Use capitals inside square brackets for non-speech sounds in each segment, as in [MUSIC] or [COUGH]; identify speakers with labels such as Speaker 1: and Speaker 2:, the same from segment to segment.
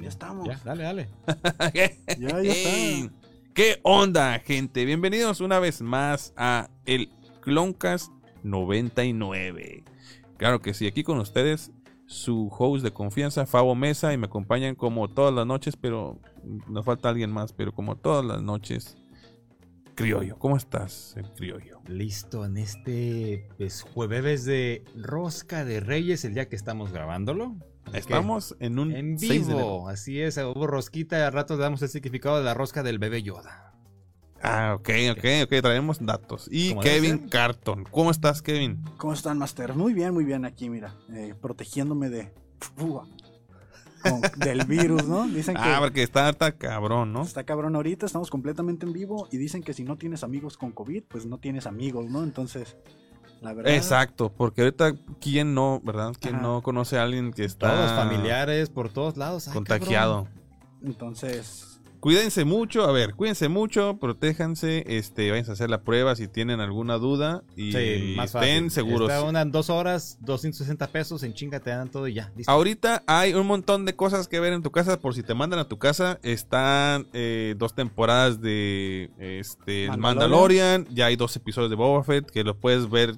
Speaker 1: estamos.
Speaker 2: Ya, dale, dale.
Speaker 1: Ya, ya
Speaker 3: Ey,
Speaker 1: está.
Speaker 3: ¿Qué onda, gente? Bienvenidos una vez más a el Cloncast 99. Claro que sí, aquí con ustedes su host de confianza, Fabo Mesa, y me acompañan como todas las noches, pero nos falta alguien más, pero como todas las noches, Criollo. ¿Cómo estás, el Criollo?
Speaker 2: Listo, en este pues, jueves de Rosca de Reyes, el día que estamos grabándolo. Así que
Speaker 3: Estamos en un
Speaker 2: en
Speaker 3: 6 de enero.
Speaker 2: vivo. Así es, hubo rosquita, a rato damos el significado de la rosca del bebé Yoda.
Speaker 3: Ah, ok, ok, ok, traemos datos. Y
Speaker 2: Como debe
Speaker 3: Kevin
Speaker 2: ser.
Speaker 3: Carton, ¿cómo estás, Kevin?
Speaker 1: ¿Cómo están, Master? Muy bien, muy bien aquí, mira. eh, protegiéndome de. Ua. Con- del virus, ¿no? Dicen que.
Speaker 3: Ah, porque está harta cabrón, ¿no?
Speaker 1: Está cabrón ahorita, estamos completamente en vivo y dicen que si no tienes amigos con COVID, pues no tienes amigos, ¿no? Entonces, la verdad.
Speaker 3: Exacto, porque ahorita, ¿quién no, verdad? ¿Quién
Speaker 1: Ajá.
Speaker 3: no conoce a alguien que está
Speaker 2: Todos familiares, por todos lados. Ah, Ay,
Speaker 3: Ah, contagiado?
Speaker 1: Entonces,
Speaker 3: Cuídense mucho, a ver, cuídense mucho, protéjanse, este, vayan a hacer la prueba si tienen alguna duda y
Speaker 2: cabrón. Sí, más fácil.
Speaker 3: estén seguros.
Speaker 2: Está una- dos horas, 260 pesos, en chinga te dan todo y ya. listo.
Speaker 3: Ahorita hay un montón de cosas que ver en tu casa. Por si te mandan a tu casa, están eh, dos temporadas de este, el
Speaker 1: Mandalorian.
Speaker 3: Mandalorian. Ya hay dos episodios de Boba Fett que lo puedes ver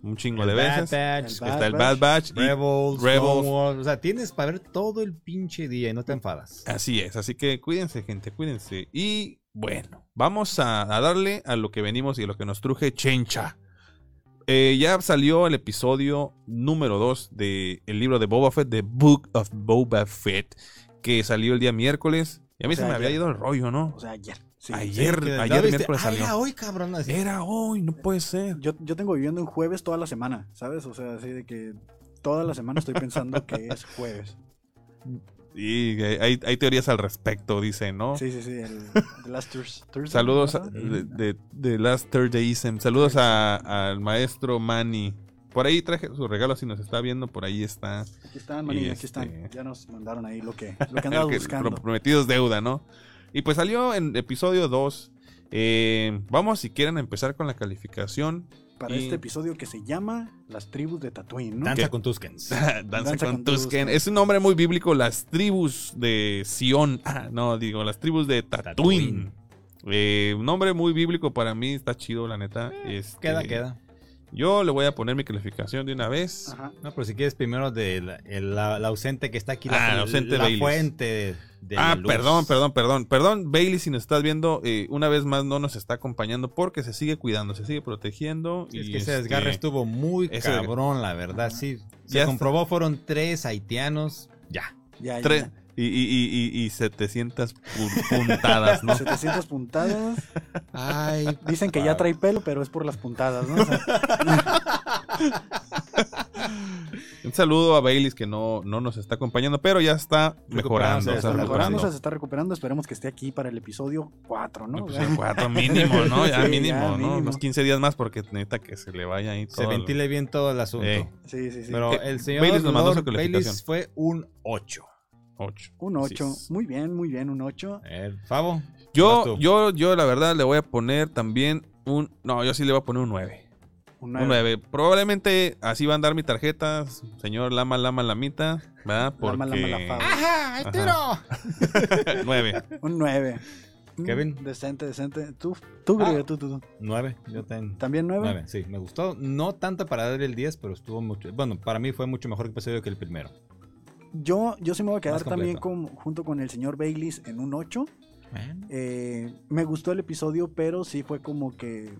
Speaker 3: un chingo
Speaker 2: El
Speaker 3: Ah, de
Speaker 2: Bad
Speaker 3: veces.
Speaker 2: Batch,
Speaker 1: El Bad
Speaker 3: Está el
Speaker 1: Batch.
Speaker 3: Bad Batch. y
Speaker 2: Rebels,
Speaker 3: Rebels.
Speaker 2: Clone Wars, o sea, tienes para ver todo el pinche día y no te enfadas.
Speaker 3: Así es, así que cuídense, gente, cuídense. Y bueno, vamos a, a darle a lo que venimos y a lo que nos truje Chencha. Eh, ya salió el episodio número 2 del libro de Boba Fett, The Book of Boba Fett, que salió el día miércoles. Y a mí
Speaker 1: O sea,
Speaker 3: se me había
Speaker 1: ayer.
Speaker 3: ido el rollo, ¿no?
Speaker 1: o sea, ayer. sí.
Speaker 3: ayer,
Speaker 2: Que de- ¿la
Speaker 3: ayer
Speaker 2: viste?
Speaker 3: miércoles
Speaker 2: Ah, era
Speaker 3: salió.
Speaker 2: hoy, cabrón. así.
Speaker 3: Era hoy, no puede ser.
Speaker 1: Yo, yo tengo viviendo en jueves toda la semana, ¿sabes? O sea, así de que toda la semana estoy pensando que es
Speaker 3: [LAUGHS]
Speaker 1: jueves.
Speaker 3: Y eh, hay, hay teorías al respecto, dicen, ¿no?
Speaker 1: Sí, sí, sí, el The Last Thurs- Thursday.
Speaker 3: Saludos
Speaker 1: ajá.
Speaker 3: a- de, de, de Last Thursdayism. Saludos a- al maestro Manny. Por ahí traje su regalo, si nos está viendo, por ahí está.
Speaker 1: Aquí están, manín,
Speaker 3: y
Speaker 1: aquí están.
Speaker 3: este-
Speaker 1: Ya nos mandaron ahí lo que, lo
Speaker 3: [LAUGHS]
Speaker 1: que andabas
Speaker 3: El que-
Speaker 1: buscando.
Speaker 3: pro- Prometidos deuda, ¿no? Y pues salió en episodio 2. Eh, vamos, si quieren empezar con la calificación. [LAUGHS]
Speaker 1: Para
Speaker 3: y-
Speaker 1: este episodio que se llama Las tribus de Tatooine, ¿no?
Speaker 2: Danza
Speaker 3: ¿Qué?
Speaker 2: con Tuskens.
Speaker 3: Danza,
Speaker 1: Danza
Speaker 3: con,
Speaker 1: con
Speaker 3: Tusken.
Speaker 1: Tusken.
Speaker 3: Es un nombre muy bíblico. Las tribus de Sion. [LAUGHS] Ah, no, digo, las tribus de
Speaker 2: Tatooine.
Speaker 3: Tatooine. Eh, un nombre muy bíblico para mí. Está chido, la neta.
Speaker 1: Eh,
Speaker 3: Este,
Speaker 2: Queda, queda.
Speaker 3: Yo le voy a poner mi calificación de una vez.
Speaker 1: Ajá.
Speaker 2: No, pero si quieres primero de la, el- la- la ausente que está aquí,
Speaker 3: Ah,
Speaker 2: la,
Speaker 3: la ausente
Speaker 2: la
Speaker 3: Baileys.
Speaker 2: fuente de, de
Speaker 3: ah,
Speaker 2: luz.
Speaker 3: perdón, perdón, perdón. Perdón, Bailey, si nos estás viendo, eh, una vez más no nos está acompañando porque se sigue cuidando, se sigue protegiendo.
Speaker 2: Es
Speaker 3: y,
Speaker 2: que ese
Speaker 3: este,
Speaker 2: desgarre estuvo muy
Speaker 3: ese- Ah,
Speaker 2: cabrón, la verdad, sí. Se
Speaker 3: Ya
Speaker 2: comprobó, fueron tres haitianos. Ya.
Speaker 1: Ya, ya,
Speaker 3: tre-
Speaker 1: ya.
Speaker 3: Y, y, y, y, y 700 pu-
Speaker 2: [LAUGHS]
Speaker 3: puntadas, ¿no?
Speaker 1: 700 puntadas.
Speaker 2: Ay,
Speaker 1: Dicen que ya trae pelo, pero es por las puntadas, ¿no? O
Speaker 3: [LAUGHS]
Speaker 1: sea,
Speaker 3: Un saludo a Bailey que no, no nos está acompañando, pero ya está mejorando.
Speaker 2: Recuperándose,
Speaker 3: o sea,
Speaker 1: está mejorando,
Speaker 3: recuperando.
Speaker 1: o sea, se está recuperando. Esperemos que esté aquí para el episodio 4, ¿no?
Speaker 3: Pues, el cuatro mínimo,
Speaker 2: [LAUGHS]
Speaker 3: ¿no? Ya
Speaker 1: Sí,
Speaker 3: mínimo,
Speaker 1: ya,
Speaker 3: ¿no?
Speaker 1: mínimo.
Speaker 3: Unos 15 días más porque necesita que se le vaya ahí
Speaker 2: [LAUGHS] se
Speaker 3: todo el-
Speaker 2: ventile bien todo el asunto.
Speaker 3: Ey.
Speaker 1: Sí, sí, sí.
Speaker 2: Pero
Speaker 3: Eh,
Speaker 2: el señor
Speaker 3: Baileys nos mandó
Speaker 2: Lord
Speaker 3: su
Speaker 2: Baileys
Speaker 3: calificación.
Speaker 2: fue un 8.
Speaker 3: Ocho.
Speaker 1: un
Speaker 3: Así
Speaker 1: 8.
Speaker 3: es.
Speaker 1: Muy bien, muy bien, un 8.
Speaker 2: Favo,
Speaker 3: Yo,
Speaker 2: Vas tú.
Speaker 3: yo, yo, la verdad, le voy a poner también un. No, yo sí le voy a poner un 9.
Speaker 1: Un
Speaker 3: Un
Speaker 1: 9.
Speaker 3: 9. Probablemente así va a andar mi tarjeta, señor Lama Lama Lamita, ¿verdad? Porque...
Speaker 1: Lama, lama, la fava.
Speaker 2: ¡Ajá!
Speaker 3: Ajá.
Speaker 2: ¡Tiro! [LAUGHS]
Speaker 3: 9.
Speaker 1: Un 9.
Speaker 2: Kevin.
Speaker 1: Decente, decente. Tú, tú,
Speaker 2: Ah.
Speaker 1: Griego, tú, tú, tú.
Speaker 2: 9, yo ten.
Speaker 1: ¿También 9?
Speaker 2: 9, sí, me gustó. No tanto para darle el 10, pero estuvo mucho. Bueno, para mí fue mucho mejor episodio que el primero.
Speaker 1: Yo, yo sí me voy a quedar
Speaker 2: Más
Speaker 1: también
Speaker 2: completo.
Speaker 1: con- junto con el señor Baileys en un 8. Eh, me gustó el episodio, pero sí fue como que,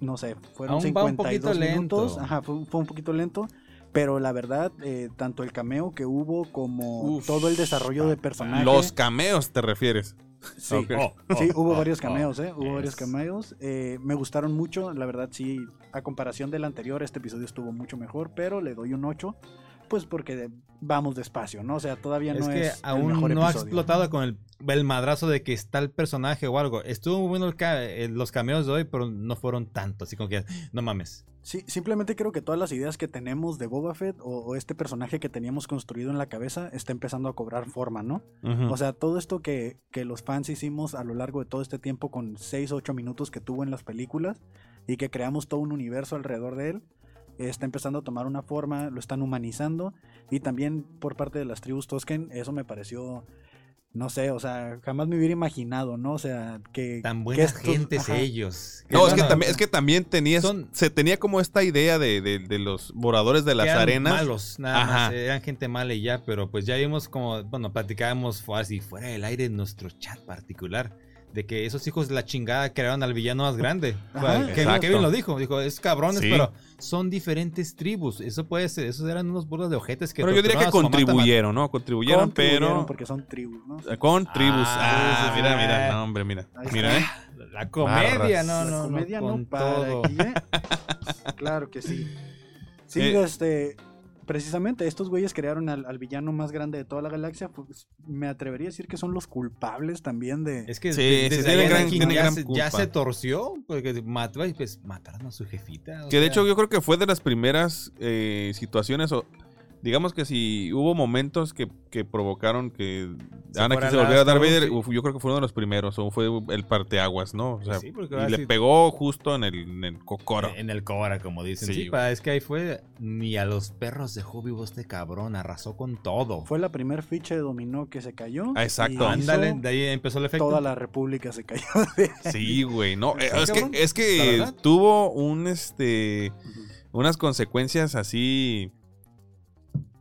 Speaker 1: no sé, fueron
Speaker 2: Aún va un poquito
Speaker 1: 52 minutos.
Speaker 2: lento.
Speaker 1: Ajá, fue, fue un poquito lento. Pero la verdad, eh, tanto el cameo que hubo como
Speaker 3: Uf,
Speaker 1: todo el desarrollo
Speaker 2: ah,
Speaker 1: de personajes.
Speaker 3: Los cameos, ¿te refieres?
Speaker 1: Sí,
Speaker 3: ok.
Speaker 2: Oh, [LAUGHS] oh,
Speaker 1: sí hubo
Speaker 2: oh,
Speaker 1: varios
Speaker 2: oh.
Speaker 1: cameos, ¿eh? Hubo
Speaker 2: es.
Speaker 1: varios cameos. Eh, me gustaron mucho. La verdad, sí, a comparación del anterior, este episodio estuvo mucho mejor, pero le doy un 8. Pues porque de- vamos despacio, ¿no? O sea, todavía
Speaker 2: Es
Speaker 1: no
Speaker 2: que
Speaker 1: es. el
Speaker 2: aún no
Speaker 1: mejor
Speaker 2: ha
Speaker 1: episodio.
Speaker 2: explotado con el, el madrazo de que está el personaje o algo. Estuvo muy bueno el ca- eh, los cameos de hoy, pero no fueron tantos. Así como que, no mames.
Speaker 1: Sí, simplemente creo que todas las ideas que tenemos de Boba Fett o, o este personaje que teníamos construido en la cabeza está empezando a cobrar forma, ¿no?
Speaker 2: Mm.
Speaker 1: O sea, todo esto que, que los fans hicimos a lo largo de todo este tiempo con 6 o 8 minutos que tuvo en las películas y que creamos todo un universo alrededor de él, está empezando a tomar una forma, lo están humanizando y también por parte de las tribus Tosken, eso me pareció no sé, o sea, jamás me hubiera imaginado, ¿no? O sea, que...
Speaker 2: Tan
Speaker 1: que
Speaker 2: buena
Speaker 1: estos-
Speaker 2: gente
Speaker 1: ajá.
Speaker 2: ellos.
Speaker 3: No, es que
Speaker 2: Bueno,
Speaker 3: también, es que también tenías,
Speaker 2: Son-
Speaker 3: se tenía como esta idea de, de- de los moradores de las
Speaker 2: eran
Speaker 3: arenas.
Speaker 2: malos, nada más. eh,
Speaker 3: Ajá.
Speaker 2: Eran gente mala y ya, pero pues ya vimos como, bueno, platicábamos fu- así fuera del aire en nuestro chat particular. De que esos hijos de la chingada crearon al villano más grande.
Speaker 1: Ajá,
Speaker 2: Fue- que-
Speaker 3: exacto.
Speaker 2: Kevin lo dijo, dijo, es cabrones,
Speaker 3: Sí.
Speaker 2: pero son diferentes tribus. Eso puede ser, esos eran unos burros de ojetes que
Speaker 3: Pero yo diría que
Speaker 2: torturaban a su mamá tan mal.
Speaker 3: contribuyeron, ¿no? Contribuyeron, pero
Speaker 1: Porque son tribus, ¿no?
Speaker 3: con tribus.
Speaker 2: Ah,
Speaker 3: Ah, mira, mira.
Speaker 2: ah.
Speaker 3: No, hombre, mira.
Speaker 1: Ahí
Speaker 3: Mira, ¿eh?
Speaker 2: La comedia,
Speaker 3: Barras.
Speaker 2: no, no,
Speaker 1: la
Speaker 2: no,
Speaker 1: comedia no,
Speaker 2: con
Speaker 1: para
Speaker 2: todo.
Speaker 1: aquí, ¿eh? Claro que sí. Sí,
Speaker 3: Eh.
Speaker 1: este. Precisamente estos güeyes crearon al, al villano más grande de toda la galaxia. Pues me atrevería a decir que son los culpables también de.
Speaker 2: Es que
Speaker 3: Sí,
Speaker 2: de-
Speaker 3: sí,
Speaker 2: desde
Speaker 3: tiene
Speaker 2: ahí
Speaker 3: gran-
Speaker 2: Anakin
Speaker 3: tiene
Speaker 2: ya,
Speaker 3: gran
Speaker 2: se, ya
Speaker 3: culpa.
Speaker 2: se torció porque mató y pues mataron a su jefita. o
Speaker 3: Que de
Speaker 2: sea,
Speaker 3: hecho yo creo que fue de las primeras eh, situaciones o digamos que si hubo momentos que, que provocaron que
Speaker 2: Se
Speaker 3: Anakin
Speaker 2: fuera
Speaker 3: se volviera
Speaker 2: Lázaro,
Speaker 3: Darth Vader,
Speaker 2: sí.
Speaker 3: uf, yo creo que fue uno de los primeros o fue el parteaguas, ¿no? O sea,
Speaker 2: sí, porque ahora
Speaker 3: y le
Speaker 2: sí-
Speaker 3: pegó justo en el, en el cocoro.
Speaker 2: En el Cobra, como dicen.
Speaker 3: Sí,
Speaker 2: Sí, pa, es que ahí fue. Ni a los perros dejó vivo este cabrón. Arrasó con todo.
Speaker 1: Fue la primer ficha de dominó que se cayó.
Speaker 3: Ah, exacto.
Speaker 1: y
Speaker 2: Ándale,
Speaker 1: hizo
Speaker 2: de ahí empezó el efecto.
Speaker 1: Toda la república se cayó.
Speaker 3: [LAUGHS] Sí, güey, no, eh,
Speaker 2: [LAUGHS] Sí, cabrón.
Speaker 3: es que es
Speaker 2: La
Speaker 3: que
Speaker 2: verdad.
Speaker 3: tuvo un este unas consecuencias así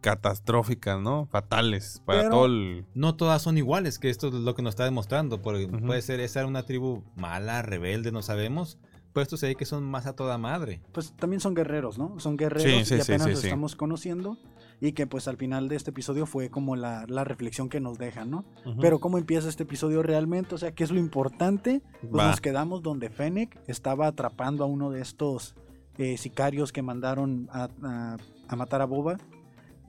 Speaker 3: catastróficas, ¿no? Fatales para
Speaker 1: Pero-
Speaker 3: todo el
Speaker 2: No todas son iguales, que esto es lo que nos está demostrando. Porque
Speaker 3: Ujú.
Speaker 2: puede ser, esa era una tribu mala, rebelde, no sabemos. Pues estos ahí que son más a toda madre.
Speaker 1: pues también son guerreros, ¿no? Son guerreros
Speaker 3: Sí, sí,
Speaker 1: y
Speaker 3: sí,
Speaker 1: apenas
Speaker 3: sí,
Speaker 1: los
Speaker 3: sí.
Speaker 1: estamos conociendo. Y que pues al final de este episodio fue como la, la reflexión que nos deja, ¿no? Pero cómo empieza este episodio realmente, o sea, qué es lo importante. Pues
Speaker 3: Va.
Speaker 1: nos quedamos donde Fennec estaba atrapando a uno de estos eh, sicarios que mandaron a, a- a matar a Boba.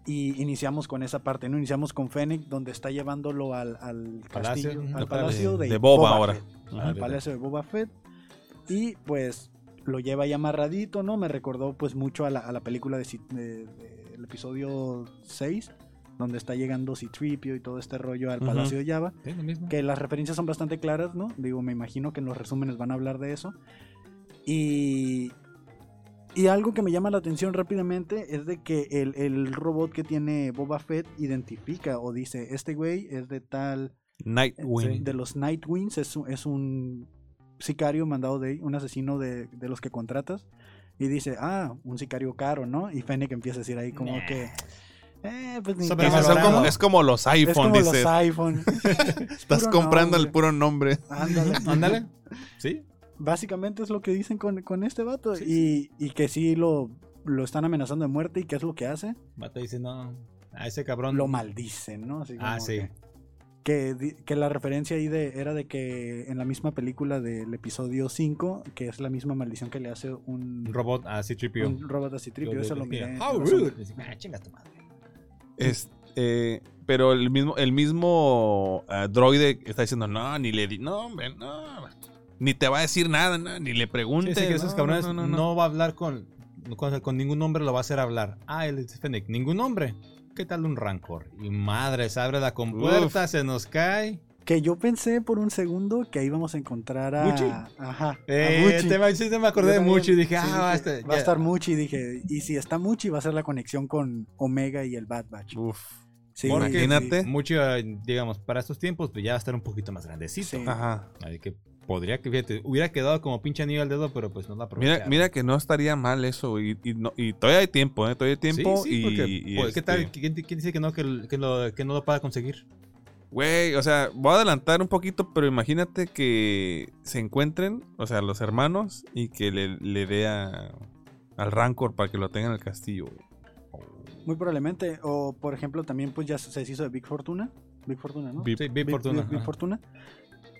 Speaker 1: Y iniciamos con esa parte, ¿no? Iniciamos con Fennec, donde está llevándolo al, al
Speaker 2: Palacio,
Speaker 1: castillo,
Speaker 2: ¿no?
Speaker 1: al palacio de,
Speaker 3: de Boba
Speaker 1: Boba
Speaker 3: ahora.
Speaker 1: Fett,
Speaker 3: Ujú.
Speaker 1: al palacio de Boba Fett. Y pues lo lleva ahí amarradito, ¿no? Me recordó pues mucho a la, a la película del de, del episodio 6, donde está llegando Citripio y todo este rollo al
Speaker 3: Ujú.
Speaker 1: palacio de Java
Speaker 2: Sí, lo mismo.
Speaker 1: que las referencias son bastante claras, ¿no? Digo, me imagino que en los resúmenes van a hablar de eso. Y, y algo que me llama la atención rápidamente es de que el, el robot que tiene Boba Fett identifica o dice, este güey es de tal,
Speaker 3: Nightwing.
Speaker 1: de los Nightwings, es, un- es un sicario mandado de ahí, un asesino de, de los que contratas. Y dice, ah, un sicario caro, ¿no? Y Fennec empieza a decir ahí como
Speaker 2: Nah.
Speaker 1: que... Eh, pues ni
Speaker 2: Sobre-
Speaker 1: tan
Speaker 3: Dices, es,
Speaker 1: valorado".
Speaker 3: como, es como los
Speaker 1: Es
Speaker 3: iPhone,
Speaker 1: como
Speaker 3: dices.
Speaker 1: los iPhone.
Speaker 3: [LAUGHS] Estás
Speaker 1: Puro
Speaker 3: comprando el
Speaker 1: nombre.
Speaker 3: puro nombre. [LAUGHS]
Speaker 1: Ándale.
Speaker 2: Ándale. Sí.
Speaker 1: Básicamente es lo que dicen con, con este vato. y, y que sí lo, lo están amenazando de muerte. ¿Y qué es lo que hace?
Speaker 2: Vato dice, no. A ese cabrón.
Speaker 1: Lo maldicen, ¿no? Así
Speaker 2: Ah,
Speaker 1: como
Speaker 2: sí.
Speaker 1: Que, que di- que la referencia ahí de, era de que en la misma película del episodio 5, que es la misma maldición que le hace un,
Speaker 2: Un robot a C-3PO.
Speaker 1: un robot así tripio.
Speaker 2: Yo
Speaker 1: Eso
Speaker 2: le
Speaker 1: lo
Speaker 2: dije,
Speaker 1: miré. en
Speaker 2: How
Speaker 1: los
Speaker 2: rude.
Speaker 1: hombres.
Speaker 2: Dice, "Ah, chinga tu madre.
Speaker 3: Es- eh, pero el mismo, el mismo ah, droide está diciendo, no, ni le di, no, hombre, no. Ni te va a decir nada, no, ni le
Speaker 2: Sí,
Speaker 3: preguntes.
Speaker 2: sí, que esos
Speaker 3: no,
Speaker 2: cabrones
Speaker 3: no,
Speaker 2: no,
Speaker 3: no, no.
Speaker 2: va a hablar con, con, con ningún hombre, lo va a hacer hablar. Ah, él es Fennec, ningún hombre. ¿Qué tal un rancor? Y madre, se abre la compuerta, se nos cae.
Speaker 1: Que yo pensé por un segundo que ahí vamos a encontrar a.
Speaker 2: ¿Muchi?
Speaker 1: Ajá. a
Speaker 2: Eh,
Speaker 1: Muchi.
Speaker 2: te va- sí, se me acordé
Speaker 1: Yo
Speaker 2: de
Speaker 1: también,
Speaker 2: mucho y dije,
Speaker 1: sí,
Speaker 2: ah, va a
Speaker 1: dije,
Speaker 2: estar-
Speaker 1: va a
Speaker 2: ya".
Speaker 1: estar Muchi. Dije, y si está Muchi, va a ser la conexión con Omega y el Bad Batch.
Speaker 3: Uf.
Speaker 1: Sí,
Speaker 2: Porque-
Speaker 3: Imagínate.
Speaker 2: Mucho, eh, digamos, para estos tiempos, pues ya va a estar un poquito más grandecito.
Speaker 1: Sí.
Speaker 3: Ajá.
Speaker 2: Así que podría que, fíjate, hubiera quedado como pinche anillo al dedo, pero pues no la
Speaker 3: Mira,
Speaker 2: aprovecharon.
Speaker 3: mira que no estaría mal eso. Y, y no- y todavía hay tiempo, ¿eh? Todavía hay tiempo.
Speaker 2: Sí, sí,
Speaker 3: y,
Speaker 2: porque,
Speaker 3: y,
Speaker 2: pues, ¿qué tal?
Speaker 3: este,
Speaker 2: ¿Quién, quién dice que no, que, el- que lo, que no lo pueda conseguir?
Speaker 3: Güey, o sea, voy a adelantar un poquito, pero imagínate que se encuentren, o sea, los hermanos, y que le, le dé a- al Rancor para que lo tenga en el castillo. güey.
Speaker 1: Muy probablemente. O por ejemplo, también pues ya se se deshizo de Big Fortuna. Big Fortuna, ¿no?
Speaker 3: Bip.
Speaker 2: Sí, Big Fortuna.
Speaker 1: Big- Big
Speaker 2: ajá.
Speaker 1: Fortuna.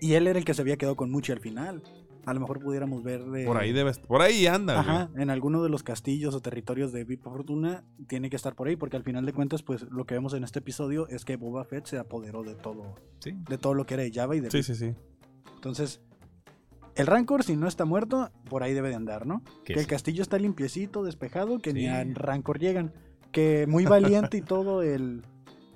Speaker 1: Y él era el que se había quedado con Muchi al final. A lo mejor pudiéramos ver de.
Speaker 3: Por ahí debe est- por ahí anda,
Speaker 1: Ajá, en alguno de los castillos o territorios de Big Fortuna tiene que estar por ahí, porque al final de cuentas, pues lo que vemos en este episodio es que Boba Fett se apoderó de todo,
Speaker 2: Sí.
Speaker 1: de todo lo que era de Java y de
Speaker 3: güey. Sí, sí, sí.
Speaker 1: Entonces, el Rancor, si no está muerto, por ahí debe de andar, ¿no?
Speaker 2: Que
Speaker 1: Que el
Speaker 2: sí.
Speaker 1: castillo está limpiecito, despejado, que ni
Speaker 2: Sí.
Speaker 1: a Rancor llegan. Que muy valiente y todo el.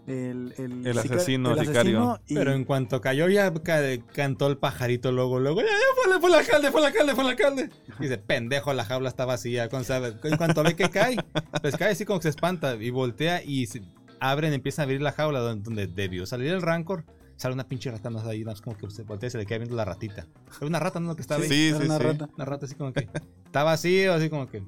Speaker 1: El, el,
Speaker 3: El
Speaker 1: sica-
Speaker 3: asesino,
Speaker 1: el
Speaker 3: sicario.
Speaker 1: asesino y-
Speaker 2: Pero en cuanto cayó ya ca- cantó el pajarito luego, luego, "Ya, ya, fue, el- fue el alcalde, fue el alcalde, fue el alcalde. Y dice, pendejo, la jaula está vacía. Con, sabe- en cuanto ve que cae, pues cae así como que se espanta y voltea y se- abren, empiezan a abrir la jaula don- donde, debió salir el rancor. sale una pinche rata más ahí, nada más como que se voltea y se le queda viendo la ratita. Era una rata, ¿no? Lo que estaba ahí.
Speaker 3: Sí,
Speaker 1: Era
Speaker 3: sí,
Speaker 1: una
Speaker 3: sí.
Speaker 1: rata.
Speaker 2: Una rata así como que. Estaba así, o así como que.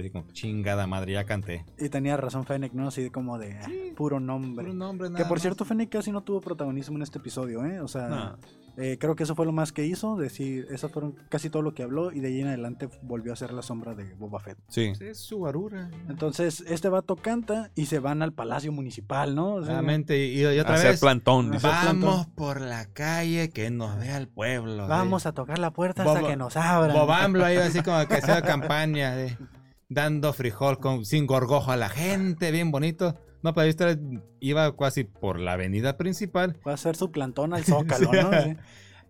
Speaker 2: así como, chingada madre, ya canté.
Speaker 1: Y tenía razón Fennec, ¿no? Así de como de ah,
Speaker 2: Sí.
Speaker 1: puro nombre.
Speaker 2: Puro nombre, nada
Speaker 1: que por
Speaker 2: más.
Speaker 1: cierto, Fennec casi no tuvo protagonismo en este episodio, ¿eh? O sea,
Speaker 3: No.
Speaker 1: eh, creo que eso fue lo más que hizo. Decir, eso fueron casi todo lo que habló. Y de ahí en adelante volvió a ser la sombra de Boba Fett.
Speaker 3: Sí.
Speaker 2: Sí, Es su arura.
Speaker 1: Entonces, este vato canta y se van al palacio municipal, ¿no? O sea,
Speaker 2: Realmente, y, y otra
Speaker 3: Hacer
Speaker 2: vez.
Speaker 1: Ajá.
Speaker 3: plantón. dice.
Speaker 2: Vamos
Speaker 1: plantón.
Speaker 2: por la calle que nos vea el pueblo.
Speaker 1: Vamos
Speaker 2: sí.
Speaker 1: a tocar la puerta
Speaker 2: Boba-
Speaker 1: hasta que nos abran.
Speaker 2: Bobamblo ahí, así como que hacía campaña, sí. dando frijol con, sin gorgojo a la gente, bien bonito. No, pero ahí usted iba casi por la avenida principal.
Speaker 1: Va a ser su plantón al
Speaker 3: [LAUGHS]
Speaker 1: zócalo,
Speaker 2: Sí.
Speaker 1: ¿no? Sí.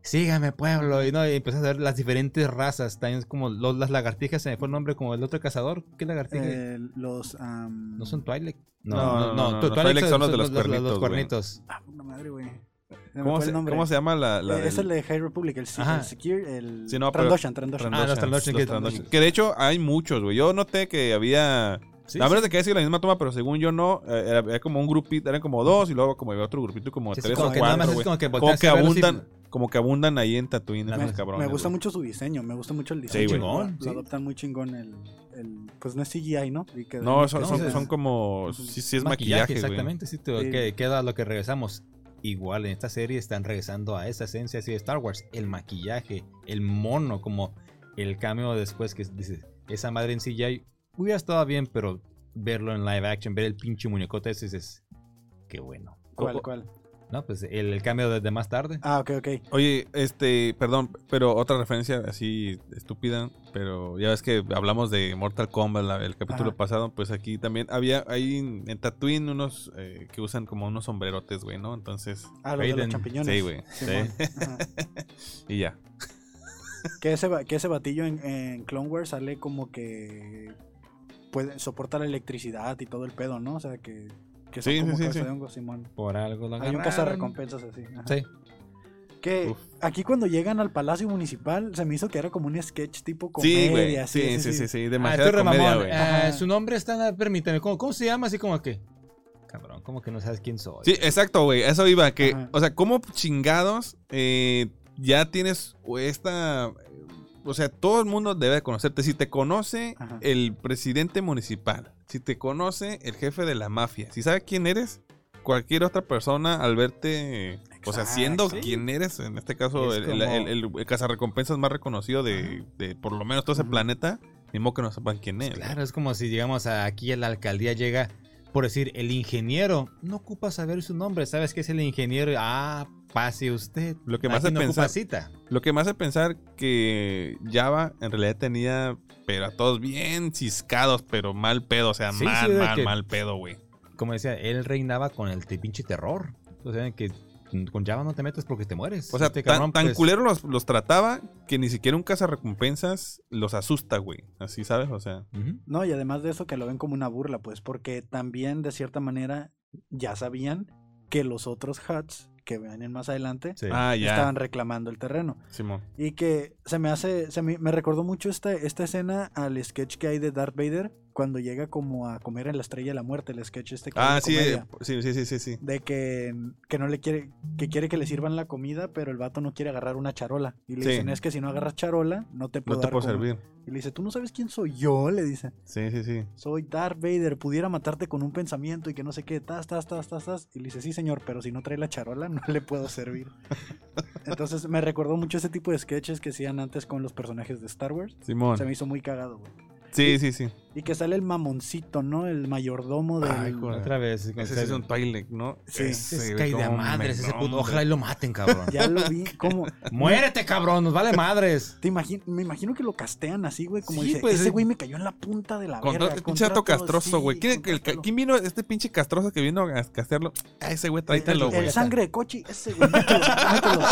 Speaker 2: Sígame, pueblo. Y, no, y empezás a ver las diferentes razas. También es como los- las lagartijas, se me fue el nombre, como el otro cazador. ¿Qué lagartija?
Speaker 1: Eh, los. am,
Speaker 2: ¿No son Twilight?
Speaker 3: No, no, no,
Speaker 2: tu-
Speaker 3: no,
Speaker 2: Twi'lek
Speaker 3: Twi'lek son los de los cuernitos,
Speaker 2: los
Speaker 3: güey.
Speaker 2: cuernitos.
Speaker 1: Ah, puta madre, güey. Se me
Speaker 3: ¿Cómo
Speaker 1: fue el
Speaker 3: se,
Speaker 1: nombre.
Speaker 3: cómo se llama la, la
Speaker 1: Eh, Es
Speaker 3: del-
Speaker 1: el de High Republic, el, se-
Speaker 2: Ajá.
Speaker 1: el Secure, el
Speaker 3: Sí, no, pero-
Speaker 1: Trandoshan, Trandoshan.
Speaker 2: Ah, los Trandoshans,
Speaker 3: los
Speaker 2: que-
Speaker 3: Trandoshans. Que de hecho hay muchos, güey. Yo noté que había.
Speaker 2: Sí,
Speaker 3: a
Speaker 2: sí.
Speaker 3: menos de que haya sido la misma toma, pero según yo no. eh, era, era como un grupito, eran como dos y luego como había otro grupito como
Speaker 2: Sí, sí,
Speaker 3: tres
Speaker 2: como
Speaker 3: o
Speaker 2: que nada más
Speaker 3: cuatro,
Speaker 2: es
Speaker 3: güey.
Speaker 2: como que
Speaker 3: Como
Speaker 2: volteas
Speaker 3: que
Speaker 2: a verlos y-
Speaker 3: abundan, como que abundan ahí en Tatooine, esos
Speaker 2: Me-
Speaker 3: cabrones.
Speaker 1: Me gusta
Speaker 3: güey.
Speaker 1: mucho su diseño, me gusta mucho el
Speaker 3: Sí,
Speaker 1: diseño.
Speaker 3: güey.
Speaker 1: lo, lo adoptan muy chingón el, el- Pues no es CGI, ¿no? Y que-
Speaker 3: No, son,
Speaker 2: No,
Speaker 3: son,
Speaker 2: o sea,
Speaker 3: son como. Sí, sí, es maquillaje, güey.
Speaker 2: exactamente, sí, te-
Speaker 1: Sí.
Speaker 2: que queda lo que regresamos. Igual en esta serie están regresando a esa esencia así de Star Wars, el maquillaje, el mono, como el cameo después que dices, esa madre en CGI hubiera estado pues, bien, pero verlo en live action, ver el pinche muñecote ese dices, qué bueno.
Speaker 1: ¿Cuál, cuál?
Speaker 2: No, pues el, el cameo de, de más tarde.
Speaker 1: Ah, ok, ok.
Speaker 3: Oye, este, perdón, pero otra referencia así estúpida, pero ya ves que hablamos de Mortal Kombat la- el capítulo
Speaker 1: Ajá.
Speaker 3: pasado, pues aquí también había, hay en, en Tatooine unos eh, que usan como unos sombrerotes, güey, ¿no? Entonces,
Speaker 1: Ah, lo de los
Speaker 2: Raiden.
Speaker 1: champiñones.
Speaker 3: sí, güey,
Speaker 1: Simón. Ajá.
Speaker 3: y ya.
Speaker 1: Que ese, ba- que ese batillo en, en Clone Wars sale como que puede soporta la electricidad y todo el pedo, ¿no? O sea, que, que son
Speaker 3: Sí, sí,
Speaker 1: como
Speaker 3: sí,
Speaker 1: cabeza
Speaker 3: sí.
Speaker 1: de hongo, Simón.
Speaker 2: Por algo lo
Speaker 1: Hay un
Speaker 2: agarraron.
Speaker 1: cazarrecompensas así. ajá.
Speaker 2: Sí.
Speaker 3: Ah,
Speaker 1: Que
Speaker 3: Uf.
Speaker 1: aquí cuando llegan al Palacio Municipal se me hizo que era como un sketch tipo comedia.
Speaker 3: Sí, güey,
Speaker 1: así,
Speaker 3: sí, sí, sí, sí,
Speaker 2: Ah,
Speaker 3: demasiada
Speaker 2: estoy re
Speaker 3: comedia,
Speaker 2: mamón.
Speaker 3: güey.
Speaker 2: Ah,
Speaker 1: Ajá.
Speaker 2: su nombre está, nada, permíteme, ¿cómo, cómo se llama? Así como que, cabrón, como que no sabes quién soy.
Speaker 3: Sí, exacto, güey, a eso iba, que,
Speaker 1: Ajá.
Speaker 3: o sea, ¿cómo chingados eh, ya tienes esta... O sea, todo el mundo debe conocerte. Si te conoce
Speaker 1: Ajá.
Speaker 3: el presidente municipal, si te conoce el jefe de la mafia, si sabe quién eres, cualquier otra persona al verte, o sea,
Speaker 1: Exacto.
Speaker 3: siendo
Speaker 2: Sí.
Speaker 3: quién eres, en este caso,
Speaker 2: Es
Speaker 3: el,
Speaker 2: como-
Speaker 3: el- el- el cazarrecompensas más reconocido de, de por lo menos todo ese
Speaker 1: Ujú.
Speaker 3: planeta, mismo que no sepan quién es.
Speaker 2: Pues Claro, es como si digamos a- aquí a la alcaldía llega, por decir, el ingeniero. No ocupa saber su nombre, sabes que es el ingeniero. Ah, pase usted.
Speaker 3: Lo que me
Speaker 2: Aquí
Speaker 3: hace
Speaker 2: no ocupa
Speaker 3: pensar-
Speaker 2: cita.
Speaker 3: Lo que me hace pensar que Java en realidad tenía, pero a todos bien ciscados, pero mal pedo, o sea,
Speaker 2: Sí,
Speaker 3: mal,
Speaker 2: sí, de
Speaker 3: mal,
Speaker 2: que-
Speaker 3: mal pedo, güey.
Speaker 2: Como decía, él reinaba con el te- pinche terror. O sea, que con Java no te metes porque te mueres.
Speaker 3: O sea,
Speaker 2: Este
Speaker 3: tan,
Speaker 2: cabrón,
Speaker 3: tan
Speaker 2: pues,
Speaker 3: culero los, los trataba que ni siquiera un cazarrecompensas los asusta, güey. Así, ¿sabes? O sea,
Speaker 2: ujú.
Speaker 1: No, y además de eso que lo ven como una burla, pues, porque también de cierta manera ya sabían que los otros Huts que vienen más adelante
Speaker 2: Sí.
Speaker 3: ah, ya.
Speaker 1: estaban reclamando el terreno.
Speaker 3: Simón.
Speaker 1: Y que se me hace, se me, me recordó mucho esta, esta escena al sketch que hay de Darth Vader cuando llega como a comer en la estrella de la muerte, el sketch este que hay
Speaker 3: Ah,
Speaker 1: de
Speaker 3: sí,
Speaker 1: comedia.
Speaker 3: eh, sí, sí, sí, sí, sí.
Speaker 1: de que, que no le quiere, que quiere que le sirvan la comida, pero el vato no quiere agarrar una charola. Y le
Speaker 3: Sí.
Speaker 1: dicen, es que si no agarras charola, no te puedo
Speaker 3: No te
Speaker 1: dar
Speaker 3: puedo
Speaker 1: comida".
Speaker 3: servir.
Speaker 1: Y le dice, tú no sabes quién soy yo, le dice,
Speaker 3: Sí, sí, sí.
Speaker 1: soy Darth Vader, pudiera matarte con un pensamiento y que no sé qué, tas, tas, tas, tas, tas. Y le dice, sí señor, pero si no trae la charola, [LAUGHS] no le puedo servir. Entonces me recordó mucho ese tipo de sketches que hacían antes con los personajes de Star Wars.
Speaker 3: Simón.
Speaker 1: Se me hizo muy cagado, güey.
Speaker 3: Sí, sí, sí.
Speaker 1: Y que sale el mamoncito, ¿no? El mayordomo del...
Speaker 3: Ay, joder.
Speaker 2: Otra vez. o
Speaker 3: Ese sí
Speaker 2: sea,
Speaker 3: es un Twi'lek, ¿no?
Speaker 1: Sí.
Speaker 2: ese es
Speaker 3: güey,
Speaker 2: caída de
Speaker 3: cómo
Speaker 2: madres
Speaker 3: me
Speaker 2: ese puto.
Speaker 3: nombra.
Speaker 2: Ojalá y lo maten,
Speaker 3: [LAUGHS]
Speaker 2: cabrón.
Speaker 1: Ya lo vi, como...
Speaker 2: Muérete, cabrón. Nos vale madres.
Speaker 1: Te imagino, me imagino que lo castean así, güey. Como
Speaker 2: Sí,
Speaker 1: dice,
Speaker 2: pues,
Speaker 1: ese
Speaker 3: eh,
Speaker 2: sí.
Speaker 1: güey me cayó en la punta de la
Speaker 3: Contra
Speaker 1: verga.
Speaker 3: este pinche dato
Speaker 1: contrátalo,
Speaker 3: castroso,
Speaker 1: sí,
Speaker 3: güey. ¿Quién, el-
Speaker 1: contrátalo".
Speaker 3: quién vino? Este pinche castroso que vino a castearlo. Ah, ese güey, tráetelo,
Speaker 1: el,
Speaker 3: güey.
Speaker 1: el sangre de coche, ese güey. mételo, mételo.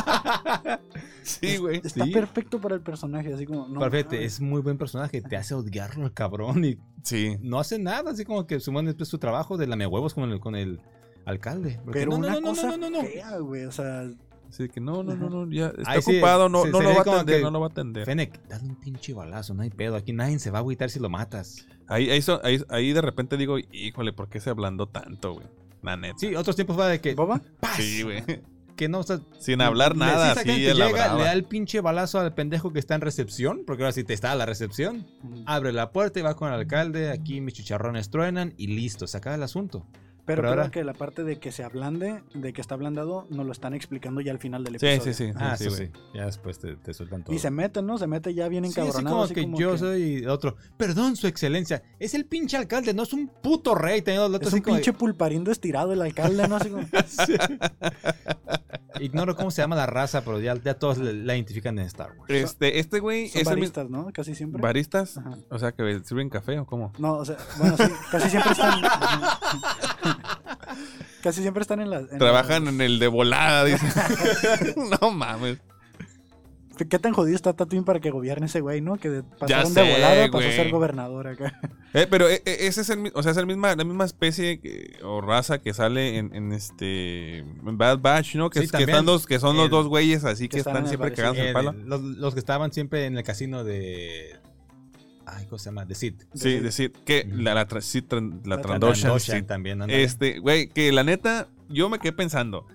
Speaker 3: Sí, güey.
Speaker 1: Está
Speaker 2: Sí.
Speaker 1: perfecto para el personaje, así como. No,
Speaker 2: Pero fíjate,
Speaker 1: mames.
Speaker 2: es muy buen personaje. Te hace odiarlo el cabrón y
Speaker 3: Sí.
Speaker 2: no hace nada, así como que suman después su trabajo de lame huevos con el, con el alcalde. Porque
Speaker 1: Pero
Speaker 2: no, no,
Speaker 1: una
Speaker 2: no, no,
Speaker 1: cosa
Speaker 2: no, no, no.
Speaker 1: fea, güey. O sea,
Speaker 3: Así que no, no, no, no, ya está
Speaker 2: Ahí sí,
Speaker 3: ocupado, no,
Speaker 2: se-
Speaker 3: no
Speaker 2: se
Speaker 3: lo
Speaker 2: ve
Speaker 3: va a
Speaker 2: como
Speaker 3: atender,
Speaker 2: que-
Speaker 3: no lo va a atender.
Speaker 2: Fennec, dale un pinche balazo, no hay pedo. Aquí nadie se va a agüitar si lo matas.
Speaker 3: Ahí, ahí, so- ahí, ahí de repente digo, híjole, ¿por qué se ablandó tanto, güey? La neta.
Speaker 2: Sí, otros tiempos va de que.
Speaker 1: Boba.
Speaker 2: ¡Paz!
Speaker 3: Sí, güey. [LAUGHS]
Speaker 2: que no. O sea,
Speaker 3: Sin hablar
Speaker 2: le-
Speaker 3: nada,
Speaker 2: sí,
Speaker 3: así
Speaker 2: exactamente,
Speaker 3: a la
Speaker 2: llega,
Speaker 3: brava.
Speaker 2: le da el pinche balazo al pendejo que está en recepción, porque ahora sí te está a la recepción. Abre la puerta y va con el alcalde, aquí mis chicharrones truenan y listo, se acaba el asunto.
Speaker 1: Pero,
Speaker 2: pero
Speaker 1: creo
Speaker 2: ahora-
Speaker 1: que la parte de que se ablande, de que está ablandado, nos lo están explicando ya al final del
Speaker 3: Sí,
Speaker 1: episodio.
Speaker 3: sí, sí.
Speaker 2: Ah,
Speaker 3: sí,
Speaker 2: eso
Speaker 3: güey.
Speaker 2: sí. Ya después te, te sueltan todo.
Speaker 1: Y se mete, ¿no? Se mete ya bien
Speaker 2: Sí, así
Speaker 1: encabronado.
Speaker 2: como
Speaker 1: así
Speaker 2: que
Speaker 1: como
Speaker 2: yo
Speaker 1: que-
Speaker 2: soy otro. Perdón, su excelencia. Es el pinche alcalde, no es un puto rey. Teniendo el otro
Speaker 1: Es
Speaker 2: así
Speaker 1: un
Speaker 2: como-
Speaker 1: pinche pulparindo estirado el alcalde, ¿no? Así como-
Speaker 2: [LAUGHS] Sí. Ignoro cómo se llama la raza, pero ya, ya todos la- la identifican en Star Wars.
Speaker 3: Este, este
Speaker 1: son
Speaker 3: güey es el mismo.
Speaker 1: baristas, ¿no? Casi siempre.
Speaker 3: ¿Baristas?
Speaker 1: Ajá.
Speaker 3: O sea, que sirven café o cómo.
Speaker 1: No, o sea, bueno, sí, casi siempre están. [LAUGHS] casi siempre están en las. en
Speaker 3: Trabajan
Speaker 1: las-
Speaker 3: en el de volada, dice. [LAUGHS] no mames.
Speaker 1: ¿Qué tan jodido está Tatooine para que gobierne ese güey, no? Que de pasaron
Speaker 3: sé,
Speaker 1: de volada pasó a
Speaker 3: güey.
Speaker 1: ser gobernador
Speaker 3: [LAUGHS]
Speaker 1: acá.
Speaker 3: Eh, pero eh, eh, ese es el, mi- o sea, es el misma, la misma especie que- o raza que sale en, en este en Bad Batch, ¿no? Que,
Speaker 2: Sí,
Speaker 3: es- que
Speaker 2: también.
Speaker 3: están los, que son los
Speaker 2: El-
Speaker 3: dos güeyes así que,
Speaker 1: que están en
Speaker 3: están
Speaker 1: el
Speaker 3: siempre
Speaker 1: parecido.
Speaker 3: cagándose el
Speaker 2: Eh,
Speaker 3: palo.
Speaker 2: los, los que estaban siempre en el casino de. Ay, ¿cómo se llama? De Sid.
Speaker 3: Sí,
Speaker 1: Sí.
Speaker 3: decir que la, la, tra- sí, tran- la
Speaker 1: La
Speaker 3: Trandoshan,
Speaker 2: Trandoshan
Speaker 3: sí.
Speaker 2: también. ándale.
Speaker 3: Este, güey, que la neta, yo me quedé pensando.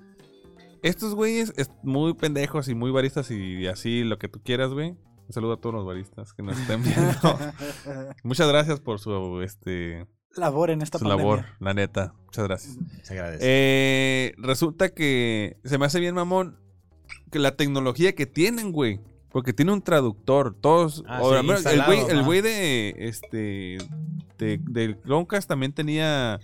Speaker 3: Estos güeyes es muy pendejos y muy baristas y así lo que tú quieras, güey. Un saludo a todos los baristas que nos estén viendo. Muchas gracias por su este
Speaker 1: [LAUGHS] labor en esta
Speaker 3: su
Speaker 1: pandemia.
Speaker 3: labor, la neta. Muchas gracias.
Speaker 2: Se agradece.
Speaker 3: Eh, resulta que se me hace bien, mamón, que la tecnología que tienen, güey. Porque tiene un traductor, todos.
Speaker 2: Ah,
Speaker 3: o
Speaker 2: sí,
Speaker 3: al menos el
Speaker 2: instalado,
Speaker 3: güey, el
Speaker 2: ajá.
Speaker 3: güey de este de- del Cloncast también tenía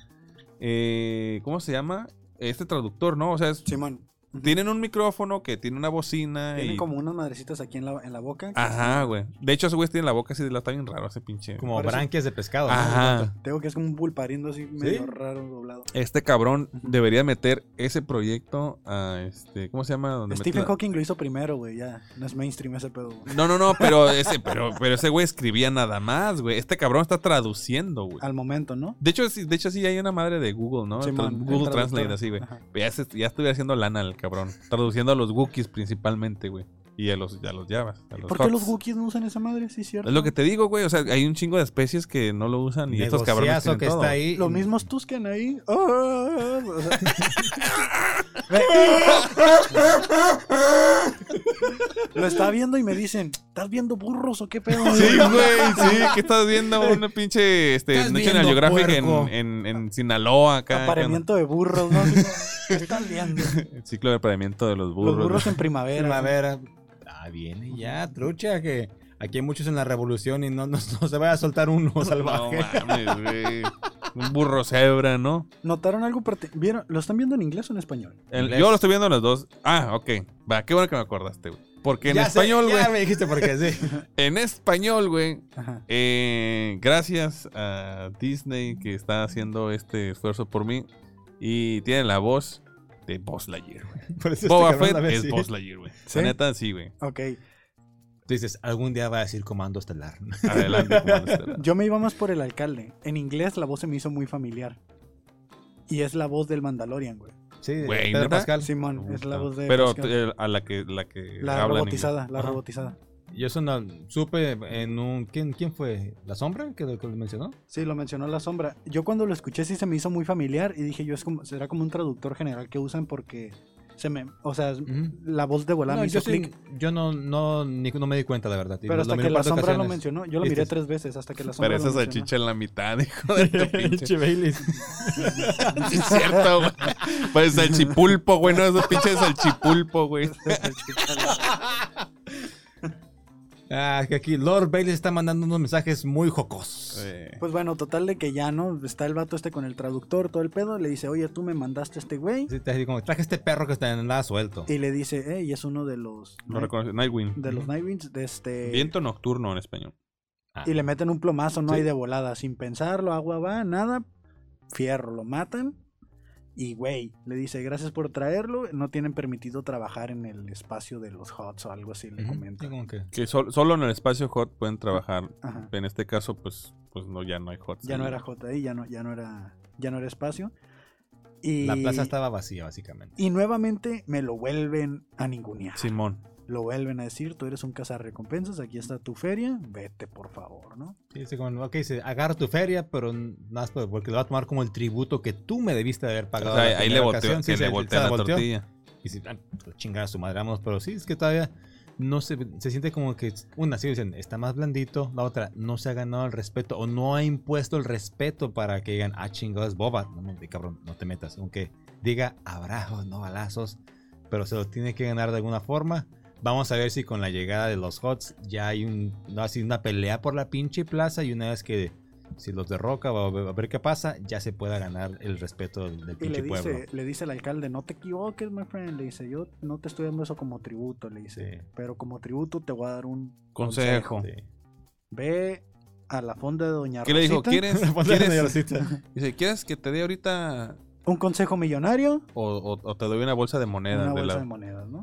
Speaker 3: eh, ¿cómo se llama? Este traductor, ¿no? O sea, es-
Speaker 1: Simón.
Speaker 3: tienen un micrófono que tiene una bocina
Speaker 1: Tienen
Speaker 3: y
Speaker 1: como unas madrecitas aquí en la, en la boca. que
Speaker 3: Ajá, güey. De hecho, ese güey tiene la boca así de la está bien raro ese pinche.
Speaker 2: Como
Speaker 1: parece-
Speaker 2: branquias de pescado. ¿no?
Speaker 3: Ajá.
Speaker 1: Tengo que es como un pulparindo así medio raro doblado.
Speaker 3: Este cabrón debería meter ese proyecto a este, ¿cómo se llama? Donde
Speaker 1: Stephen
Speaker 3: meten la-
Speaker 1: Hawking lo hizo primero, güey, ya. No es mainstream ese pedo. güey.
Speaker 3: No, no, no, pero ese, pero, pero ese güey escribía nada más, güey. Este cabrón está traduciendo, güey.
Speaker 1: Al momento, ¿no?
Speaker 3: De hecho, sí, de hecho, sí hay una madre de Google, ¿no?
Speaker 1: Simón,
Speaker 3: Tra-
Speaker 1: el
Speaker 3: Google
Speaker 1: traductor.
Speaker 3: Translate, así, güey.
Speaker 1: Ajá.
Speaker 3: Ya, se- ya estuve haciendo lana el cabrón. Traduciendo a los Wookiees principalmente, güey. Y a los, ya los Javas. a los
Speaker 1: ¿Por qué los
Speaker 3: Hawks.
Speaker 1: Wookiees no usan esa madre? Sí, cierto.
Speaker 3: Es lo que te digo, güey. O sea, hay un chingo de especies que no lo usan y estos cabrones
Speaker 2: Negociazo
Speaker 3: tienen
Speaker 2: que
Speaker 3: todo.
Speaker 2: está ahí. mm,
Speaker 1: Los mismos Tusken ahí. Ah, ah, ah, o sea, lo estaba viendo y me dicen, ¿estás viendo burros o qué pedo?
Speaker 3: Sí, güey, sí, que estás viendo una pinche este,
Speaker 2: Estás
Speaker 3: National
Speaker 2: viendo,
Speaker 3: Geographic en,
Speaker 2: puerco.
Speaker 3: en, en Sinaloa acá.
Speaker 1: Apareamiento de burros, ¿no? Así como, ¿Qué estás viendo?
Speaker 3: El ciclo de apareamiento de los burros.
Speaker 1: Los burros en primavera.
Speaker 2: Primavera. Ah, viene ya, trucha, que aquí hay muchos en la revolución y no, no, no se vaya a soltar uno salvaje.
Speaker 3: [LAUGHS] No mames, güey. Un burro cebra, ¿no?
Speaker 1: ¿Notaron algo? parti- ¿Vieron? ¿Lo están viendo en inglés o en español?
Speaker 3: El-
Speaker 2: Inglés.
Speaker 3: yo lo estoy viendo en los dos. Ah, ok. Va, qué bueno que me acordaste, güey. Porque en
Speaker 2: Ya sé,
Speaker 3: español, güey.
Speaker 2: ya me dijiste porque [LAUGHS] sí.
Speaker 3: En español, güey.
Speaker 1: Ajá.
Speaker 3: eh, gracias a Disney que está haciendo este esfuerzo por mí. Y tiene la voz de Boss Lightyear, güey.
Speaker 2: Por eso este
Speaker 3: Boba
Speaker 2: cabrón
Speaker 3: Fett
Speaker 2: la ve
Speaker 3: es
Speaker 2: así.
Speaker 3: Boss Lightyear, güey.
Speaker 1: ¿Sí?
Speaker 3: La neta, sí, güey.
Speaker 1: Ok.
Speaker 2: Tú dices, algún día va a decir comando estelar.
Speaker 3: Adelante, comando estelar.
Speaker 1: Yo me iba más por el alcalde. En inglés la voz se me hizo muy familiar. Y es la voz del Mandalorian, güey.
Speaker 2: [LAUGHS] Sí,
Speaker 3: Güey,
Speaker 2: Pedro
Speaker 3: ¿neta?
Speaker 2: Pascal.
Speaker 1: Simón, es la voz de.
Speaker 3: Pero
Speaker 1: Pascal.
Speaker 3: eh, a la que, la que
Speaker 1: la
Speaker 3: habla en
Speaker 1: robotizada, la
Speaker 2: Ajá.
Speaker 1: robotizada.
Speaker 2: Yo eso no supe en un... ¿Quién, quién fue? ¿La sombra que, que lo mencionó?
Speaker 1: Sí, lo mencionó la sombra. Yo cuando lo escuché sí se me hizo muy familiar y dije yo es como será como un traductor general que usan porque se me, o sea,
Speaker 2: Ujú.
Speaker 1: la voz de volada
Speaker 2: Mm. No,
Speaker 1: me
Speaker 2: yo,
Speaker 1: hizo
Speaker 2: sí-
Speaker 1: clic.
Speaker 2: yo no, no, ni- no me di cuenta, la verdad. Y
Speaker 1: Pero
Speaker 2: lo-
Speaker 1: hasta
Speaker 2: lo miré
Speaker 1: que
Speaker 2: un
Speaker 1: la
Speaker 2: par de
Speaker 1: sombra lo
Speaker 2: ocasiones.
Speaker 1: mencionó, yo lo miré
Speaker 2: Este-
Speaker 1: tres veces hasta que la sombra
Speaker 3: Parece
Speaker 1: lo mencionó. [LAUGHS]
Speaker 3: salchicha en la mitad, hijo de tu
Speaker 2: [LAUGHS]
Speaker 3: pinche.
Speaker 2: Pinche Baileys.
Speaker 3: [LAUGHS] Sí, es cierto, güey. Parece salchipulpo, güey. No, es pinche salchipulpo, güey.
Speaker 2: Ah, que aquí Lord Bailey está mandando unos mensajes muy jocosos.
Speaker 3: Eh,
Speaker 1: Pues bueno, total de que ya no está el vato este con el traductor, todo el pedo, le dice, "Oye, tú me mandaste a este güey."
Speaker 2: Sí, te- como, traje este perro que está en nada suelto.
Speaker 1: Y le dice, "Eh, y es uno de los
Speaker 3: Lo
Speaker 1: Night-
Speaker 3: reconoce. Nightwing.
Speaker 1: de los Nightwings de este
Speaker 3: Viento nocturno en español.
Speaker 2: Ah.
Speaker 1: Y le meten un plomazo, no
Speaker 2: Sí.
Speaker 1: hay de volada, sin pensarlo, agua va, nada, fierro, lo matan. Y güey, le dice, gracias por traerlo, no tienen permitido trabajar en el espacio de los HOTS o algo así, le
Speaker 2: Ujú.
Speaker 1: comenta.
Speaker 2: Sí, como que-
Speaker 3: Que sol- solo en el espacio hot pueden trabajar.
Speaker 1: Ajá.
Speaker 3: En este caso, pues, pues no, ya no hay hot.
Speaker 1: Ya no era hot ahí, ya no, ya no era, ya no era espacio. Y,
Speaker 2: La plaza estaba vacía, básicamente.
Speaker 1: y nuevamente me lo vuelven a ningunear.
Speaker 3: Simón.
Speaker 1: Lo vuelven a decir, tú eres un cazarrecompensas, aquí está tu feria, vete por favor, ¿no?
Speaker 2: Sí, sí, como, ok, dice, agarra tu feria, pero nada más pues, por- porque lo va a tomar como el tributo que tú me debiste haber
Speaker 3: O
Speaker 2: pagado.
Speaker 3: sea,
Speaker 2: la
Speaker 3: ahí
Speaker 2: primera
Speaker 3: le
Speaker 2: ocasión.
Speaker 3: volteó,
Speaker 2: Sí,
Speaker 3: que
Speaker 2: se-
Speaker 3: le
Speaker 2: se
Speaker 3: voltea la
Speaker 2: volteó.
Speaker 3: tortilla.
Speaker 2: Y si, ah, chingar a su madre, vamos, pero sí, es que todavía no se, se siente como que una, sí dicen, está más blandito, la otra, no se ha ganado el respeto o no ha impuesto el respeto para que digan, ah, chingados, boba, no, no, cabrón, no te metas, aunque diga abrazos, no balazos, pero se lo tiene que ganar de alguna forma. Vamos a ver si con la llegada de los Hots ya hay un, no, así una pelea por la pinche plaza y una vez que si los derroca, va a ver, a ver qué pasa, ya se pueda ganar el respeto del, del
Speaker 1: Y
Speaker 2: pinche
Speaker 1: le
Speaker 2: pueblo.
Speaker 1: dice, le dice al alcalde, no te equivoques, my friend. Le dice, yo no te estoy dando eso como tributo, le dice.
Speaker 2: Sí.
Speaker 1: Pero como tributo te voy a dar un
Speaker 3: Consejo.
Speaker 2: Sí.
Speaker 1: Ve a la fonda de Doña
Speaker 3: ¿Qué le dijo?
Speaker 1: Rosita,
Speaker 3: [LAUGHS] ¿Quieres,
Speaker 2: [LAUGHS] Ponle la
Speaker 3: quieres,
Speaker 2: señorcita.
Speaker 3: dice, ¿quieres que te dé ahorita
Speaker 1: Un consejo millonario,
Speaker 3: o, o- o te doy una bolsa de moneda?
Speaker 1: una
Speaker 3: de
Speaker 1: bolsa
Speaker 3: la-
Speaker 1: de monedas, ¿no?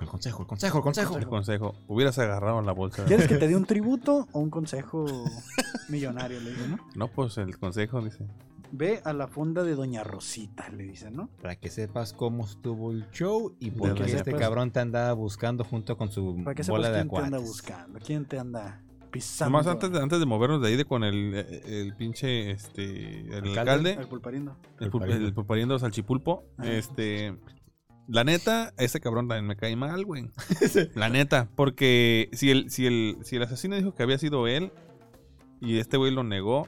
Speaker 2: El consejo, el consejo, el consejo.
Speaker 3: el consejo. Hubieras agarrado la bolsa.
Speaker 1: ¿Quieres que te dé un tributo o un
Speaker 3: [LAUGHS]
Speaker 1: consejo millonario? Le dice, ¿no?
Speaker 3: No, pues el consejo dice.
Speaker 1: Ve a la fonda de Doña Rosita, le dice, ¿no?
Speaker 2: Para que sepas cómo estuvo el show y por
Speaker 3: Para
Speaker 2: qué
Speaker 3: que
Speaker 2: este
Speaker 1: sepas-
Speaker 2: cabrón te andaba buscando junto con su
Speaker 1: Para que sepas
Speaker 2: bola de
Speaker 1: quién te anda
Speaker 2: acuates.
Speaker 1: buscando, quién te anda pisando.
Speaker 3: Nomás antes de, antes de movernos de ahí de con el, eh, el pinche este el
Speaker 2: Alcalde.
Speaker 3: alcalde,
Speaker 1: Al pulparindo.
Speaker 3: el, pul- el pulpariendo salchipulpo,
Speaker 1: Ajá.
Speaker 3: este la neta, ese cabrón también me cae mal, [LAUGHS] güey. La neta, porque si el, si el, si el asesino dijo que había sido él y este güey lo negó,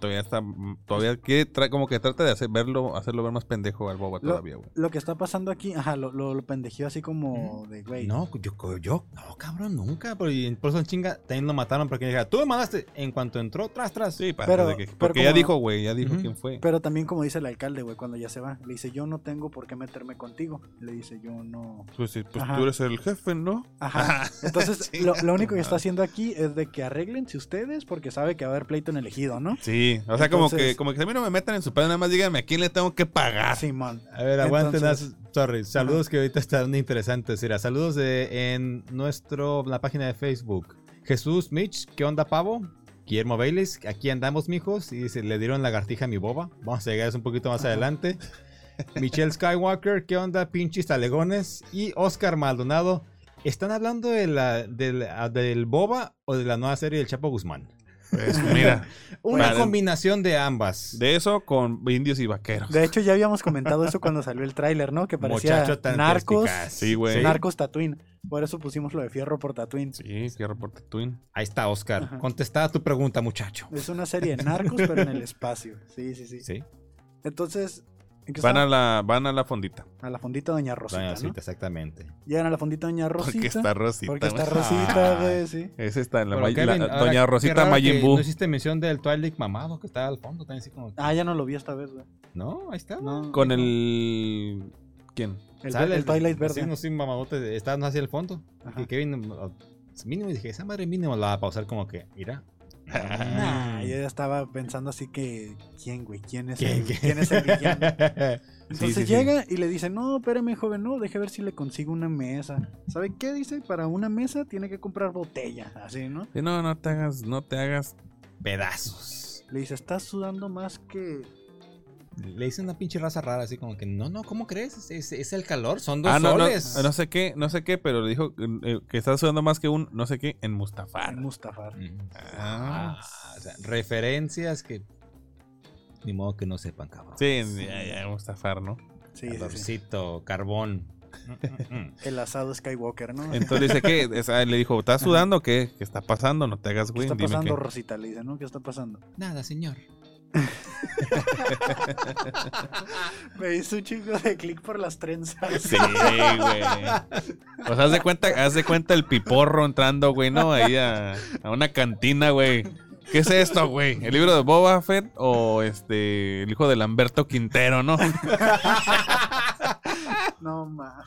Speaker 3: todavía está, todavía quiere tra- como que trata de hacer, verlo, hacerlo ver más pendejo al boba
Speaker 1: Lo-
Speaker 3: todavía, güey.
Speaker 1: Lo que está pasando aquí, ajá, lo, lo, lo pendejeó así como de, güey.
Speaker 2: No, yo, yo, no, cabrón, nunca. Pero y por eso en chinga también lo mataron porque dijeron, tú me mandaste. En cuanto entró, tras, tras.
Speaker 3: Sí, para
Speaker 1: Pero-
Speaker 3: de que-
Speaker 1: pero
Speaker 3: porque ya
Speaker 1: como-
Speaker 3: dijo, güey, ya dijo
Speaker 2: Ujú.
Speaker 3: quién fue.
Speaker 1: Pero también como dice el alcalde, güey, cuando ya se va, le dice, yo no tengo por qué meterme contigo. Le dice, yo no...
Speaker 3: Pues, sí, pues
Speaker 1: Ajá.
Speaker 3: tú eres el jefe, ¿no?
Speaker 1: Ajá. Entonces, lo, lo único que está haciendo aquí es de que arreglense ustedes porque sabe que va a haber pleito en el ejido, ¿no?
Speaker 3: Sí, o sea, como que
Speaker 1: Entonces-
Speaker 3: como que a mí no me metan en su pedo, nada más díganme a quién le tengo que pagar.
Speaker 1: Simón.
Speaker 2: A ver, aguanten.
Speaker 1: Entonces-
Speaker 2: las- sorry, saludos que ahorita están interesantes. Mira, saludos de- en nuestro, la página de Facebook. Jesús Mitch, ¿qué onda, pavo? Guillermo Bailey, aquí andamos, mijos. Y dice, le dieron lagartija a mi boba. Vamos a llegar a eso un poquito más adelante. Michelle Skywalker, ¿qué onda, pinches talegones? Y Oscar Maldonado, ¿están hablando de la, del, ah, del boba o de la nueva serie del Chapo Guzmán?
Speaker 3: Pues, mira,
Speaker 2: Una
Speaker 3: Vale.
Speaker 2: combinación de ambas.
Speaker 3: de eso con indios y vaqueros.
Speaker 1: De hecho, ya habíamos comentado eso cuando salió el tráiler, ¿no? Que parecía
Speaker 2: Muchacho tan
Speaker 1: narcos,
Speaker 2: perspicaz.
Speaker 3: Sí, güey.
Speaker 2: Sí.
Speaker 1: narcos Tatooine. Por eso pusimos lo de fierro por Tatooine.
Speaker 3: Sí, que reporte Twin.
Speaker 2: Ahí está, Oscar.
Speaker 1: Ajá.
Speaker 2: Contestada tu pregunta, muchacho.
Speaker 1: Es una serie de narcos, pero en el espacio. Sí, sí, sí.
Speaker 2: Sí,
Speaker 1: Entonces, ¿en qué
Speaker 3: Van a
Speaker 1: estaba?
Speaker 3: la, van a la fondita.
Speaker 1: a la fondita Doña Rosita,
Speaker 2: doña
Speaker 1: ¿no?
Speaker 2: Rosita, exactamente.
Speaker 1: Llegan a la fondita Doña
Speaker 3: Porque
Speaker 1: Rosita.
Speaker 3: está Rosita.
Speaker 1: Porque está
Speaker 3: güey.
Speaker 1: Rosita,
Speaker 2: Ah.
Speaker 1: güey, sí.
Speaker 3: Esa está la,
Speaker 2: Pero,
Speaker 3: ma- la-
Speaker 2: Kevin, ahora,
Speaker 3: doña
Speaker 2: qué
Speaker 3: Rosita
Speaker 2: raro que
Speaker 3: Majin Buu.
Speaker 2: No hiciste mención del Twilight mamado que estaba al fondo, también así como.
Speaker 1: Ah, ya no lo vi esta vez, güey.
Speaker 2: No, ahí está.
Speaker 1: No.
Speaker 3: Con el ¿quién?
Speaker 1: El, ve- el Twilight verde.
Speaker 2: Sí, no, sí, mamadote, está hacia el fondo.
Speaker 1: Ajá.
Speaker 2: Y Kevin, oh, mínimo, dije, esa madre mínimo la va a pausar como que, mira.
Speaker 1: Nah,
Speaker 3: Ah.
Speaker 2: Mm.
Speaker 1: Ah,
Speaker 2: [LAUGHS]
Speaker 1: yo ya estaba pensando así que ¿quién, güey? ¿Quién es,
Speaker 2: ¿Quién,
Speaker 1: el,
Speaker 2: quién?
Speaker 1: ¿quién es el villano? Entonces
Speaker 3: [LAUGHS] sí, sí.
Speaker 1: llega y le dice, no, espérame, joven, no, deje ver si le consigo una mesa. ¿Sabe qué dice? Para una mesa tiene que comprar botella, así, ¿no?
Speaker 3: Sí, no, no te hagas, no te hagas.
Speaker 2: [LAUGHS] Pedazos.
Speaker 1: Le dice, estás sudando más que...
Speaker 2: Le hice una pinche raza rara, así como que, no, no, ¿cómo crees? Es, es- es el calor, son dos
Speaker 3: Ah, no, no,
Speaker 2: soles.
Speaker 3: no sé qué, no sé qué, pero le dijo eh, que está sudando más que un no sé qué en Mustafar.
Speaker 1: en Mustafar.
Speaker 2: Ujú.
Speaker 3: Ah.
Speaker 2: Ah, o sea, referencias que ni modo que no sepan, cabrón.
Speaker 3: Sí, en- ya, ya, en Mustafar, ¿no?
Speaker 1: Sí, sí, sí.
Speaker 2: eh, Calorcito, carbón. Mm, mm, mm.
Speaker 1: El asado Skywalker, ¿no?
Speaker 3: Entonces dice que le dijo, ¿estás sudando o qué? ¿Qué está pasando? No te hagas
Speaker 1: ¿Qué
Speaker 3: güey,
Speaker 1: está
Speaker 3: dime
Speaker 1: pasando,
Speaker 3: qué.
Speaker 1: Rosita? Le dice, ¿no? ¿Qué está pasando?
Speaker 2: Nada, señor.
Speaker 1: Me hizo un chingo de clic por las trenzas.
Speaker 3: Sí, güey. O sea, haz de cuenta, haz de cuenta el piporro entrando, güey, ¿no? Ahí a, a una cantina, güey. ¿Qué es esto, güey? ¿El libro de Boba Fett o este el hijo de Lamberto Quintero, no?
Speaker 1: No, ma.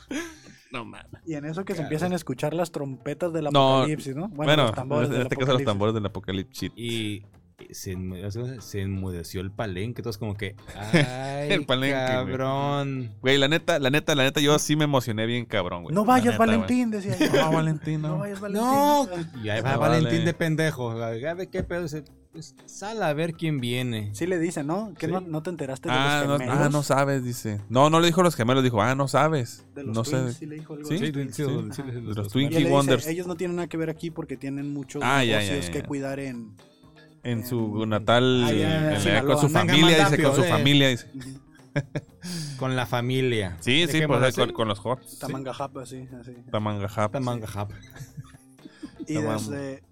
Speaker 3: No mames.
Speaker 1: Y en eso que se
Speaker 2: Claro.
Speaker 1: empiezan a escuchar las trompetas del
Speaker 3: No.
Speaker 1: apocalipsis, ¿no?
Speaker 3: Bueno,
Speaker 1: los tambores
Speaker 3: en
Speaker 1: del
Speaker 3: este caso los
Speaker 1: apocalipsis.
Speaker 3: tambores del apocalipsis.
Speaker 2: Y se, enmu- se enmudeció el palenque, todos como [LAUGHS] que. Ay,
Speaker 3: El palenque, güey.
Speaker 2: Cabrón.
Speaker 3: Güey, la neta, la neta, la neta, yo sí me emocioné bien cabrón, güey.
Speaker 1: No
Speaker 3: La
Speaker 1: vayas,
Speaker 3: neta,
Speaker 1: Valentín, decía yo.
Speaker 3: güey. [LAUGHS] No, Valentín,
Speaker 1: No
Speaker 3: no.
Speaker 1: vayas, Valentín.
Speaker 2: ¡No! Y ahí va
Speaker 3: No, pues,
Speaker 2: Valentín
Speaker 3: vale.
Speaker 2: de pendejo. A ver qué pedo. se- pues, sal a ver quién viene.
Speaker 1: Sí le dice, ¿no? Que
Speaker 2: Sí.
Speaker 1: no, no te enteraste de
Speaker 3: Ah, no,
Speaker 1: los gemelos.
Speaker 3: ah, no sabes, dice. No, no le dijo los gemelos, dijo, ah, no sabes.
Speaker 1: De los
Speaker 3: no
Speaker 1: twins,
Speaker 3: sé.
Speaker 1: sí le dijo algo.
Speaker 3: Sí,
Speaker 1: de los
Speaker 3: sí,
Speaker 1: twins.
Speaker 3: sí,
Speaker 1: Ajá.
Speaker 3: sí, los
Speaker 1: Y
Speaker 3: Twinkie
Speaker 1: él le dice,
Speaker 3: Wonders.
Speaker 1: ellos no tienen nada que ver aquí porque tienen muchos
Speaker 3: Ah, ya, ya,
Speaker 1: negocios
Speaker 3: ya, ya.
Speaker 1: que cuidar en...
Speaker 3: En su
Speaker 1: en-
Speaker 3: natal,
Speaker 1: Ah, ya, ya,
Speaker 3: en la-
Speaker 1: Sinaloa,
Speaker 3: con su
Speaker 2: Manga
Speaker 3: familia, dice,
Speaker 2: Mandapio,
Speaker 3: con su
Speaker 2: eh.
Speaker 3: familia, dice.
Speaker 2: con la familia.
Speaker 3: Sí, sí,
Speaker 2: Dejémoslo
Speaker 3: pues,
Speaker 2: así.
Speaker 3: con, con los hots.
Speaker 1: Tamangajap, así, así.
Speaker 3: Tamangajap.
Speaker 2: Tamangajap.
Speaker 1: Y
Speaker 3: Tamam.
Speaker 1: desde.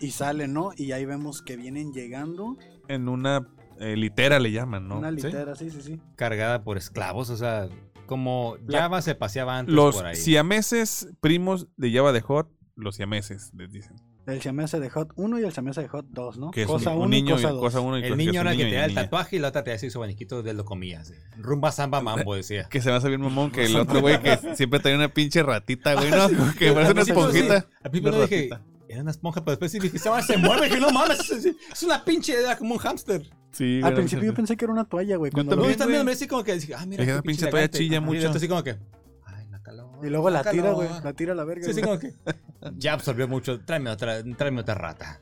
Speaker 1: Y sale, ¿no? Y ahí vemos que vienen llegando.
Speaker 3: En una eh, litera le llaman, ¿no?
Speaker 1: Una
Speaker 2: Sí.
Speaker 1: litera, sí, sí, sí.
Speaker 2: Cargada por esclavos, o sea, como
Speaker 3: La-
Speaker 2: Java se paseaba antes
Speaker 3: Los
Speaker 2: por ahí.
Speaker 3: siameses primos de Java de Hot, los siameses, les dicen.
Speaker 1: El chamese de Hot 1 y el chamese de Hot 2, ¿no?
Speaker 3: Que es
Speaker 1: cosa
Speaker 3: un, un
Speaker 1: uno y
Speaker 3: niño
Speaker 1: cosa
Speaker 3: y
Speaker 1: dos.
Speaker 3: cosa uno y cosa-
Speaker 2: El
Speaker 3: que es
Speaker 2: niño
Speaker 3: un
Speaker 2: era el que
Speaker 3: niño y
Speaker 2: te da el
Speaker 3: niña.
Speaker 2: tatuaje y la otra te hacía su abaniquito de lo comías. Rumba samba mambo,
Speaker 3: [LAUGHS]
Speaker 2: decía.
Speaker 3: Que se me hace bien mamón que el otro güey que siempre trae una pinche ratita,
Speaker 1: [LAUGHS]
Speaker 2: [LAUGHS]
Speaker 3: güey, ¿no? Que parece una
Speaker 2: Al principio,
Speaker 3: esponjita.
Speaker 2: sí, Al principio
Speaker 3: Una
Speaker 2: dije,
Speaker 3: ratita.
Speaker 2: era una esponja, pero después sí dije, se, se mueve, que no mames. Es es una pinche, era como un hámster.
Speaker 3: Sí,
Speaker 1: Al
Speaker 3: güey,
Speaker 1: principio yo
Speaker 3: no sé.
Speaker 1: pensé que era una toalla, güey.
Speaker 3: Yo
Speaker 1: cuando lo
Speaker 2: No,
Speaker 3: también.
Speaker 1: vi.
Speaker 2: yo también
Speaker 3: güey.
Speaker 2: me decía como que dije, ah, mira.
Speaker 3: Es
Speaker 2: qué
Speaker 3: que esa pinche toalla
Speaker 2: elegante.
Speaker 3: chilla
Speaker 2: Ajá,
Speaker 3: mucho.
Speaker 2: Y entonces como que, ay, la calor.
Speaker 1: Y luego la tira,
Speaker 2: calor".
Speaker 1: güey. La tira a la verga.
Speaker 2: Sí, sí,
Speaker 1: güey.
Speaker 2: como que [LAUGHS] ya absorbió mucho. Tráeme otra, tráeme otra rata.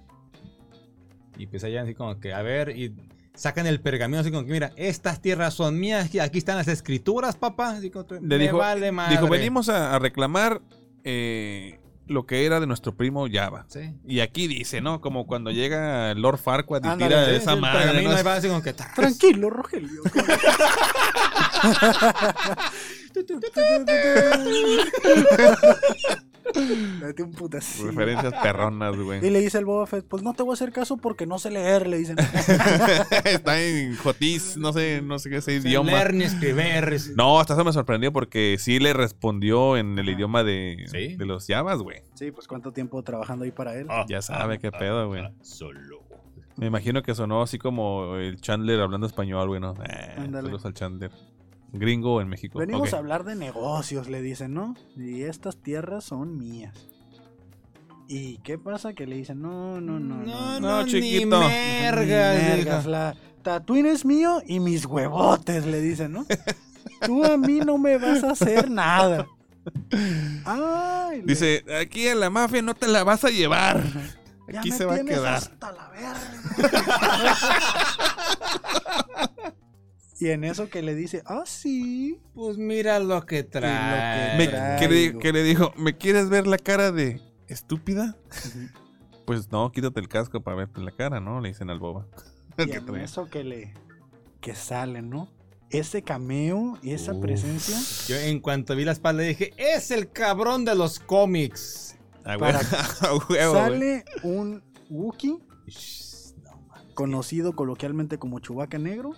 Speaker 2: Y pues allá así como que, a ver, y sacan el pergamino así como que, mira, estas tierras son mías, y aquí están las escrituras, papá. Así como, que,
Speaker 3: Le
Speaker 2: me
Speaker 3: dijo-
Speaker 2: vale madre.
Speaker 3: Dijo, venimos a, a reclamar eh, lo que era de nuestro primo Java.
Speaker 2: Sí.
Speaker 3: Y aquí dice, ¿no? Como cuando llega Lord Farquaad y
Speaker 1: Ándale,
Speaker 3: tira
Speaker 1: sí,
Speaker 3: esa
Speaker 2: el
Speaker 3: madre.
Speaker 2: pergamino
Speaker 3: ¿no?
Speaker 2: ahí va así como que, tarras.
Speaker 1: Tranquilo, Rogelio.
Speaker 3: [LAUGHS]
Speaker 1: Date un putacito. [LAUGHS]
Speaker 3: Referencias perronas,
Speaker 1: Y
Speaker 3: güey.
Speaker 1: le dice el Boba Fett, pues no te voy a hacer caso porque no sé leer, le dicen. [LAUGHS]
Speaker 3: [LAUGHS] Está en Jotis, no sé, no sé qué ese idioma.
Speaker 2: Leer ni escribir. Sí.
Speaker 3: No, hasta eso me sorprendió porque sí le respondió en
Speaker 1: Ah,
Speaker 3: el idioma de,
Speaker 2: Sí.
Speaker 3: de los Yavas, güey.
Speaker 1: Sí, pues cuánto tiempo trabajando ahí para él.
Speaker 3: Ya sabe
Speaker 1: ah,
Speaker 3: qué pedo, güey.
Speaker 2: Solo.
Speaker 3: Me imagino que sonó así como el Chandler hablando español, güey, ¿no? Eh,
Speaker 1: Ándale.
Speaker 3: saludos al Chandler. Gringo en México.
Speaker 1: Venimos
Speaker 3: Ok.
Speaker 1: a hablar de negocios, le dicen, ¿no? Y estas tierras son mías. ¿Y qué pasa? Que le dicen, no, no, no.
Speaker 2: No,
Speaker 1: No,
Speaker 3: no,
Speaker 2: no, ni
Speaker 3: chiquito.
Speaker 2: mergas.
Speaker 1: Vergas,
Speaker 2: dijo.
Speaker 1: la Tatooine es mío y mis huevotes, le dicen, ¿no? Tú a mí no me vas a hacer nada. Ay, le-
Speaker 3: Dice, aquí en la mafia no te la vas a llevar.
Speaker 1: Ya
Speaker 3: Aquí
Speaker 1: me
Speaker 3: se va a
Speaker 1: tienes
Speaker 3: quedar.
Speaker 1: hasta la verga. [LAUGHS] y en eso que le dice, ah, sí.
Speaker 2: Pues mira lo que trae.
Speaker 3: Me-
Speaker 1: Traigo.
Speaker 3: que, le, que le dijo, ¿me quieres ver la cara de estúpida? Pues no, quítate el casco para verte la cara, ¿no? Le dicen al boba.
Speaker 2: [LAUGHS]
Speaker 1: Y
Speaker 3: [LAUGHS] Que
Speaker 1: en
Speaker 3: trae.
Speaker 1: eso que le que sale, ¿no? Ese cameo, esa
Speaker 2: Uf.
Speaker 1: presencia,
Speaker 2: Yo en cuanto vi la espalda dije, es el cabrón de los cómics.
Speaker 3: A
Speaker 1: Para-
Speaker 3: huevo, [LAUGHS] a huevo, güey.
Speaker 1: sale un Wookiee
Speaker 2: Shh, no, mames.
Speaker 1: conocido coloquialmente como Chubaca Negro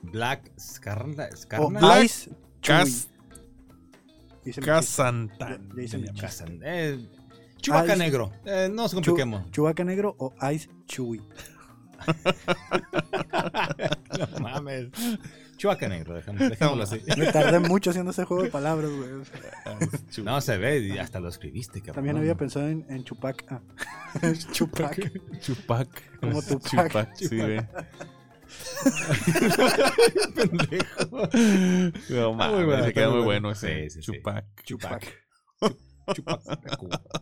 Speaker 2: Black Scarna.
Speaker 1: o
Speaker 2: Scarna
Speaker 3: Black
Speaker 1: Ice
Speaker 3: Cas-
Speaker 1: Chewie. Dice mi chiste.
Speaker 3: Casantan.
Speaker 1: Ya- ya hice mi chiste.
Speaker 2: Casan- eh, Chubaca
Speaker 1: Ice-
Speaker 2: Negro. Eh, no nos compliquemos.
Speaker 1: Chewbacca Negro o Ice Chewie.
Speaker 2: No mames. Chubaca Negro, dejamos- dejémoslo así.
Speaker 1: Me tardé mucho haciendo ese juego de palabras, güey.
Speaker 2: [LAUGHS] No se ve, y hasta lo escribiste, cabrón.
Speaker 1: También había pensado en, en Chupac. Ah, Chupac.
Speaker 3: [LAUGHS]
Speaker 1: [LAUGHS]
Speaker 3: Chupac.
Speaker 1: Como Tupac.
Speaker 3: Chupac, sí, güey.
Speaker 2: [LAUGHS] pendejo.
Speaker 3: No mames,
Speaker 2: bueno,
Speaker 3: se
Speaker 2: está
Speaker 3: queda
Speaker 2: muy
Speaker 3: muy
Speaker 2: bueno.
Speaker 3: bueno ese.
Speaker 2: Sí, sí, sí.
Speaker 3: Chupac.
Speaker 2: Chupac. Chupac.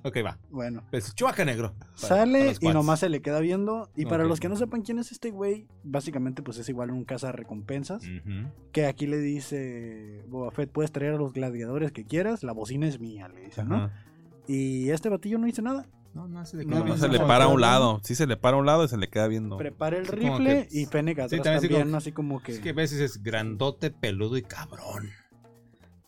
Speaker 2: Ok, va.
Speaker 1: Bueno.
Speaker 2: Pues, Chubaca Negro. Para- para
Speaker 1: Sale
Speaker 2: los
Speaker 1: y
Speaker 2: cuates.
Speaker 1: nomás se le queda viendo. Y para
Speaker 2: Ok.
Speaker 1: los que no sepan quién es este güey, básicamente pues es igual un cazarrecompensas.
Speaker 2: Ujú.
Speaker 1: Que aquí le dice Boba Fett, puedes traer a los gladiadores que quieras, la bocina es mía, le dice, ¿no?
Speaker 3: Ajá.
Speaker 1: Y este batillo no dice nada.
Speaker 2: No, no se le
Speaker 1: No,
Speaker 2: queda
Speaker 3: No
Speaker 2: bien.
Speaker 3: se le
Speaker 1: no,
Speaker 3: para a
Speaker 1: no,
Speaker 3: un
Speaker 1: no.
Speaker 3: lado. Sí se le para a un lado y se le queda viendo.
Speaker 1: Prepara el
Speaker 2: Sí, como
Speaker 1: rifle
Speaker 2: que-
Speaker 1: y Fennec atrás
Speaker 2: también así
Speaker 1: también,
Speaker 2: como-
Speaker 1: así como que...
Speaker 2: Es que a veces es grandote, peludo y cabrón.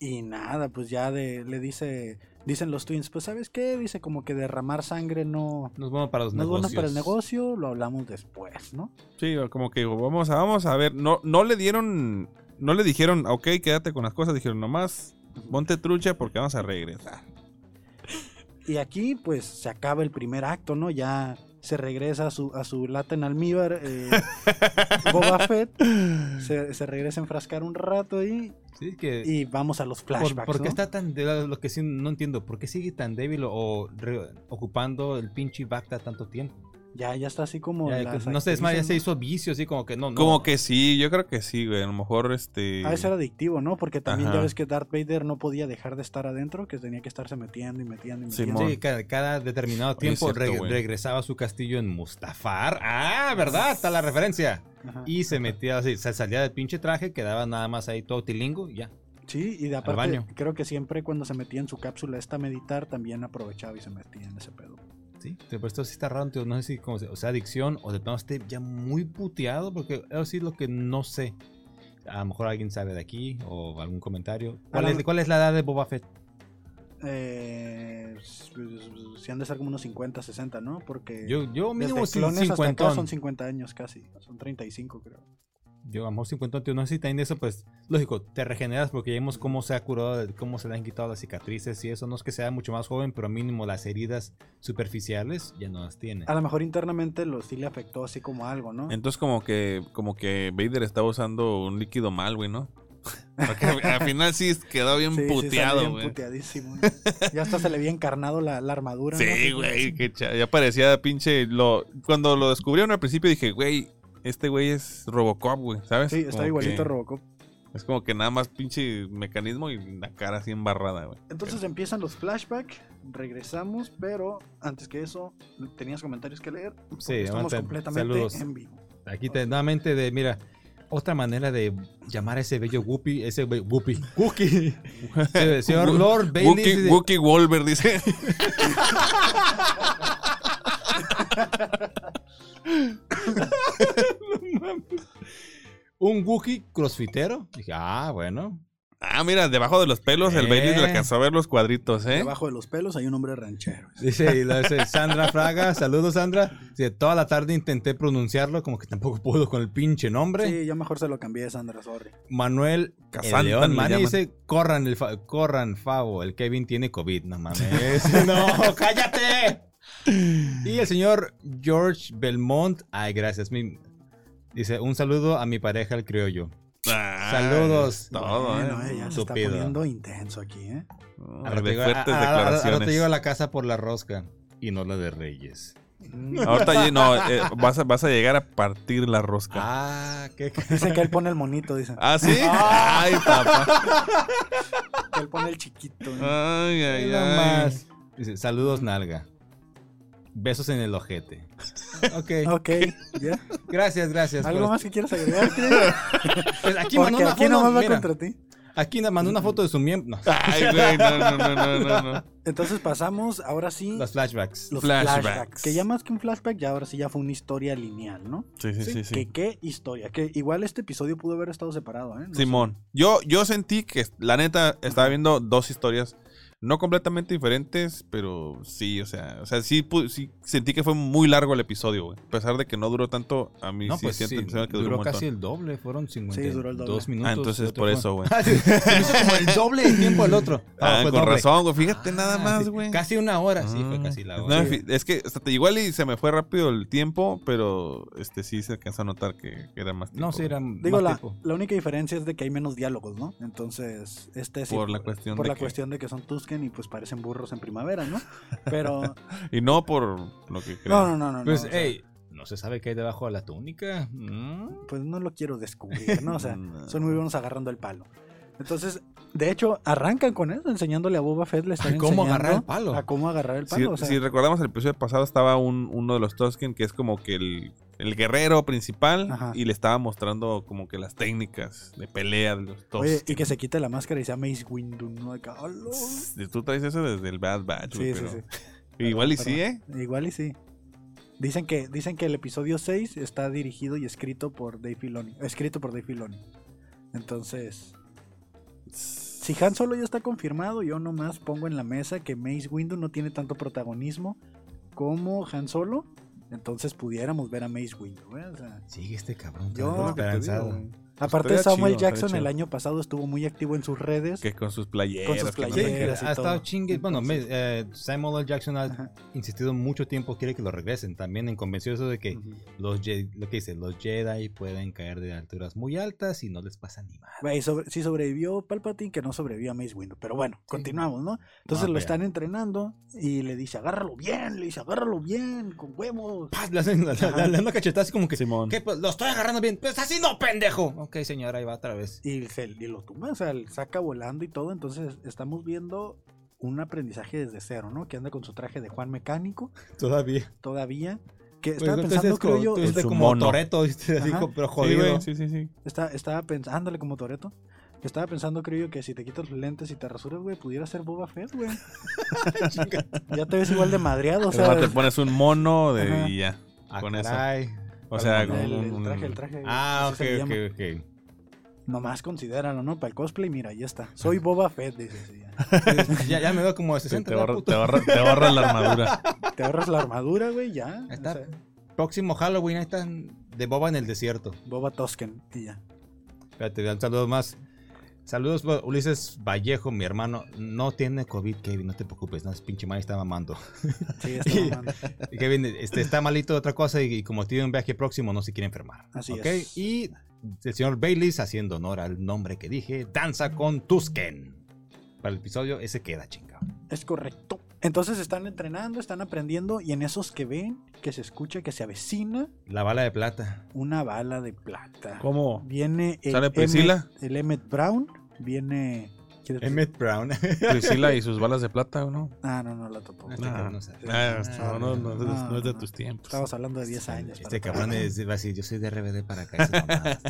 Speaker 1: Y nada, pues ya de, le dice... Dicen los twins, pues ¿sabes qué? Dice como que derramar sangre no...
Speaker 2: Nos vamos para los
Speaker 1: No es bueno
Speaker 2: negocios.
Speaker 1: para el negocio, lo hablamos después, ¿no?
Speaker 3: Sí, como que digo, vamos a, vamos a ver. No, no le dieron, no le dijeron, ok, quédate con las cosas. Dijeron, nomás, ponte trucha porque vamos a regresar.
Speaker 1: Y aquí, pues, se acaba el primer acto, ¿no? Ya se regresa a su, a su lata en almíbar. eh,
Speaker 2: [LAUGHS]
Speaker 1: Boba Fett se, se regresa a enfrascar un rato ahí
Speaker 2: Sí, que...
Speaker 1: y vamos a los
Speaker 2: por-
Speaker 1: flashbacks.
Speaker 2: ¿Por qué
Speaker 1: ¿no?
Speaker 2: está tan de- lo que sí, no entiendo? ¿Por qué sigue tan débil o re- ocupando el pinche Bacta tanto tiempo?
Speaker 1: Ya, ya está así como.
Speaker 2: Ya,
Speaker 1: las
Speaker 2: no sé, es más, ya
Speaker 1: actrices,
Speaker 2: se
Speaker 1: ¿no?
Speaker 2: hizo vicio, así como que no, no.
Speaker 3: Como que sí, yo creo que sí, güey. A lo mejor este.
Speaker 1: Ha de ser adictivo, ¿no? Porque también
Speaker 3: Ajá.
Speaker 1: ya ves que Darth Vader no podía dejar de estar adentro, que tenía que estarse metiendo y metiendo y metiendo.
Speaker 3: Simón.
Speaker 2: Sí, cada, cada determinado tiempo
Speaker 3: cierto,
Speaker 2: reg-
Speaker 3: güey.
Speaker 2: regresaba a su castillo en Mustafar. Ah, ¿verdad? Está la referencia.
Speaker 1: Ajá.
Speaker 2: Y se metía así, se salía del pinche traje, quedaba nada más ahí todo tilingo y ya.
Speaker 1: Sí, y de aparte,
Speaker 2: baño.
Speaker 1: creo que siempre cuando se metía en su cápsula esta a meditar, también aprovechaba y se metía en ese pedo.
Speaker 2: Sí, te- pero esto sí está raro, tío, no sé si como, se- o sea adicción o de plano esté ya muy puteado, porque eso sí es lo que no sé. A lo mejor alguien sabe de aquí o algún comentario.
Speaker 1: A
Speaker 2: ¿Cuál
Speaker 1: la-
Speaker 2: es, cuál es la edad de Boba Fett?
Speaker 1: Eh, si han de ser como unos 50, 60, ¿no? Porque
Speaker 2: Yo, yo
Speaker 1: desde
Speaker 2: mínimo
Speaker 1: clones hasta acá son 50
Speaker 2: cincuentón.
Speaker 1: años casi. Son 35, creo.
Speaker 2: Yo a lo mejor cincuentón, tío. No sé si también eso, pues, lógico, te regeneras porque ya vimos cómo se ha curado, de- cómo se le han quitado las cicatrices y eso. No es que sea mucho más joven, pero mínimo las heridas superficiales ya no las tiene.
Speaker 1: A lo mejor internamente lo sí le afectó así como algo, ¿no?
Speaker 3: Entonces como que como que Vader estaba usando un líquido mal, güey, ¿no? [LAUGHS] Porque al final sí quedó bien
Speaker 1: Sí, sí, sale
Speaker 3: puteado,
Speaker 1: bien
Speaker 3: güey.
Speaker 1: puteadísimo. Ya hasta se le había encarnado la, la armadura. ¿no?
Speaker 3: Sí,
Speaker 1: Así como-
Speaker 3: güey, que cha- ya parecía pinche lo cuando lo descubrieron al principio dije, güey, este güey es Robocop, güey, ¿sabes?
Speaker 1: Sí, está
Speaker 3: Como
Speaker 1: igualito
Speaker 3: que-
Speaker 1: a Robocop.
Speaker 3: Es como que nada más pinche mecanismo y la cara así embarrada, güey.
Speaker 1: Entonces empiezan los flashbacks, regresamos, pero antes que eso, tenías comentarios que leer. porque
Speaker 2: Sí,
Speaker 1: estamos
Speaker 2: aguanta.
Speaker 1: completamente
Speaker 2: Saludos.
Speaker 1: en vivo.
Speaker 2: Aquí te, nuevamente de, mira, otra manera de llamar a ese bello Whoopi, ese be- Whoopi, Wookie. Sí, Señor Lord Bailey.
Speaker 3: Wookie,
Speaker 2: dice-
Speaker 3: Wookie Wolver dice. [LAUGHS]
Speaker 2: Un Wookie crossfitero. Dije, ah, bueno.
Speaker 3: Ah, mira, debajo de los pelos el Bailey
Speaker 2: Eh.
Speaker 3: le alcanzó a ver los cuadritos, ¿eh?
Speaker 1: Debajo de los pelos hay un hombre ranchero.
Speaker 2: Dice, y lo dice Sandra Fraga, saludos Sandra. Dice, toda la tarde intenté pronunciarlo, como que tampoco puedo con el pinche nombre.
Speaker 1: Sí, yo mejor se lo cambié, Sandra, sorry.
Speaker 2: Manuel
Speaker 3: Kazantan
Speaker 2: el León
Speaker 3: le
Speaker 2: Mani
Speaker 3: llaman.
Speaker 2: dice, corran, el fa- corran, Favo, el Kevin tiene COVID, no [LAUGHS] mames. no, cállate. Y el señor George Belmont, ay, gracias. mi- dice, un saludo a mi pareja, el criollo.
Speaker 3: Ah,
Speaker 2: Saludos.
Speaker 3: es Todo,
Speaker 1: Bueno, eh,
Speaker 3: ¿eh?
Speaker 1: ya se está
Speaker 2: Estúpido.
Speaker 1: poniendo intenso aquí, ¿eh?
Speaker 3: Ay,
Speaker 2: Ahora te,
Speaker 3: de fuertes
Speaker 2: te llego a
Speaker 3: declaraciones.
Speaker 2: la casa por la rosca y no la de Reyes.
Speaker 3: Ahorita allí no, eh, vas, a, vas a llegar a partir la rosca.
Speaker 2: Ah, qué...
Speaker 1: Dicen que él pone el monito, dicen.
Speaker 3: ¿Ah, sí? Ay, papá.
Speaker 1: Que él pone el chiquito. ¿eh?
Speaker 3: Ah. Ay, ay,
Speaker 2: Nada
Speaker 3: ay.
Speaker 2: más. Dice, saludos, nalga. Besos en el
Speaker 3: [LAUGHS]
Speaker 2: ojete. Ok,
Speaker 1: Ok, ya.
Speaker 2: gracias, gracias.
Speaker 1: ¿Algo
Speaker 2: por-
Speaker 1: más que quieras agregar?
Speaker 3: [LAUGHS]
Speaker 1: Cristian?
Speaker 2: Pues aquí mandó
Speaker 1: Porque
Speaker 2: una
Speaker 1: aquí
Speaker 2: foto.
Speaker 1: nomás va
Speaker 2: mira,
Speaker 1: contra Ah. ti.
Speaker 2: aquí nos mandó una foto de su miembro. No,
Speaker 3: Ay, güey, no, no, no, no, no, no.
Speaker 1: Entonces pasamos, ahora sí,
Speaker 2: los flashbacks.
Speaker 1: los
Speaker 3: flashbacks.
Speaker 1: flashbacks. Que ya más que un flashback, ya ahora sí ya fue una historia lineal, ¿no?
Speaker 3: Sí, sí, sí,
Speaker 1: Que
Speaker 3: sí.
Speaker 1: qué historia. Que igual este episodio pudo haber estado separado, ¿eh? No sé.
Speaker 3: Simón, yo, yo sentí que la neta estaba viendo dos historias, no completamente diferentes, pero sí, o sea, o sea, sí, pu- sí sentí que fue muy largo el episodio, güey. A pesar de que no duró tanto, a mí
Speaker 2: No,
Speaker 3: sí
Speaker 2: pues
Speaker 3: siento
Speaker 2: sí,
Speaker 3: que duró, un
Speaker 2: duró
Speaker 3: montón.
Speaker 2: casi el doble, fueron 52
Speaker 1: Sí, duró el doble.
Speaker 2: minutos.
Speaker 3: Ah, entonces
Speaker 2: el otro
Speaker 3: por
Speaker 2: fue-
Speaker 3: eso, güey.
Speaker 2: [LAUGHS] Ah, sí, se hizo como el doble de tiempo el otro.
Speaker 3: [LAUGHS] Ah,
Speaker 2: fue el
Speaker 3: con
Speaker 2: doble.
Speaker 3: razón, güey. Fíjate
Speaker 2: Ah,
Speaker 3: nada más,
Speaker 2: sí,
Speaker 3: güey.
Speaker 2: Casi una hora, sí, fue
Speaker 3: Ah.
Speaker 2: casi la
Speaker 3: No,
Speaker 2: hora.
Speaker 3: en fin, es que hasta, igual y se me fue rápido el tiempo, pero este sí se alcanzó a notar que, que era más tiempo.
Speaker 2: No, sí, era
Speaker 1: Digo,
Speaker 2: más
Speaker 1: la,
Speaker 2: tiempo.
Speaker 1: la única diferencia es de que hay menos diálogos, ¿no? Entonces, este sí.
Speaker 3: Por la cuestión
Speaker 1: por
Speaker 3: de
Speaker 1: la
Speaker 3: que-
Speaker 1: cuestión de que son Tusken y pues parecen burros en primavera,
Speaker 3: [LAUGHS]
Speaker 1: ¿no? Pero.
Speaker 3: Y no por lo que
Speaker 1: no,
Speaker 3: crean.
Speaker 1: no, no, no.
Speaker 2: Pues,
Speaker 1: no, o sea,
Speaker 2: ey, no se sabe qué hay debajo de la túnica. Mm.
Speaker 1: pues no lo quiero descubrir, ¿no? O sea,
Speaker 3: [LAUGHS] No.
Speaker 1: son muy buenos agarrando el palo. Entonces, de hecho, arrancan con eso, enseñándole a Boba Fett, le están
Speaker 2: Ay, ¿cómo
Speaker 1: enseñando
Speaker 2: agarrar el palo?
Speaker 1: A cómo agarrar el
Speaker 3: Si,
Speaker 1: palo. o sea,
Speaker 3: si recordamos el episodio pasado estaba un, uno de los Tosken que es como que el, el guerrero principal
Speaker 1: Ajá.
Speaker 3: y le estaba mostrando como que las técnicas de pelea de los Tosken.
Speaker 1: oye, y que se quite la máscara y sea Mace Windu, ¿no? Acá, ¡alo!
Speaker 3: Tss, Tú traes eso desde el Bad Batch, güey,
Speaker 1: Sí, sí,
Speaker 3: pero-
Speaker 1: sí.
Speaker 3: Igual y
Speaker 1: Perdón,
Speaker 3: sí, ¿eh?
Speaker 1: Igual y sí. Dicen que, dicen que el episodio 6 está dirigido y escrito por Dave Filoni. Escrito por Dave Filoni. Entonces, si Han Solo ya está confirmado, yo nomás pongo en la mesa que Mace Windu no tiene tanto protagonismo como Han Solo. Entonces pudiéramos ver a Mace Windu. ¿eh? O sea,
Speaker 2: Sigue este cabrón.
Speaker 1: Yo-
Speaker 2: tan
Speaker 3: Es lo que te digo,
Speaker 2: esperanzado.
Speaker 3: güey.
Speaker 1: aparte,
Speaker 3: Pues
Speaker 1: Samuel
Speaker 3: estaría chido, estaría
Speaker 1: Jackson el
Speaker 3: chido.
Speaker 1: año pasado estuvo muy activo en sus redes.
Speaker 3: Que con sus playeras. que no sé
Speaker 2: Sí,
Speaker 1: playeras.
Speaker 3: qué.
Speaker 1: Playeras y
Speaker 2: ha estado
Speaker 1: todo.
Speaker 2: chingue. Bueno, me- eh, Samuel L. Jackson ha
Speaker 1: Ajá.
Speaker 2: insistido mucho tiempo, quiere que lo regresen. También en convenció eso de que
Speaker 1: Ujú.
Speaker 2: los Jedi, lo que dice, los Jedi pueden caer de alturas muy altas y no les pasa ni [LAUGHS] mal.
Speaker 1: Güey, sobre- si sobrevivió Palpatine, que no sobrevivió a Mace Windu. Pero bueno, continuamos, ¿no? Entonces
Speaker 2: Ah,
Speaker 1: lo
Speaker 2: vea.
Speaker 1: están entrenando y le dice, agárralo bien, le dice, agárralo bien, con huevos.
Speaker 2: ¡Pah! Le hacen le- le- le dan una cachetada así como que.
Speaker 3: Simón.
Speaker 2: "¿Qué, pues, lo estoy agarrando bien. Pero está haciendo pendejo. Ok, señora, ahí va otra vez.
Speaker 1: Y, se, y lo tumba, o sea, le saca volando y todo. Entonces estamos viendo un aprendizaje desde cero, ¿no? Que anda con su traje de Juan Mecánico
Speaker 2: Todavía.
Speaker 1: todavía. Que
Speaker 2: Pues,
Speaker 1: estaba
Speaker 2: entonces
Speaker 1: pensando,
Speaker 2: es como,
Speaker 1: creo yo,
Speaker 2: tú viste
Speaker 3: su
Speaker 2: como
Speaker 3: mono.
Speaker 2: Toreto, así,
Speaker 1: Ajá.
Speaker 2: co- pero
Speaker 3: Sí,
Speaker 2: jodido.
Speaker 3: güey, sí, sí, sí.
Speaker 1: está- estaba pensando, ándale como Toreto. Estaba pensando, creo yo, que si te quitas los lentes y te rasuras, güey, pudiera ser Boba Fett, güey.
Speaker 2: [LAUGHS] Chinga.
Speaker 1: Ya te ves igual de madreado, o sea.
Speaker 3: Además te pones un mono de,
Speaker 1: Ajá.
Speaker 3: y ya.
Speaker 2: Ah,
Speaker 3: Con eso.
Speaker 2: caray.
Speaker 3: O sea,
Speaker 1: el,
Speaker 3: como
Speaker 1: el
Speaker 3: un-
Speaker 1: traje, el traje.
Speaker 2: Ah,
Speaker 1: así
Speaker 2: ok,
Speaker 1: se le
Speaker 2: ok,
Speaker 1: llama.
Speaker 2: ok.
Speaker 1: Nomás considéralo, ¿no? Para el cosplay, mira, ahí está. Soy Boba Fett, dices. y ya.
Speaker 2: [LAUGHS] Ya, ya me veo como de
Speaker 3: Te,
Speaker 2: 60. ¿verdad,
Speaker 3: ahorra,
Speaker 2: puto?
Speaker 3: te ahorra- te ahorra
Speaker 1: [LAUGHS]
Speaker 3: la armadura.
Speaker 1: Te ahorras la armadura, güey, ya.
Speaker 2: Ahí
Speaker 1: O
Speaker 2: está.
Speaker 1: sea,
Speaker 2: Próximo Halloween, ahí están de Boba en el desierto.
Speaker 1: Boba Tosken, y ya.
Speaker 2: Espérate, vean, saludos más. Saludos, bu- Ulises Vallejo, mi hermano. No tiene COVID, Kevin, no te preocupes. No, es pinche madre está mamando. [LAUGHS]
Speaker 1: Sí, está
Speaker 2: Y-
Speaker 1: mamando.
Speaker 2: Y Kevin este, está malito de otra cosa y, y como tiene un viaje próximo, no se quiere enfermar.
Speaker 1: Así
Speaker 2: ¿ok?
Speaker 1: es.
Speaker 2: Y el señor Baileys, haciendo honor al nombre que dije, danza con Tusken. Para el episodio, ese queda chingado.
Speaker 1: Es correcto. Entonces están entrenando, están aprendiendo y en esos que ven, que se escucha, que se avecina
Speaker 2: La bala de plata.
Speaker 1: una bala de plata.
Speaker 3: ¿Cómo?
Speaker 1: Viene el
Speaker 3: ¿Sale Priscila?
Speaker 1: Emmett- el Emmett Brown, viene... ¿quieres-
Speaker 2: Emmett Brown. [LAUGHS]
Speaker 3: Priscila y sus balas de plata, ¿o no?
Speaker 1: Ah, no, no la topó.
Speaker 2: Este
Speaker 3: Nah.
Speaker 2: cabrón no sabe.
Speaker 3: Ah,
Speaker 2: Ah,
Speaker 3: no, no, no, no es- no es de
Speaker 1: no.
Speaker 3: tus tiempos.
Speaker 1: Estamos hablando de 10 años.
Speaker 2: Este,
Speaker 1: para-
Speaker 2: cabrón es, va a decir, yo soy de RBD para acá. esas
Speaker 1: [LAUGHS]
Speaker 2: mamadas.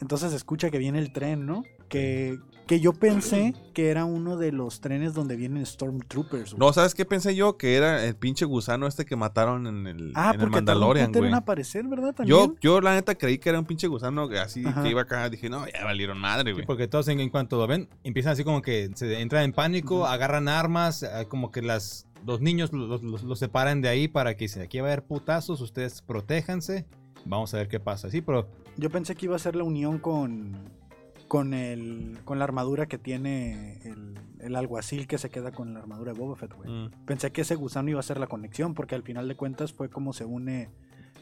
Speaker 1: Entonces se escucha que viene el tren, ¿no? Que, que yo pensé que era uno de los trenes donde vienen Stormtroopers. güey.
Speaker 3: No, ¿sabes qué pensé yo? Que era el pinche gusano este que mataron en el,
Speaker 1: ah,
Speaker 3: en el
Speaker 1: porque
Speaker 3: Mandalorian,
Speaker 1: te
Speaker 3: güey.
Speaker 1: a aparecer, ¿verdad?
Speaker 3: Yo,
Speaker 1: También.
Speaker 3: yo la neta creí que era un pinche gusano que así
Speaker 1: Ajá.
Speaker 3: que iba acá. Dije, no, ya valieron madre,
Speaker 2: Sí,
Speaker 3: güey.
Speaker 2: porque todos en, en cuanto lo ven, empiezan así como que se entran en pánico,
Speaker 1: Ujú.
Speaker 2: agarran armas, ah, como que las, los niños lo- los, los- los separan de ahí para que dicen, aquí va a haber putazos, ustedes protéjanse, vamos a ver qué pasa. Sí, pero
Speaker 1: Yo, pensé que iba a ser la unión con con el con la armadura que tiene el, el alguacil que se queda con la armadura de Boba Fett, güey.
Speaker 3: Mm.
Speaker 1: Pensé que ese gusano iba a ser la conexión, porque al final de cuentas fue como se une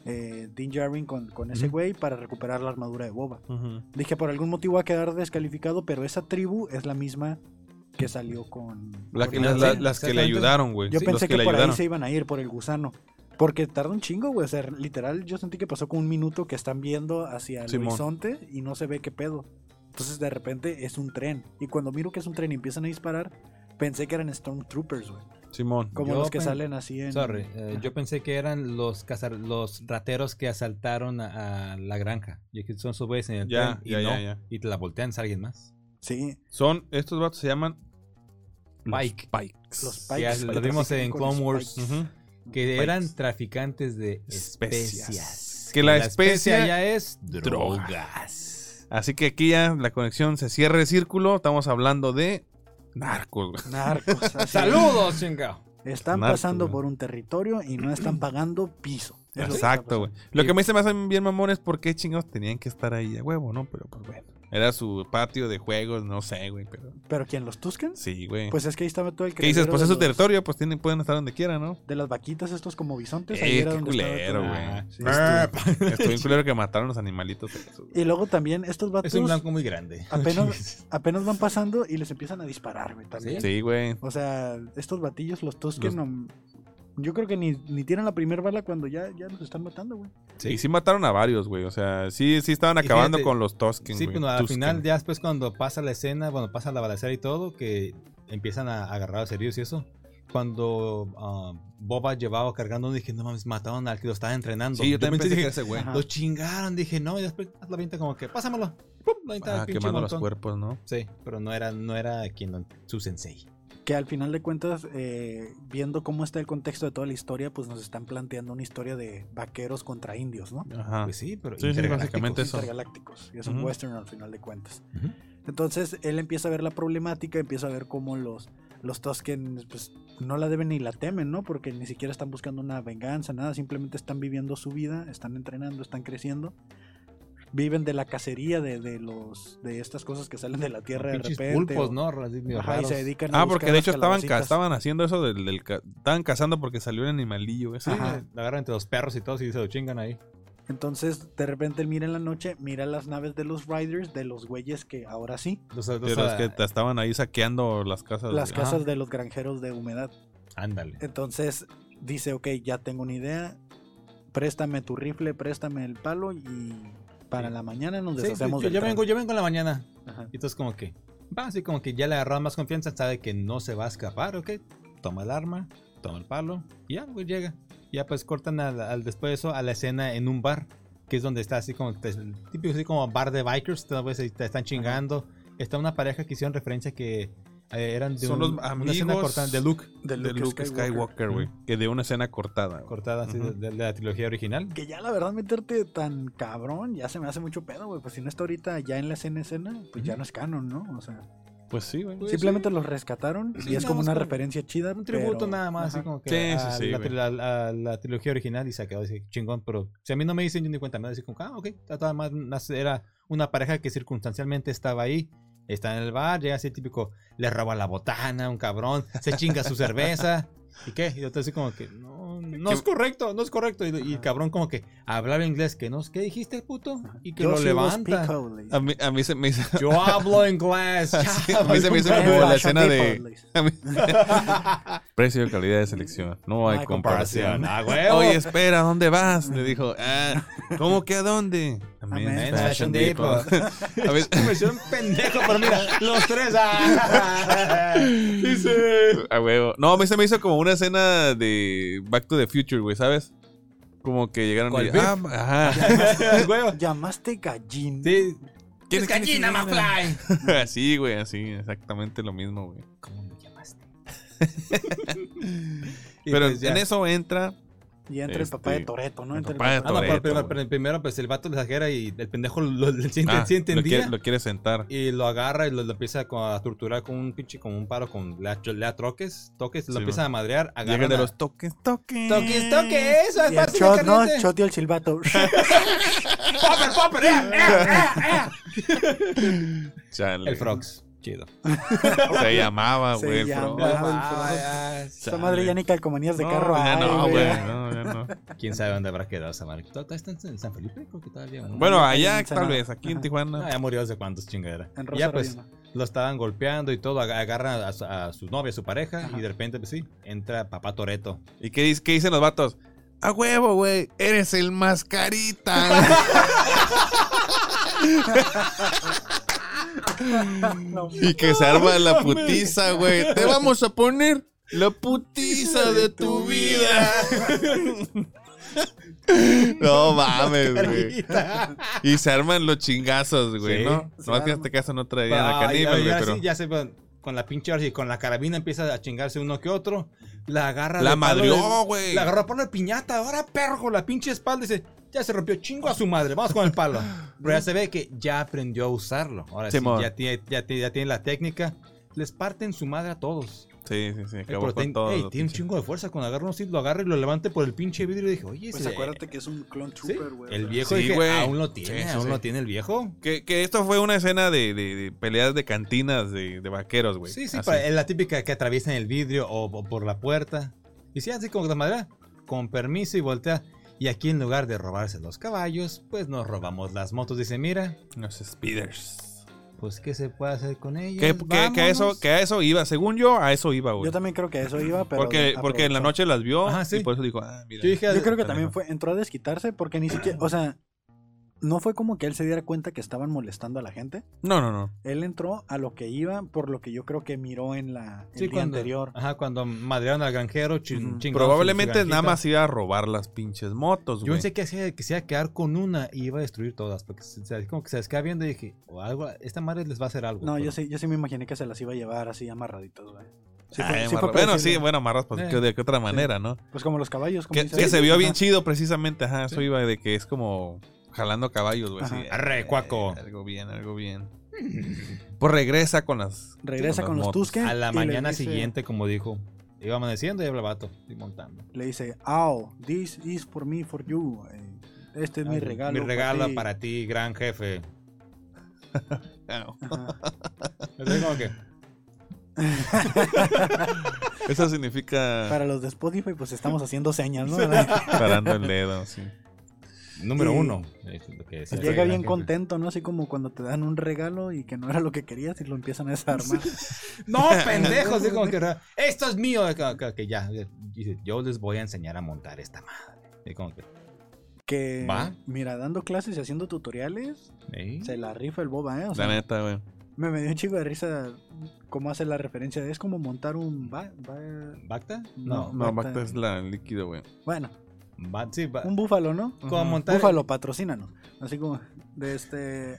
Speaker 1: eh, Din Djarin con, con ese
Speaker 3: Ujú.
Speaker 1: güey para recuperar la armadura de Boba.
Speaker 3: Ujú.
Speaker 1: Dije, por algún motivo va a quedar descalificado, pero esa tribu es la misma que salió con...
Speaker 3: La
Speaker 1: con
Speaker 3: que-
Speaker 1: el
Speaker 3: la-
Speaker 1: gusano.
Speaker 3: las que le
Speaker 2: Exactamente.
Speaker 3: ayudaron, güey.
Speaker 1: Yo
Speaker 3: Sí,
Speaker 1: pensé
Speaker 3: los
Speaker 1: que,
Speaker 3: le
Speaker 1: por ahí
Speaker 3: ayudaron.
Speaker 1: se iban a ir por el gusano. Porque tarda un chingo, güey. O sea, literal, yo sentí que pasó como un minuto que están viendo hacia el
Speaker 3: Simón.
Speaker 1: horizonte y no se ve qué pedo. Entonces, de repente, es un tren. Y cuando miro que es un tren y empiezan a disparar, pensé que eran Stormtroopers, güey.
Speaker 3: Simón.
Speaker 1: Como
Speaker 2: Yo
Speaker 1: los que
Speaker 2: pen-
Speaker 1: salen así en...
Speaker 2: Sorry, eh, yo pensé que eran los cazar, los rateros que asaltaron a, a la granja. Y que son sus güeyes en el tren
Speaker 3: Ya,
Speaker 2: y
Speaker 3: ya,
Speaker 2: no,
Speaker 3: ya, ya.
Speaker 2: y te la voltean a alguien más.
Speaker 1: Sí,
Speaker 3: Son, estos vatos se llaman. los
Speaker 2: Pike.
Speaker 3: Pikes.
Speaker 1: los
Speaker 2: Ya,
Speaker 1: Pikes.
Speaker 2: lo
Speaker 1: güey,
Speaker 2: vimos
Speaker 1: trafican
Speaker 2: en
Speaker 1: con
Speaker 2: Clone
Speaker 1: los
Speaker 2: Wars.
Speaker 1: Pikes.
Speaker 3: Ujú.
Speaker 2: Que
Speaker 3: Pikes.
Speaker 2: eran traficantes de
Speaker 3: Especias.
Speaker 2: Pues especias.
Speaker 3: Que la especia
Speaker 2: ya es
Speaker 3: droga.
Speaker 2: drogas.
Speaker 3: Así que aquí ya la conexión se cierra el círculo. Estamos hablando de narcos, güey.
Speaker 2: [LAUGHS]
Speaker 1: Narcos. así es.
Speaker 2: Saludos, chingao.
Speaker 1: Están
Speaker 3: Narcos,
Speaker 1: pasando
Speaker 3: güey.
Speaker 1: por un territorio y no
Speaker 3: [CLEARS THROAT]
Speaker 1: están pagando piso. Es lo que está
Speaker 3: Exacto, güey.
Speaker 1: pasando.
Speaker 3: Lo que a mí se me hace bien mamón es por qué chingados tenían que estar ahí a huevo, ¿no? Pero pues bueno. Era su patio de juegos, no sé, güey. Pero
Speaker 1: Pero ¿quién? ¿Los Tuskens?
Speaker 3: sí, güey.
Speaker 1: Pues es que ahí estaba todo el
Speaker 3: ¿Qué dices?
Speaker 1: criadero
Speaker 3: Pues
Speaker 1: de
Speaker 3: es su
Speaker 1: los-
Speaker 3: territorio, pues tienen, pueden estar donde
Speaker 2: [LAUGHS]
Speaker 3: quieran, ¿no?
Speaker 1: De las vaquitas estos como bisontes. ahí
Speaker 3: Eh,
Speaker 1: era
Speaker 3: qué
Speaker 1: donde estaba
Speaker 3: culero,
Speaker 1: todo.
Speaker 3: güey.
Speaker 2: Ah,
Speaker 1: Sí.
Speaker 2: burp.
Speaker 3: Estuvo bien culero que mataron los animalitos. esos, güey.
Speaker 1: Y luego también estos vatos
Speaker 2: Es un blanco muy grande.
Speaker 1: apenas, apenas van pasando y les empiezan a disparar, güey, también.
Speaker 3: Sí, güey.
Speaker 1: O sea, estos batillos, los Tuskens,
Speaker 3: Los-
Speaker 1: no- yo creo que ni, ni tiran la primera bala cuando ya, ya nos están matando, güey.
Speaker 3: Y [LAUGHS] sí mataron a varios, güey. O sea, sí, sí estaban
Speaker 2: Y
Speaker 3: acabando
Speaker 2: fíjate,
Speaker 3: con los Tosken,
Speaker 2: Sí,
Speaker 3: güey.
Speaker 2: pero al
Speaker 3: Tusken.
Speaker 2: final, ya después cuando pasa la escena, cuando pasa la balacera y todo, que empiezan a agarrar a los heridos y eso. Cuando ah, Boba llevaba cargando, uno, dije, no mames, mataron al que lo estaba entrenando.
Speaker 3: Sí, yo también pensé que
Speaker 2: dije,
Speaker 3: era ese güey.
Speaker 1: Ajá.
Speaker 2: lo chingaron, dije, no, y después la pinta como que, pásamelo. Pum, la avienta al
Speaker 3: Ah,
Speaker 2: pinche
Speaker 3: quemando los
Speaker 2: montón.
Speaker 3: cuerpos, ¿no?
Speaker 2: Sí, pero no era, no era quien lo- su sensei.
Speaker 1: que al final de cuentas, eh, viendo cómo está el contexto de toda la historia, pues nos están planteando una historia de vaqueros contra indios, ¿no?
Speaker 3: Ajá.
Speaker 2: Pues sí, pero
Speaker 3: Ah. Sí, sí,
Speaker 2: intergalácticos.
Speaker 3: básicamente eso.
Speaker 1: Pues Intergalácticos. Y es un
Speaker 3: Ujú.
Speaker 1: western al final de cuentas.
Speaker 2: Ujú.
Speaker 1: Entonces él empieza a ver la problemática, empieza a ver cómo los, los Tusken pues, no la deben ni la temen, ¿no? Porque ni siquiera están buscando una venganza, nada, simplemente están viviendo su vida, están entrenando, están creciendo. Viven de la cacería de, de los de estas cosas que salen de la tierra de
Speaker 2: Pinches
Speaker 1: repente.
Speaker 2: pulpos,
Speaker 1: o-
Speaker 2: ¿no? Así medio
Speaker 1: Ajá, y se
Speaker 2: raros.
Speaker 1: dedican a
Speaker 3: Ah,
Speaker 1: buscar
Speaker 3: porque de
Speaker 1: las
Speaker 3: hecho estaban, ca-
Speaker 1: calabacitas.
Speaker 3: estaban haciendo eso del, del ca- estaban cazando porque salió un animalillo ese.
Speaker 2: Sí,
Speaker 1: Ajá.
Speaker 2: la agarran entre los perros y todos y se lo chingan ahí.
Speaker 1: Entonces, de repente él mira en la noche, mira las naves de los Riders, de los güeyes que ahora sí,
Speaker 2: Los, los-
Speaker 3: De los
Speaker 2: ah,
Speaker 3: que te estaban ahí saqueando las casas.
Speaker 1: las
Speaker 3: güey.
Speaker 1: casas
Speaker 2: Ajá.
Speaker 1: de los granjeros de humedad.
Speaker 2: Ándale.
Speaker 1: Entonces dice, ok, ya tengo una idea, préstame tu rifle, préstame el palo y para
Speaker 2: Sí.
Speaker 1: la mañana nos
Speaker 2: Sí,
Speaker 1: deshacemos
Speaker 2: yo,
Speaker 1: del
Speaker 2: yo
Speaker 1: tren".
Speaker 2: vengo, yo vengo en la mañana.
Speaker 1: Ajá.
Speaker 2: Y entonces como que, va así como que ya le agarraron más confianza, sabe que no se va a escapar, ¿ok? Toma el arma, toma el palo, y ya, pues llega. Ya pues cortan al, al- después de eso a la escena en un bar, que es donde está así como, te- el pues, típico así como bar de bikers, todas veces te están chingando. Está una pareja que hicieron referencia que Eh, eran de
Speaker 3: Son
Speaker 2: un-
Speaker 3: los
Speaker 2: una escena
Speaker 3: amigos
Speaker 2: cortada de Luke
Speaker 1: de
Speaker 3: de Luke Skywalker, güey. Que de una escena cortada. güey.
Speaker 2: cortada así de-
Speaker 3: Ujú.
Speaker 2: de, la trilogía original.
Speaker 1: Que ya la verdad meterte tan cabrón ya se me hace mucho pedo, güey. Pues si no está ahorita ya en la escena escena, pues ya
Speaker 2: Ujú.
Speaker 1: no es canon, ¿no? O sea,
Speaker 3: Pues sí, güey.
Speaker 2: Pues
Speaker 1: simplemente los rescataron
Speaker 2: Sí,
Speaker 1: y es
Speaker 2: nada
Speaker 1: como
Speaker 2: más
Speaker 1: una
Speaker 2: como
Speaker 1: referencia chida.
Speaker 2: Un tributo
Speaker 1: pero-
Speaker 2: nada más, así
Speaker 1: ajá.
Speaker 2: como que
Speaker 3: Sí, sí,
Speaker 2: a,
Speaker 3: sí,
Speaker 2: la,
Speaker 3: güey.
Speaker 2: tri- a- a la trilogía original y se quedó así, chingón, pero si a mí no me dicen yo ni cuenta, me dicen como, que, ah, ok, está todo más, más- era una pareja que circunstancialmente estaba ahí, está en el bar, llega así típico, le roba la botana a un cabrón, se chinga su cerveza, [LAUGHS] ¿y qué? Y yo estoy así como que, no, no
Speaker 3: ¿Qué-
Speaker 2: es correcto, no es correcto, y, y el
Speaker 1: Ajá.
Speaker 2: cabrón como que hablaba inglés, que no, ¿qué dijiste, puto? Y que
Speaker 1: Yo
Speaker 2: lo Ah,
Speaker 1: sí
Speaker 2: levanta.
Speaker 1: speak only.
Speaker 3: A mí, a mí se me hizo. [LAUGHS]
Speaker 2: Yo hablo inglés. [LAUGHS]
Speaker 3: Sí, a mí se me hizo
Speaker 1: Pero
Speaker 3: como la
Speaker 1: I
Speaker 3: escena
Speaker 1: speak
Speaker 3: de-
Speaker 1: only.
Speaker 3: Precio y calidad de selección. No hay
Speaker 1: No hay
Speaker 3: comparación.
Speaker 1: comparación.
Speaker 2: Ah, huevo.
Speaker 3: [LAUGHS] Oye, espera, ¿a dónde vas? Le dijo. Ah, ¿Cómo que a dónde? A
Speaker 1: Men's
Speaker 2: Men's [LAUGHS] Fashion pues. Depot.
Speaker 3: A ver,
Speaker 2: [LAUGHS] Me hicieron pendejo, pero mira, los tres. [LAUGHS] ah.
Speaker 3: Dice. [LAUGHS] A huevo. No, a mí se me hizo como una escena de Back to the Future, güey, ¿sabes? Como que llegaron
Speaker 2: ¿Cuál,
Speaker 3: y.
Speaker 2: Biff?
Speaker 3: Ah, [LAUGHS] ajá.
Speaker 2: Huevo.
Speaker 1: Llamaste gallín.
Speaker 2: Sí.
Speaker 3: ¿Quién es- quién es gallina?
Speaker 2: McFly?
Speaker 3: [LAUGHS] así, güey, así. Exactamente lo mismo, güey.
Speaker 2: ¿Cómo me llamaste? Y
Speaker 3: Pero
Speaker 2: pues ya.
Speaker 3: en eso entra.
Speaker 1: Y entra el papá de
Speaker 3: Este,
Speaker 1: Toreto, ¿no?
Speaker 3: el
Speaker 1: Entra el
Speaker 3: papá de
Speaker 2: Ah, no, pero,
Speaker 3: Toretto,
Speaker 2: primero,
Speaker 3: güey.
Speaker 2: pero primero, pues el vato le exagera y el pendejo lo, lo- sí
Speaker 3: Ah,
Speaker 2: sí
Speaker 3: lo,
Speaker 2: entendía.
Speaker 3: quiere, lo quiere sentar.
Speaker 2: Y lo agarra y lo, lo empieza como a torturar con un pinche, con un paro, con le da- le da troques, toques, lo
Speaker 3: Sí,
Speaker 2: empieza
Speaker 3: man.
Speaker 2: a madrear, agarra.
Speaker 3: Llega de los toques, toques.
Speaker 2: toques, toques, eso es
Speaker 1: Y el
Speaker 2: parte
Speaker 1: shot,
Speaker 2: de
Speaker 1: ¿no?
Speaker 2: carrete.
Speaker 1: Shot y el
Speaker 3: [LAUGHS]
Speaker 1: silbato.
Speaker 2: Popper, popper, eh, eh, eh, eh.
Speaker 3: eh. [LAUGHS] Chale.
Speaker 2: El Frogs, chido.
Speaker 3: Se llamaba,
Speaker 1: Se
Speaker 3: güey. el
Speaker 1: llama-
Speaker 3: Frogs.
Speaker 1: Ah,
Speaker 2: Ah,
Speaker 1: Esa madre ya ni calcomanías de
Speaker 3: No,
Speaker 1: carro.
Speaker 3: ya
Speaker 1: hay,
Speaker 3: no,
Speaker 1: güey.
Speaker 3: güey. No, ya [LAUGHS] no.
Speaker 2: ¿Quién sabe dónde habrá quedado esa madre? ¿Todavía ¿Está en San Felipe? Creo que todavía. ¿no?
Speaker 3: Bueno,
Speaker 1: Ahí
Speaker 3: allá
Speaker 1: en
Speaker 3: tal
Speaker 1: Ensenada.
Speaker 3: vez, aquí en
Speaker 1: Ajá.
Speaker 2: Ah,
Speaker 3: Tijuana.
Speaker 2: ya murió hace cuántos chingadera.
Speaker 1: En
Speaker 2: Y ya
Speaker 1: Rosario,
Speaker 2: pues
Speaker 1: ¿no?
Speaker 2: lo estaban golpeando y todo, ag- agarra a su, a su novia, a su pareja,
Speaker 1: Ajá.
Speaker 2: y de repente, pues sí, entra papá Toreto.
Speaker 3: ¿Y qué, dice- qué dicen los vatos? A huevo, güey. Eres el [LAUGHS] mascarita. y que se arma la putiza, güey. Te vamos a poner la putiza de tu vida. No mames, güey. [LAUGHS] Y se arman los chingazos, güey,
Speaker 2: Sí.
Speaker 3: ¿no?
Speaker 1: Se
Speaker 3: No más que
Speaker 1: arma.
Speaker 3: en este caso no traían la
Speaker 2: Ah, y-
Speaker 3: caníbal,
Speaker 2: y
Speaker 3: güey,
Speaker 2: ahora
Speaker 3: pero.
Speaker 2: sí, ya se van con la pinche y con la carabina empieza a chingarse uno que otro. La agarra.
Speaker 3: La
Speaker 2: de palo de-
Speaker 3: madrió, güey.
Speaker 2: La agarró a palo de piñata. Ahora perro con la pinche espalda. Dice, ya se rompió chingo a su madre. Vamos con
Speaker 1: [LAUGHS]
Speaker 2: el palo. Pero ya se ve que ya aprendió a usarlo. Ahora sí,
Speaker 3: Simón.
Speaker 2: ya tiene, ya, tiene, ya tiene la técnica. Les parten su madre a todos.
Speaker 3: Sí, sí, sí.
Speaker 2: El
Speaker 3: Acabó
Speaker 2: protein-
Speaker 3: con todo.
Speaker 2: Eh, ey,
Speaker 3: lo
Speaker 2: tiene un
Speaker 3: pinche.
Speaker 2: chingo de fuerza. Cuando agarra uno así, lo agarra y lo levante por el pinche vidrio. Y dije, oye,
Speaker 1: Pues
Speaker 2: se-
Speaker 1: acuérdate que es un clone
Speaker 2: sí,
Speaker 1: trooper, güey.
Speaker 2: el
Speaker 1: o sea,
Speaker 2: viejo
Speaker 3: Sí,
Speaker 2: dije,
Speaker 3: güey.
Speaker 2: aún lo tiene,
Speaker 3: Sí, sí,
Speaker 2: aún
Speaker 3: sí.
Speaker 2: lo tiene el viejo.
Speaker 3: Que, que esto fue una escena de, de- de peleas de cantinas de, de vaqueros, güey.
Speaker 2: Sí, sí,
Speaker 3: Así.
Speaker 2: para- es la típica que atraviesan el vidrio o, o por la puerta. Y sí, así como que la madera, con permiso y voltea. Y aquí en lugar de robarse los caballos, pues nos robamos las motos. Dice, mira,
Speaker 3: Los speeders.
Speaker 2: pues qué se puede hacer con ellas.
Speaker 3: Que, que- que a eso,
Speaker 2: Vámonos.
Speaker 3: que a eso iba. Según yo, a eso iba, güey.
Speaker 1: Yo también creo que a eso iba, pero.
Speaker 3: Porque, porque en la
Speaker 1: aprovechó.
Speaker 3: noche las vio
Speaker 2: Ajá, sí.
Speaker 3: y por eso dijo, ah, mira.
Speaker 2: Yo dije,
Speaker 1: Yo creo que también fue, entró a desquitarse porque ni siquiera, o sea, no fue como que él se diera cuenta que estaban molestando a la gente.
Speaker 3: No, no, no.
Speaker 1: Él entró a lo que iba, por lo que yo creo que miró en la el
Speaker 2: Sí,
Speaker 1: día
Speaker 2: cuando-
Speaker 1: anterior.
Speaker 3: Ah,
Speaker 2: Ajá, cuando madrearon al granjero, chin-
Speaker 1: Ujú.
Speaker 2: chingaron su- su
Speaker 3: Probablemente nada
Speaker 2: granjita.
Speaker 3: más iba a robar las pinches motos,
Speaker 2: Yo
Speaker 3: Pues
Speaker 2: pensé
Speaker 3: güey.
Speaker 2: que se, que se iba a quedar con una y iba a destruir todas. Porque se- se- como que se les queda viendo y dije, o algo, esta madre les va a hacer algo.
Speaker 1: No,
Speaker 2: pero-
Speaker 3: pues.
Speaker 1: yo sí, yo sí me imaginé que se las iba a llevar así amarraditas, güey. Sí fue-
Speaker 3: Ay,
Speaker 1: sí fue
Speaker 3: amarra- Ah, bueno, sí,
Speaker 1: predecible.
Speaker 3: bueno, amarras, pues,
Speaker 2: Eh.
Speaker 3: que de qué otra manera, ¿no?
Speaker 1: Pues como los caballos, como
Speaker 3: Que,
Speaker 1: dice
Speaker 3: que
Speaker 1: ahí.
Speaker 3: se vio
Speaker 1: Ajá.
Speaker 3: bien chido, precisamente. Ajá, eso iba de que es como jalando caballos, güey. así,
Speaker 1: Ajá.
Speaker 2: Arre, cuaco.
Speaker 3: Algo bien, algo bien. Pues regresa con las.
Speaker 1: Regresa con los
Speaker 3: motos.
Speaker 1: Tusken.
Speaker 2: A la
Speaker 1: y le
Speaker 2: mañana
Speaker 1: dice-
Speaker 2: siguiente, como dijo, iba amaneciendo y iba el vato, y montando.
Speaker 1: Le dice, Ao, this is for me, for you. Eh, Este es mi
Speaker 2: Ah,
Speaker 1: regalo.
Speaker 2: Mi regalo
Speaker 1: ti".
Speaker 2: para ti, gran jefe.
Speaker 3: Ah,
Speaker 1: Ajá.
Speaker 2: Entonces, como que,
Speaker 3: Eso significa
Speaker 1: [LAUGHS] Para los de Spotify, pues estamos haciendo señas, ¿no?
Speaker 3: parando el dedo, sí.
Speaker 2: número
Speaker 1: Y-
Speaker 2: uno. es lo que decía el
Speaker 1: Llega
Speaker 2: gran
Speaker 1: bien
Speaker 2: jefe.
Speaker 1: contento, ¿no? Así como cuando te dan un regalo y que no era lo que querías y lo empiezan a desarmar. [LAUGHS]
Speaker 2: No, pendejo. así como que, esto es mío. y como Que, que ya. Dice, yo les voy a enseñar a montar esta madre. Y como que,
Speaker 1: Que,
Speaker 2: ¿Va?
Speaker 1: mira, dando clases y haciendo tutoriales,
Speaker 2: ¿eh?
Speaker 1: se la rifa el boba, ¿eh? O
Speaker 3: La
Speaker 1: sea,
Speaker 3: neta, güey.
Speaker 1: me, me dio un chico de risa cómo hace la referencia. de- Es como montar un... ba- ba-
Speaker 2: ¿Bacta?
Speaker 1: No.
Speaker 2: No.
Speaker 3: No,
Speaker 1: Bacta.
Speaker 3: Bacta es la el líquido, güey.
Speaker 1: bueno,
Speaker 2: ba- sí, ba-
Speaker 1: un búfalo, ¿no?
Speaker 2: como
Speaker 3: Ajá.
Speaker 2: montar.
Speaker 1: Búfalo, patrocínanos. Así como de este...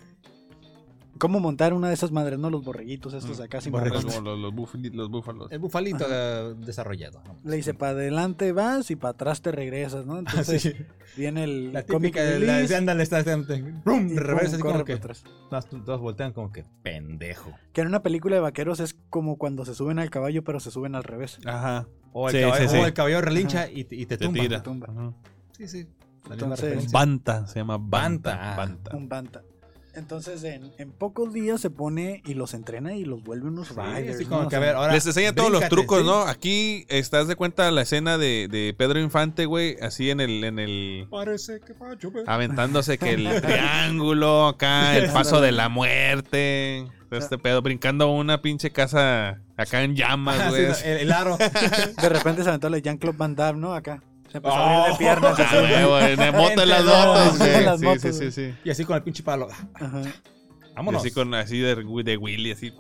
Speaker 1: ¿Cómo montar una de esas madres, no? Los borreguitos estos acá
Speaker 2: Mm,
Speaker 1: sin
Speaker 3: Borregos,
Speaker 1: barrigones.
Speaker 3: como los, los búfali- los búfalos.
Speaker 2: El bufalito eh, desarrollado. ¿no?
Speaker 1: Le dice, para adelante vas y para atrás te regresas,
Speaker 2: [LAUGHS]
Speaker 1: ¿no? Entonces
Speaker 2: Así,
Speaker 1: viene este, el
Speaker 2: Ah, la
Speaker 1: cómic
Speaker 2: típica de la
Speaker 1: release
Speaker 2: de ándale, estás rum,
Speaker 1: y pum,
Speaker 2: reversa, así
Speaker 1: corre
Speaker 2: como
Speaker 1: para
Speaker 2: que [LAUGHS]
Speaker 1: atrás.
Speaker 2: todos, todos voltean como que pendejo.
Speaker 1: Que en una película de vaqueros es como cuando se suben al caballo, pero se suben al revés.
Speaker 3: Ajá.
Speaker 2: O el,
Speaker 3: Sí,
Speaker 2: caballo,
Speaker 3: sí,
Speaker 2: o
Speaker 3: sí.
Speaker 2: el caballo relincha y, te- y te
Speaker 3: Te
Speaker 2: tumba.
Speaker 3: tira.
Speaker 1: tumba.
Speaker 3: Ajá.
Speaker 2: Sí, sí. La misma
Speaker 1: Entonces,
Speaker 2: referencia.
Speaker 3: Banta, se llama Banta.
Speaker 2: Banta. ah.
Speaker 3: Banta.
Speaker 1: Un banta. Entonces en, en pocos días se pone y los entrena y los vuelve unos
Speaker 2: Sí,
Speaker 1: riders.
Speaker 2: así
Speaker 1: ¿no?
Speaker 2: como
Speaker 1: O
Speaker 2: que,
Speaker 1: sea,
Speaker 2: a ver, ahora
Speaker 3: Les enseña todos los
Speaker 2: bríncate,
Speaker 3: trucos,
Speaker 2: sí.
Speaker 3: ¿no? Aquí estás de cuenta la escena de, de Pedro Infante, güey, así en el, en el.
Speaker 2: Parece que va a llover.
Speaker 3: Ah, Aventándose que
Speaker 2: [LAUGHS]
Speaker 3: el triángulo, acá, el paso de la muerte. todo Este pedo, brincando una pinche casa acá en llamas,
Speaker 2: Ah, [LAUGHS] sí,
Speaker 3: güey.
Speaker 2: no, el, el aro. [LAUGHS]
Speaker 1: De repente se aventó la de Jean-Claude Van Damme, ¿no? Acá. Se empezó a abrir
Speaker 2: Oh.
Speaker 1: de
Speaker 2: [LAUGHS]
Speaker 1: piernas.
Speaker 3: Ah, güey, güey, en moto en las motos,
Speaker 1: En las
Speaker 3: güey.
Speaker 1: motos,
Speaker 3: Sí, sí, sí,
Speaker 1: güey.
Speaker 3: sí.
Speaker 2: y así con el pinche palo. Ah,
Speaker 1: Ajá.
Speaker 3: Y
Speaker 2: Vámonos.
Speaker 3: Así con así de, de
Speaker 2: [LAUGHS]
Speaker 3: Willy, así.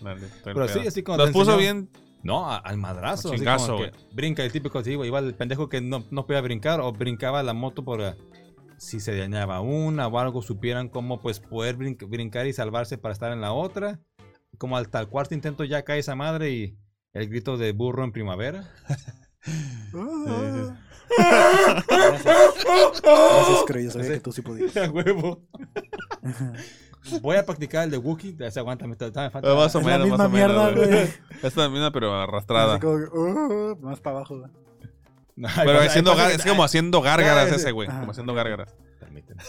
Speaker 3: Dale, todo el
Speaker 2: Pero sí,
Speaker 3: pedo.
Speaker 2: así como
Speaker 3: Los
Speaker 2: te
Speaker 3: puso
Speaker 2: enseñó.
Speaker 3: bien.
Speaker 2: No, a- al madrazo.
Speaker 3: Con
Speaker 2: así
Speaker 3: chingazo,
Speaker 2: como que Brinca el típico, sí, güey, iba el pendejo que no, no podía brincar o brincaba la moto por eh, si se dañaba una o algo, supieran cómo pues poder brin- brincar y salvarse para estar en la otra. Como al tal cuarto intento ya cae esa madre y el grito de burro en primavera.
Speaker 1: Ah. Gracias.
Speaker 2: [LAUGHS]
Speaker 1: Gracias, creo. Yo sabía
Speaker 2: Sí.
Speaker 1: que tú sí podías.
Speaker 2: [LAUGHS] A huevo. Voy a practicar el de Wookiee. Ya se aguanta, me, todavía me falta.
Speaker 3: Eh, más o
Speaker 1: Es la
Speaker 3: menos,
Speaker 1: misma
Speaker 3: más o menos,
Speaker 1: mierda,
Speaker 3: güey.
Speaker 1: güey.
Speaker 3: Esta es la misma, pero arrastrada.
Speaker 1: Así como que, "Uh, uh", más para abajo. güey.
Speaker 2: No, hay
Speaker 3: Pero
Speaker 2: pasa- hay
Speaker 3: haciendo
Speaker 2: pasa
Speaker 3: gar-
Speaker 2: que-
Speaker 3: es como haciendo gárgaras
Speaker 2: Ah,
Speaker 3: ese, güey.
Speaker 1: ajá.
Speaker 3: Como haciendo gárgaras.
Speaker 2: Ay, permíteme.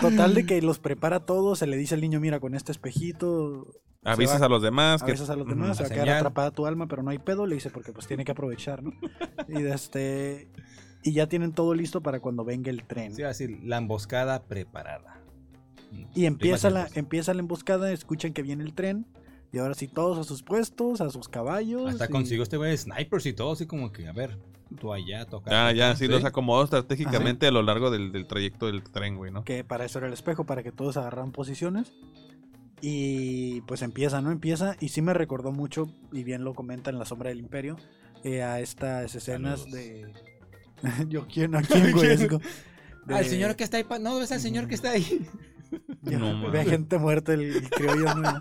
Speaker 1: Total de que los prepara a todos. Se le dice al niño, mira, con este espejito
Speaker 3: Avisas
Speaker 1: va.
Speaker 3: a los demás. que-
Speaker 1: avisas a los
Speaker 3: Ujú.
Speaker 1: demás, se
Speaker 2: la
Speaker 1: va a quedar
Speaker 2: señal.
Speaker 1: atrapada tu alma, pero no hay pedo, le dice, porque pues tiene que aprovechar, ¿no? Y de este y ya tienen todo listo para cuando venga el tren.
Speaker 2: Sí, así, la emboscada preparada.
Speaker 1: y empieza la,
Speaker 2: Rimas y
Speaker 1: empieza la emboscada, escuchan que viene el tren, y ahora sí todos a sus puestos, a sus caballos.
Speaker 2: Hasta
Speaker 1: y-
Speaker 2: consigo este güey de snipers y todo, así como que, a ver, tú allá, toca.
Speaker 3: Ya, Ah, ya, sí, los
Speaker 2: sacó.
Speaker 3: acomodó estratégicamente a lo largo del, del trayecto del tren, güey, ¿no?
Speaker 1: Que para eso era el espejo, para que todos agarraran posiciones. Y pues empieza, ¿no? Empieza. Y sí me recordó mucho, y bien lo comenta en La Sombra del Imperio, eh, a estas escenas
Speaker 2: Saludos.
Speaker 1: de. [LAUGHS] Yo quién,
Speaker 2: [LAUGHS]
Speaker 1: a quién, güey. Es como-
Speaker 2: Al
Speaker 1: de-
Speaker 2: señor que está ahí, pa- no, ves al señor que está ahí.
Speaker 1: Ya,
Speaker 3: No
Speaker 1: ve a
Speaker 3: mames.
Speaker 1: gente muerta el, el criollo. ¿no?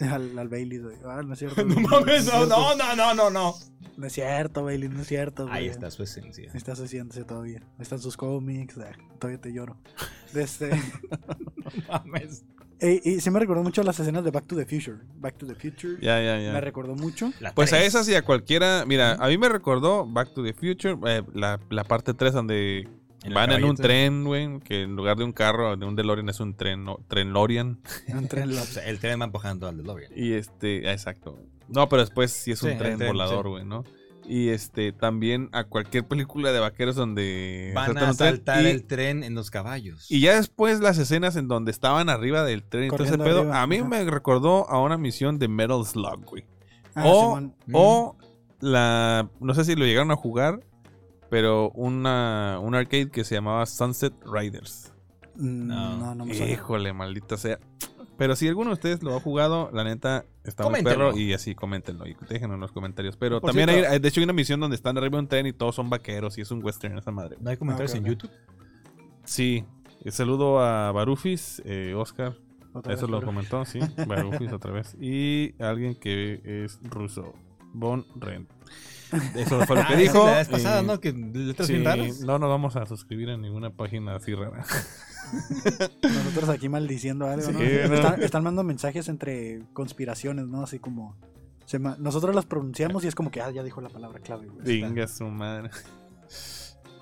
Speaker 1: Al, al Bailey, güey. Ah, no es
Speaker 2: [LAUGHS]
Speaker 1: cierto.
Speaker 2: [LAUGHS] No
Speaker 1: güey.
Speaker 2: mames,
Speaker 1: es
Speaker 2: no,
Speaker 1: cierto.
Speaker 2: no, no, no, no, no.
Speaker 1: No es cierto, Bailey, no es cierto.
Speaker 2: Ahí
Speaker 1: güey.
Speaker 2: está su [LAUGHS] esencia.
Speaker 1: Estás haciéndose todavía. Ahí Están sus cómics. ah, todavía te
Speaker 2: [LAUGHS]
Speaker 1: lloro. Este,
Speaker 2: Mames.
Speaker 1: y, y sí me recordó mucho las escenas de Back to the Future. Back to the Future.
Speaker 3: Ya, ya,
Speaker 1: Me
Speaker 3: ya.
Speaker 1: recordó mucho.
Speaker 2: La
Speaker 3: Pues a
Speaker 2: tres.
Speaker 3: esas y a cualquiera. Mira, a mí me recordó Back to the Future, eh, la, la parte 3 donde
Speaker 2: En el
Speaker 3: van en un
Speaker 2: caballito.
Speaker 3: tren, güey, que en lugar de un carro, de un DeLorean es un tren, no, tren Lorian.
Speaker 1: Entre
Speaker 3: [LAUGHS]
Speaker 2: O sea, Pues, el tren va empujando al DeLorean.
Speaker 3: Y este, ah, exacto. No, pero después sí es un
Speaker 2: Sí,
Speaker 3: tren,
Speaker 2: el tren,
Speaker 3: volador,
Speaker 2: sí.
Speaker 3: güey, ¿no? Y este, también a cualquier película de vaqueros donde
Speaker 2: Van
Speaker 3: saltan
Speaker 2: a
Speaker 3: un tren
Speaker 2: saltar
Speaker 3: y-
Speaker 2: el tren en los caballos.
Speaker 3: Y ya después las escenas en donde estaban arriba del tren y todo ese
Speaker 1: Corriendo
Speaker 3: pedo,
Speaker 1: arriba,
Speaker 3: a mí
Speaker 1: ajá.
Speaker 3: me recordó a una misión de Metal Slug, güey.
Speaker 1: Ah,
Speaker 3: o-
Speaker 1: Simón.
Speaker 2: Mm.
Speaker 3: O la, no sé si lo llegaron a jugar, pero una, un arcade que se llamaba Sunset Riders.
Speaker 1: Mm,
Speaker 2: no.
Speaker 1: No, no, me suena.
Speaker 3: Híjole, maldita sea. Pero si alguno de ustedes lo ha jugado, la neta, está muy
Speaker 2: Coméntenlo.
Speaker 3: perro y así, coméntenlo y déjenlo en los comentarios. Pero
Speaker 2: Por
Speaker 3: también
Speaker 2: cierto-
Speaker 3: hay, de hecho, hay una misión donde están arriba de un tren y todos son vaqueros y es un western esa madre.
Speaker 2: ¿No hay comentarios
Speaker 1: Ah, ok,
Speaker 2: en
Speaker 1: ok.
Speaker 2: YouTube?
Speaker 3: Sí, eh, saludo a Barufis, eh, Oscar.
Speaker 1: Otra
Speaker 3: Eso
Speaker 1: vez,
Speaker 3: lo
Speaker 1: pero-
Speaker 2: [LAUGHS]
Speaker 3: comentó, sí. Barufis otra vez. Y alguien que es ruso. Von Ren. Eso fue
Speaker 2: [LAUGHS]
Speaker 3: lo que
Speaker 2: Ah,
Speaker 3: dijo.
Speaker 2: La vez pasada,
Speaker 3: y-
Speaker 2: ¿no? Que letras
Speaker 3: sí,
Speaker 2: bien raras.
Speaker 3: no nos vamos a suscribir a ninguna página así
Speaker 2: [LAUGHS]
Speaker 3: rara.
Speaker 1: Nosotros aquí maldiciendo algo, ¿no?
Speaker 3: Sí, ¿no?
Speaker 1: Están, están mandando mensajes entre conspiraciones, ¿no? Así como. se ma- Nosotros las pronunciamos y es como que, ah, ya dijo la palabra clave, güey.
Speaker 3: Venga su madre.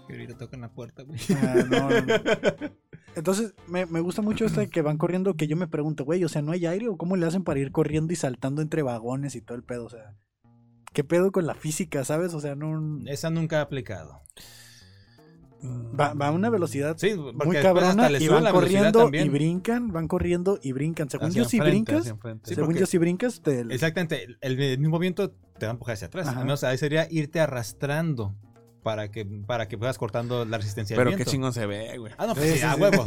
Speaker 2: Que ahorita tocan la puerta, güey.
Speaker 1: Ah, no, no, no.
Speaker 3: [LAUGHS]
Speaker 1: Entonces, me, me gusta mucho esto de que van corriendo, que yo me pregunto, güey, o sea, ¿no hay aire o cómo le hacen para ir corriendo y saltando entre vagones y todo el pedo? O sea, ¿qué pedo con la física, sabes? O sea, no...
Speaker 2: Esa nunca ha aplicado.
Speaker 1: Va, va a una velocidad
Speaker 2: Sí, porque
Speaker 1: muy
Speaker 2: después
Speaker 1: cabrona
Speaker 2: hasta le
Speaker 1: y
Speaker 2: suben
Speaker 1: van
Speaker 2: la velocidad
Speaker 1: corriendo y
Speaker 2: también.
Speaker 1: brincan, van corriendo y brincan. Según
Speaker 3: Hacia
Speaker 1: yo, si
Speaker 3: enfrente,
Speaker 1: brincas,
Speaker 3: hacia enfrente.
Speaker 2: Sí,
Speaker 1: según
Speaker 2: porque-
Speaker 1: yo, si brincas, te...
Speaker 2: Exactamente, el, el mismo viento te va a empujar hacia atrás.
Speaker 1: Ajá.
Speaker 2: Al menos ahí sería irte arrastrando para que, para que puedas cortando la resistencia
Speaker 3: Pero
Speaker 2: del
Speaker 3: qué
Speaker 2: viento.
Speaker 3: chingón se ve, güey.
Speaker 2: Ah, no, pues
Speaker 1: Sí,
Speaker 2: sí,
Speaker 1: sí,
Speaker 2: a
Speaker 1: sí. [LAUGHS]
Speaker 2: huevo.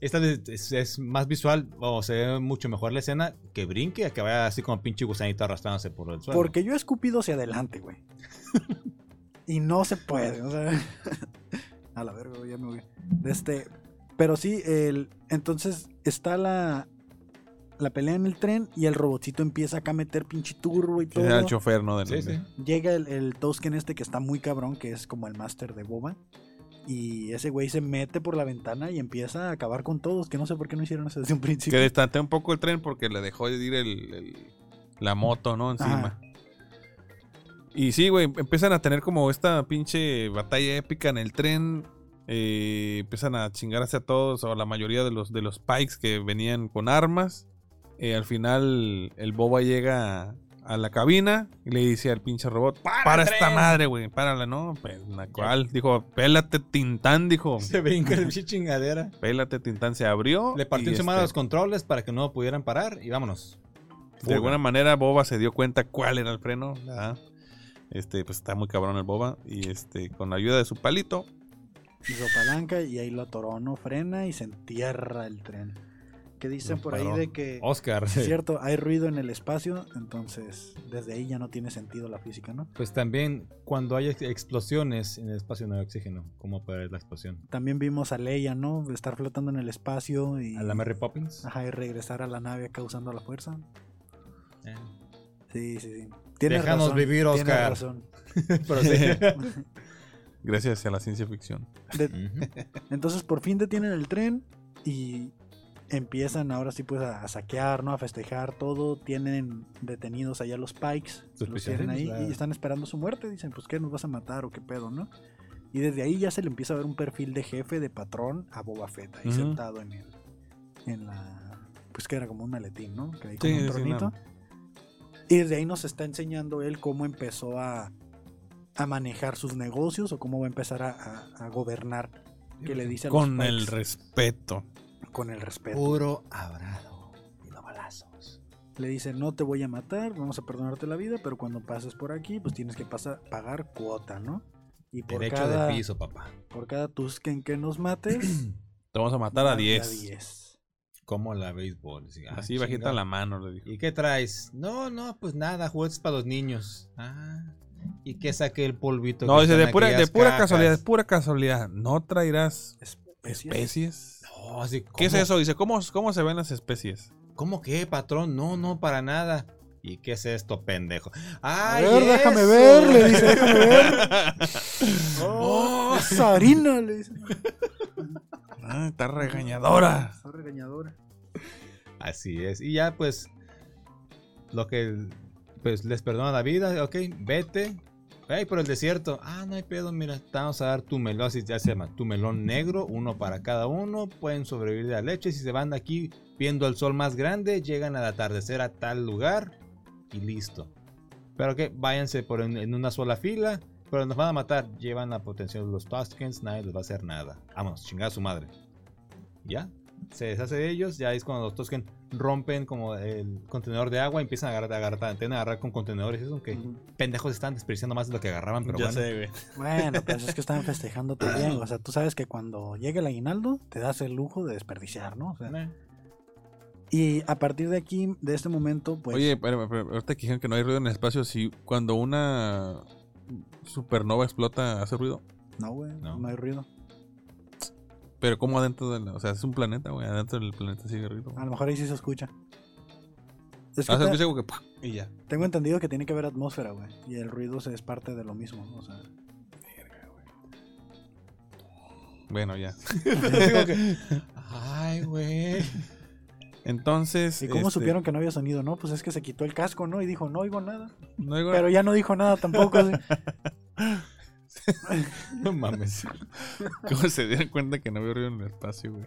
Speaker 2: Esta vez es, es más visual o se ve mucho mejor la escena que brinque a que vaya así como pinche gusanito arrastrándose por el suelo.
Speaker 1: Porque yo he escupido hacia adelante, güey. [LAUGHS] y no se puede, o sea. a la verga, güey, ya me voy. Este, Pero sí, el, entonces está la, la pelea en el tren y el robotcito empieza acá a meter pinche turbo y todo.
Speaker 3: Era el chofer, ¿no? Del-
Speaker 2: Sí, sí.
Speaker 1: Llega el, el Tosken este que está muy cabrón, que es como el máster de Boba. Y ese güey se mete por la ventana y empieza a acabar con todos, que no sé por qué no hicieron eso desde un
Speaker 3: Que
Speaker 1: principio.
Speaker 3: destantea un poco el tren porque le dejó de ir el- el- la moto, ¿no? Encima.
Speaker 1: Ajá.
Speaker 3: Y sí, güey, empiezan a tener como esta pinche batalla épica en el tren. eh, empiezan a chingarse a todos o a la mayoría de los, de los pikes que venían con armas. Eh, al final, el boba llega a, a la cabina y le dice al pinche robot: Para, esta
Speaker 2: tren".
Speaker 3: madre, güey, párala, ¿no? Pues, la cual. Dijo: Pélate, Tintán, dijo.
Speaker 2: Se brinca [LAUGHS] la pinche chingadera.
Speaker 3: Pélate, Tintán. Se abrió.
Speaker 2: Le partió
Speaker 3: y,
Speaker 2: encima
Speaker 3: este,
Speaker 2: los controles para que no pudieran parar y vámonos.
Speaker 3: De alguna manera Boba se dio cuenta cuál era el freno, ¿verdad? Este, pues está muy cabrón el Boba. Y este, con la ayuda de su palito,
Speaker 1: Hizo palanca y ahí lo atoró, no frena y se entierra el tren. Que dicen
Speaker 3: Lo
Speaker 1: por ahí
Speaker 3: paró.
Speaker 1: de que...
Speaker 2: Oscar.
Speaker 1: Es cierto, hay ruido en el espacio, entonces desde ahí ya no tiene sentido la física, ¿no?
Speaker 2: Pues también cuando hay ex- explosiones en el espacio no hay oxígeno, ¿cómo puede haber la explosión?
Speaker 1: También vimos a Leia, ¿no? Estar flotando en el espacio y...
Speaker 2: ¿A la Mary Poppins?
Speaker 3: Ah.
Speaker 1: Ajá, y regresar a la nave causando la fuerza.
Speaker 2: Eh.
Speaker 1: Sí, sí, sí. Tienes
Speaker 2: Déjanos
Speaker 1: razón,
Speaker 2: vivir,
Speaker 1: tienes
Speaker 2: Oscar. [LAUGHS]
Speaker 1: razón.
Speaker 2: Pero sí.
Speaker 3: gracias a la ciencia ficción.
Speaker 1: [LAUGHS] De-
Speaker 3: [LAUGHS]
Speaker 2: Ujú.
Speaker 1: Entonces por fin detienen el tren y empiezan ahora sí pues a, a saquear, ¿no? A festejar todo. Tienen detenidos allá los Pikes.
Speaker 2: Sus
Speaker 1: Los tienen ahí
Speaker 2: prisioneros, claro.
Speaker 1: y están esperando su muerte. Dicen, pues ¿qué? ¿Nos vas a matar o qué pedo, no? Y desde ahí ya se le empieza a ver un perfil de jefe, de patrón a Boba Fett ahí
Speaker 3: Ujú.
Speaker 1: sentado en el... En la... Pues que era como un maletín, ¿no? Que ahí
Speaker 3: Sí,
Speaker 1: como un
Speaker 3: sí,
Speaker 1: tronito.
Speaker 3: no.
Speaker 1: Y desde ahí nos está enseñando él cómo empezó a, a manejar sus negocios o cómo va a empezar a, a- a gobernar. Que le dice a los
Speaker 3: Con el
Speaker 1: Pikes
Speaker 3: respeto.
Speaker 1: con el respeto.
Speaker 2: Puro abrado y no balazos.
Speaker 1: Le dice, no te voy a matar, vamos a perdonarte la vida, pero cuando pases por aquí, pues tienes que pasar, pagar cuota, ¿no? Y por
Speaker 2: Derecho
Speaker 1: cada,
Speaker 2: de piso, papá.
Speaker 1: por cada Tusken que nos mates,
Speaker 3: Te vamos a matar a
Speaker 1: mata
Speaker 3: 10.
Speaker 1: 10.
Speaker 2: Como la béisbol. Sí, ah,
Speaker 3: Así bajita
Speaker 2: chingado.
Speaker 3: la mano, le dijo.
Speaker 2: ¿Y qué traes? No, no, pues nada, juguetes para los niños. Ah, y que saque el polvito.
Speaker 3: No,
Speaker 2: que
Speaker 3: dice,
Speaker 2: está en
Speaker 3: de pura, de
Speaker 2: aquellas
Speaker 3: pura
Speaker 2: cajas?"
Speaker 3: casualidad, de pura casualidad, ¿no traerás
Speaker 1: Especies.
Speaker 3: especies?
Speaker 2: No, así,
Speaker 3: ¿Qué es
Speaker 2: "¿Cómo?
Speaker 3: eso? Dice, ¿cómo, cómo se ven las especies?
Speaker 2: ¿Cómo que, patrón? No, no, para nada. ¿Y qué es esto, pendejo?
Speaker 1: A
Speaker 2: ¡Ay,
Speaker 1: ver, déjame
Speaker 2: eso!
Speaker 1: ver, le dice, déjame ver.
Speaker 2: [LAUGHS]
Speaker 1: Oh, esa harina, le dice.
Speaker 3: Ah, está regañadora.
Speaker 1: Está regañadora.
Speaker 2: Así es. Y ya, pues, lo que, pues, les perdona la vida. Ok, vete. Hey, por el desierto. Ah, no hay pedo. Mira, te vamos a dar tu melón. Así ya se llama. Tu melón negro. Uno para cada uno. Pueden sobrevivir de la leche. Si se van de aquí viendo el sol más grande, llegan al atardecer a tal lugar. Y listo. Pero que váyanse por en, en una sola fila. Pero nos van a matar. Llevan la potencia de los Toskens. Nadie les va a hacer nada. Vámonos, chingada su madre. Ya, se deshace de ellos, ya es cuando los Tosken rompen como el contenedor de agua, empiezan a agarrar, a agarrar la antena, a agarrar con contenedores, eso que
Speaker 1: Ujú.
Speaker 2: pendejos están desperdiciando más de lo que agarraban, pero bueno.
Speaker 3: güey.
Speaker 1: Bueno, pues es que [LAUGHS] estaban festejando también. O sea, tú sabes que cuando llega el aguinaldo, te das el lujo de desperdiciar, ¿no? O sea,
Speaker 2: Eh,
Speaker 1: y a partir de aquí, de este momento, pues.
Speaker 3: Oye, pero, pero, pero ahorita que dijeron que no hay ruido en el espacio, si cuando una supernova explota hace ruido,
Speaker 1: No, güey,
Speaker 2: No.
Speaker 1: no hay ruido.
Speaker 3: pero como adentro de la, o sea, es un planeta, güey, adentro del planeta sigue ruido.
Speaker 1: A lo mejor ahí sí se escucha. Es que
Speaker 3: Ah, se
Speaker 1: te-
Speaker 3: escucha como que ¡pum! y ya.
Speaker 1: tengo entendido que tiene que haber atmósfera, güey. Y el ruido se es parte de lo mismo. O sea,
Speaker 3: Bueno, ya.
Speaker 2: digo que, Ay, güey.
Speaker 3: Entonces,
Speaker 1: ¿Y cómo
Speaker 3: este,
Speaker 1: supieron que no había sonido? No, pues es que se quitó el casco, ¿no? Y dijo, no oigo nada.
Speaker 3: no digo-
Speaker 1: Pero ya no dijo nada tampoco. así.
Speaker 2: [LAUGHS] No mames.
Speaker 3: [LAUGHS] ¿Cómo se dieron cuenta que no había ruido en el espacio, güey?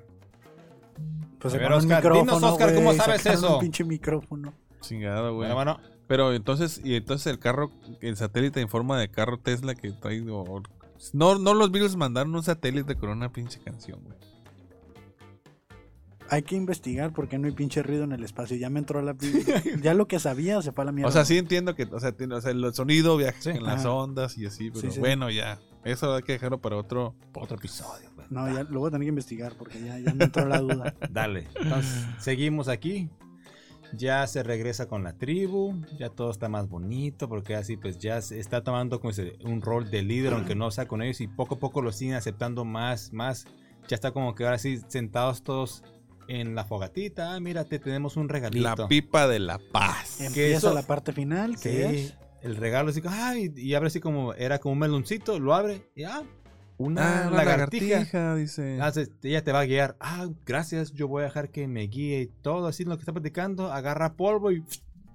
Speaker 1: Pues se
Speaker 2: A ver,
Speaker 1: ganó un
Speaker 2: Oscar, dinos,
Speaker 1: micrófono,
Speaker 2: Oscar, ¿cómo
Speaker 1: güey,
Speaker 2: sabes
Speaker 1: sacaron
Speaker 2: eso?
Speaker 1: Un pinche micrófono.
Speaker 3: Chingado, güey.
Speaker 2: Bueno, bueno,
Speaker 3: Pero entonces, y entonces el carro, el satélite en forma de carro Tesla que trae. o- no, no los Beatles mandaron un satélite con una pinche canción, güey.
Speaker 1: Hay que investigar por qué no hay pinche ruido en el espacio. Ya me entró la.
Speaker 2: [LAUGHS]
Speaker 1: ya lo que sabía se fue a la mierda.
Speaker 3: O sea, sí entiendo que, o sea, tiene- o sea, el sonido viaja
Speaker 2: Sí.
Speaker 3: en las
Speaker 1: Ajá.
Speaker 3: ondas y así, pero
Speaker 1: Sí, sí.
Speaker 3: bueno, ya. Eso hay que dejarlo para otro.
Speaker 2: otro episodio, güey.
Speaker 1: No, ya lo voy a tener que investigar porque ya, ya me entró la
Speaker 3: [LAUGHS]
Speaker 1: duda.
Speaker 2: Dale. Entonces, seguimos aquí. Ya se regresa con la tribu, ya todo está más bonito, porque así pues ya se está tomando como se- un rol de líder, aunque no sea con ellos, y poco a poco lo siguen aceptando más, más, ya está como que ahora sí sentados todos en la fogatita. Ah, mira, te tenemos un regalito.
Speaker 3: La pipa de la paz.
Speaker 1: Empieza
Speaker 2: eso-
Speaker 1: la parte final, que
Speaker 2: Sí,
Speaker 1: es
Speaker 2: el regalo así, como, ah, y, y abre así como, era como un meloncito, lo abre y ah, una
Speaker 3: Ah, la
Speaker 2: lagartija.
Speaker 3: dice.
Speaker 2: Ah, se- ella te va a guiar. Ah, gracias, yo voy a dejar que me guíe y todo así lo que está platicando. Agarra polvo y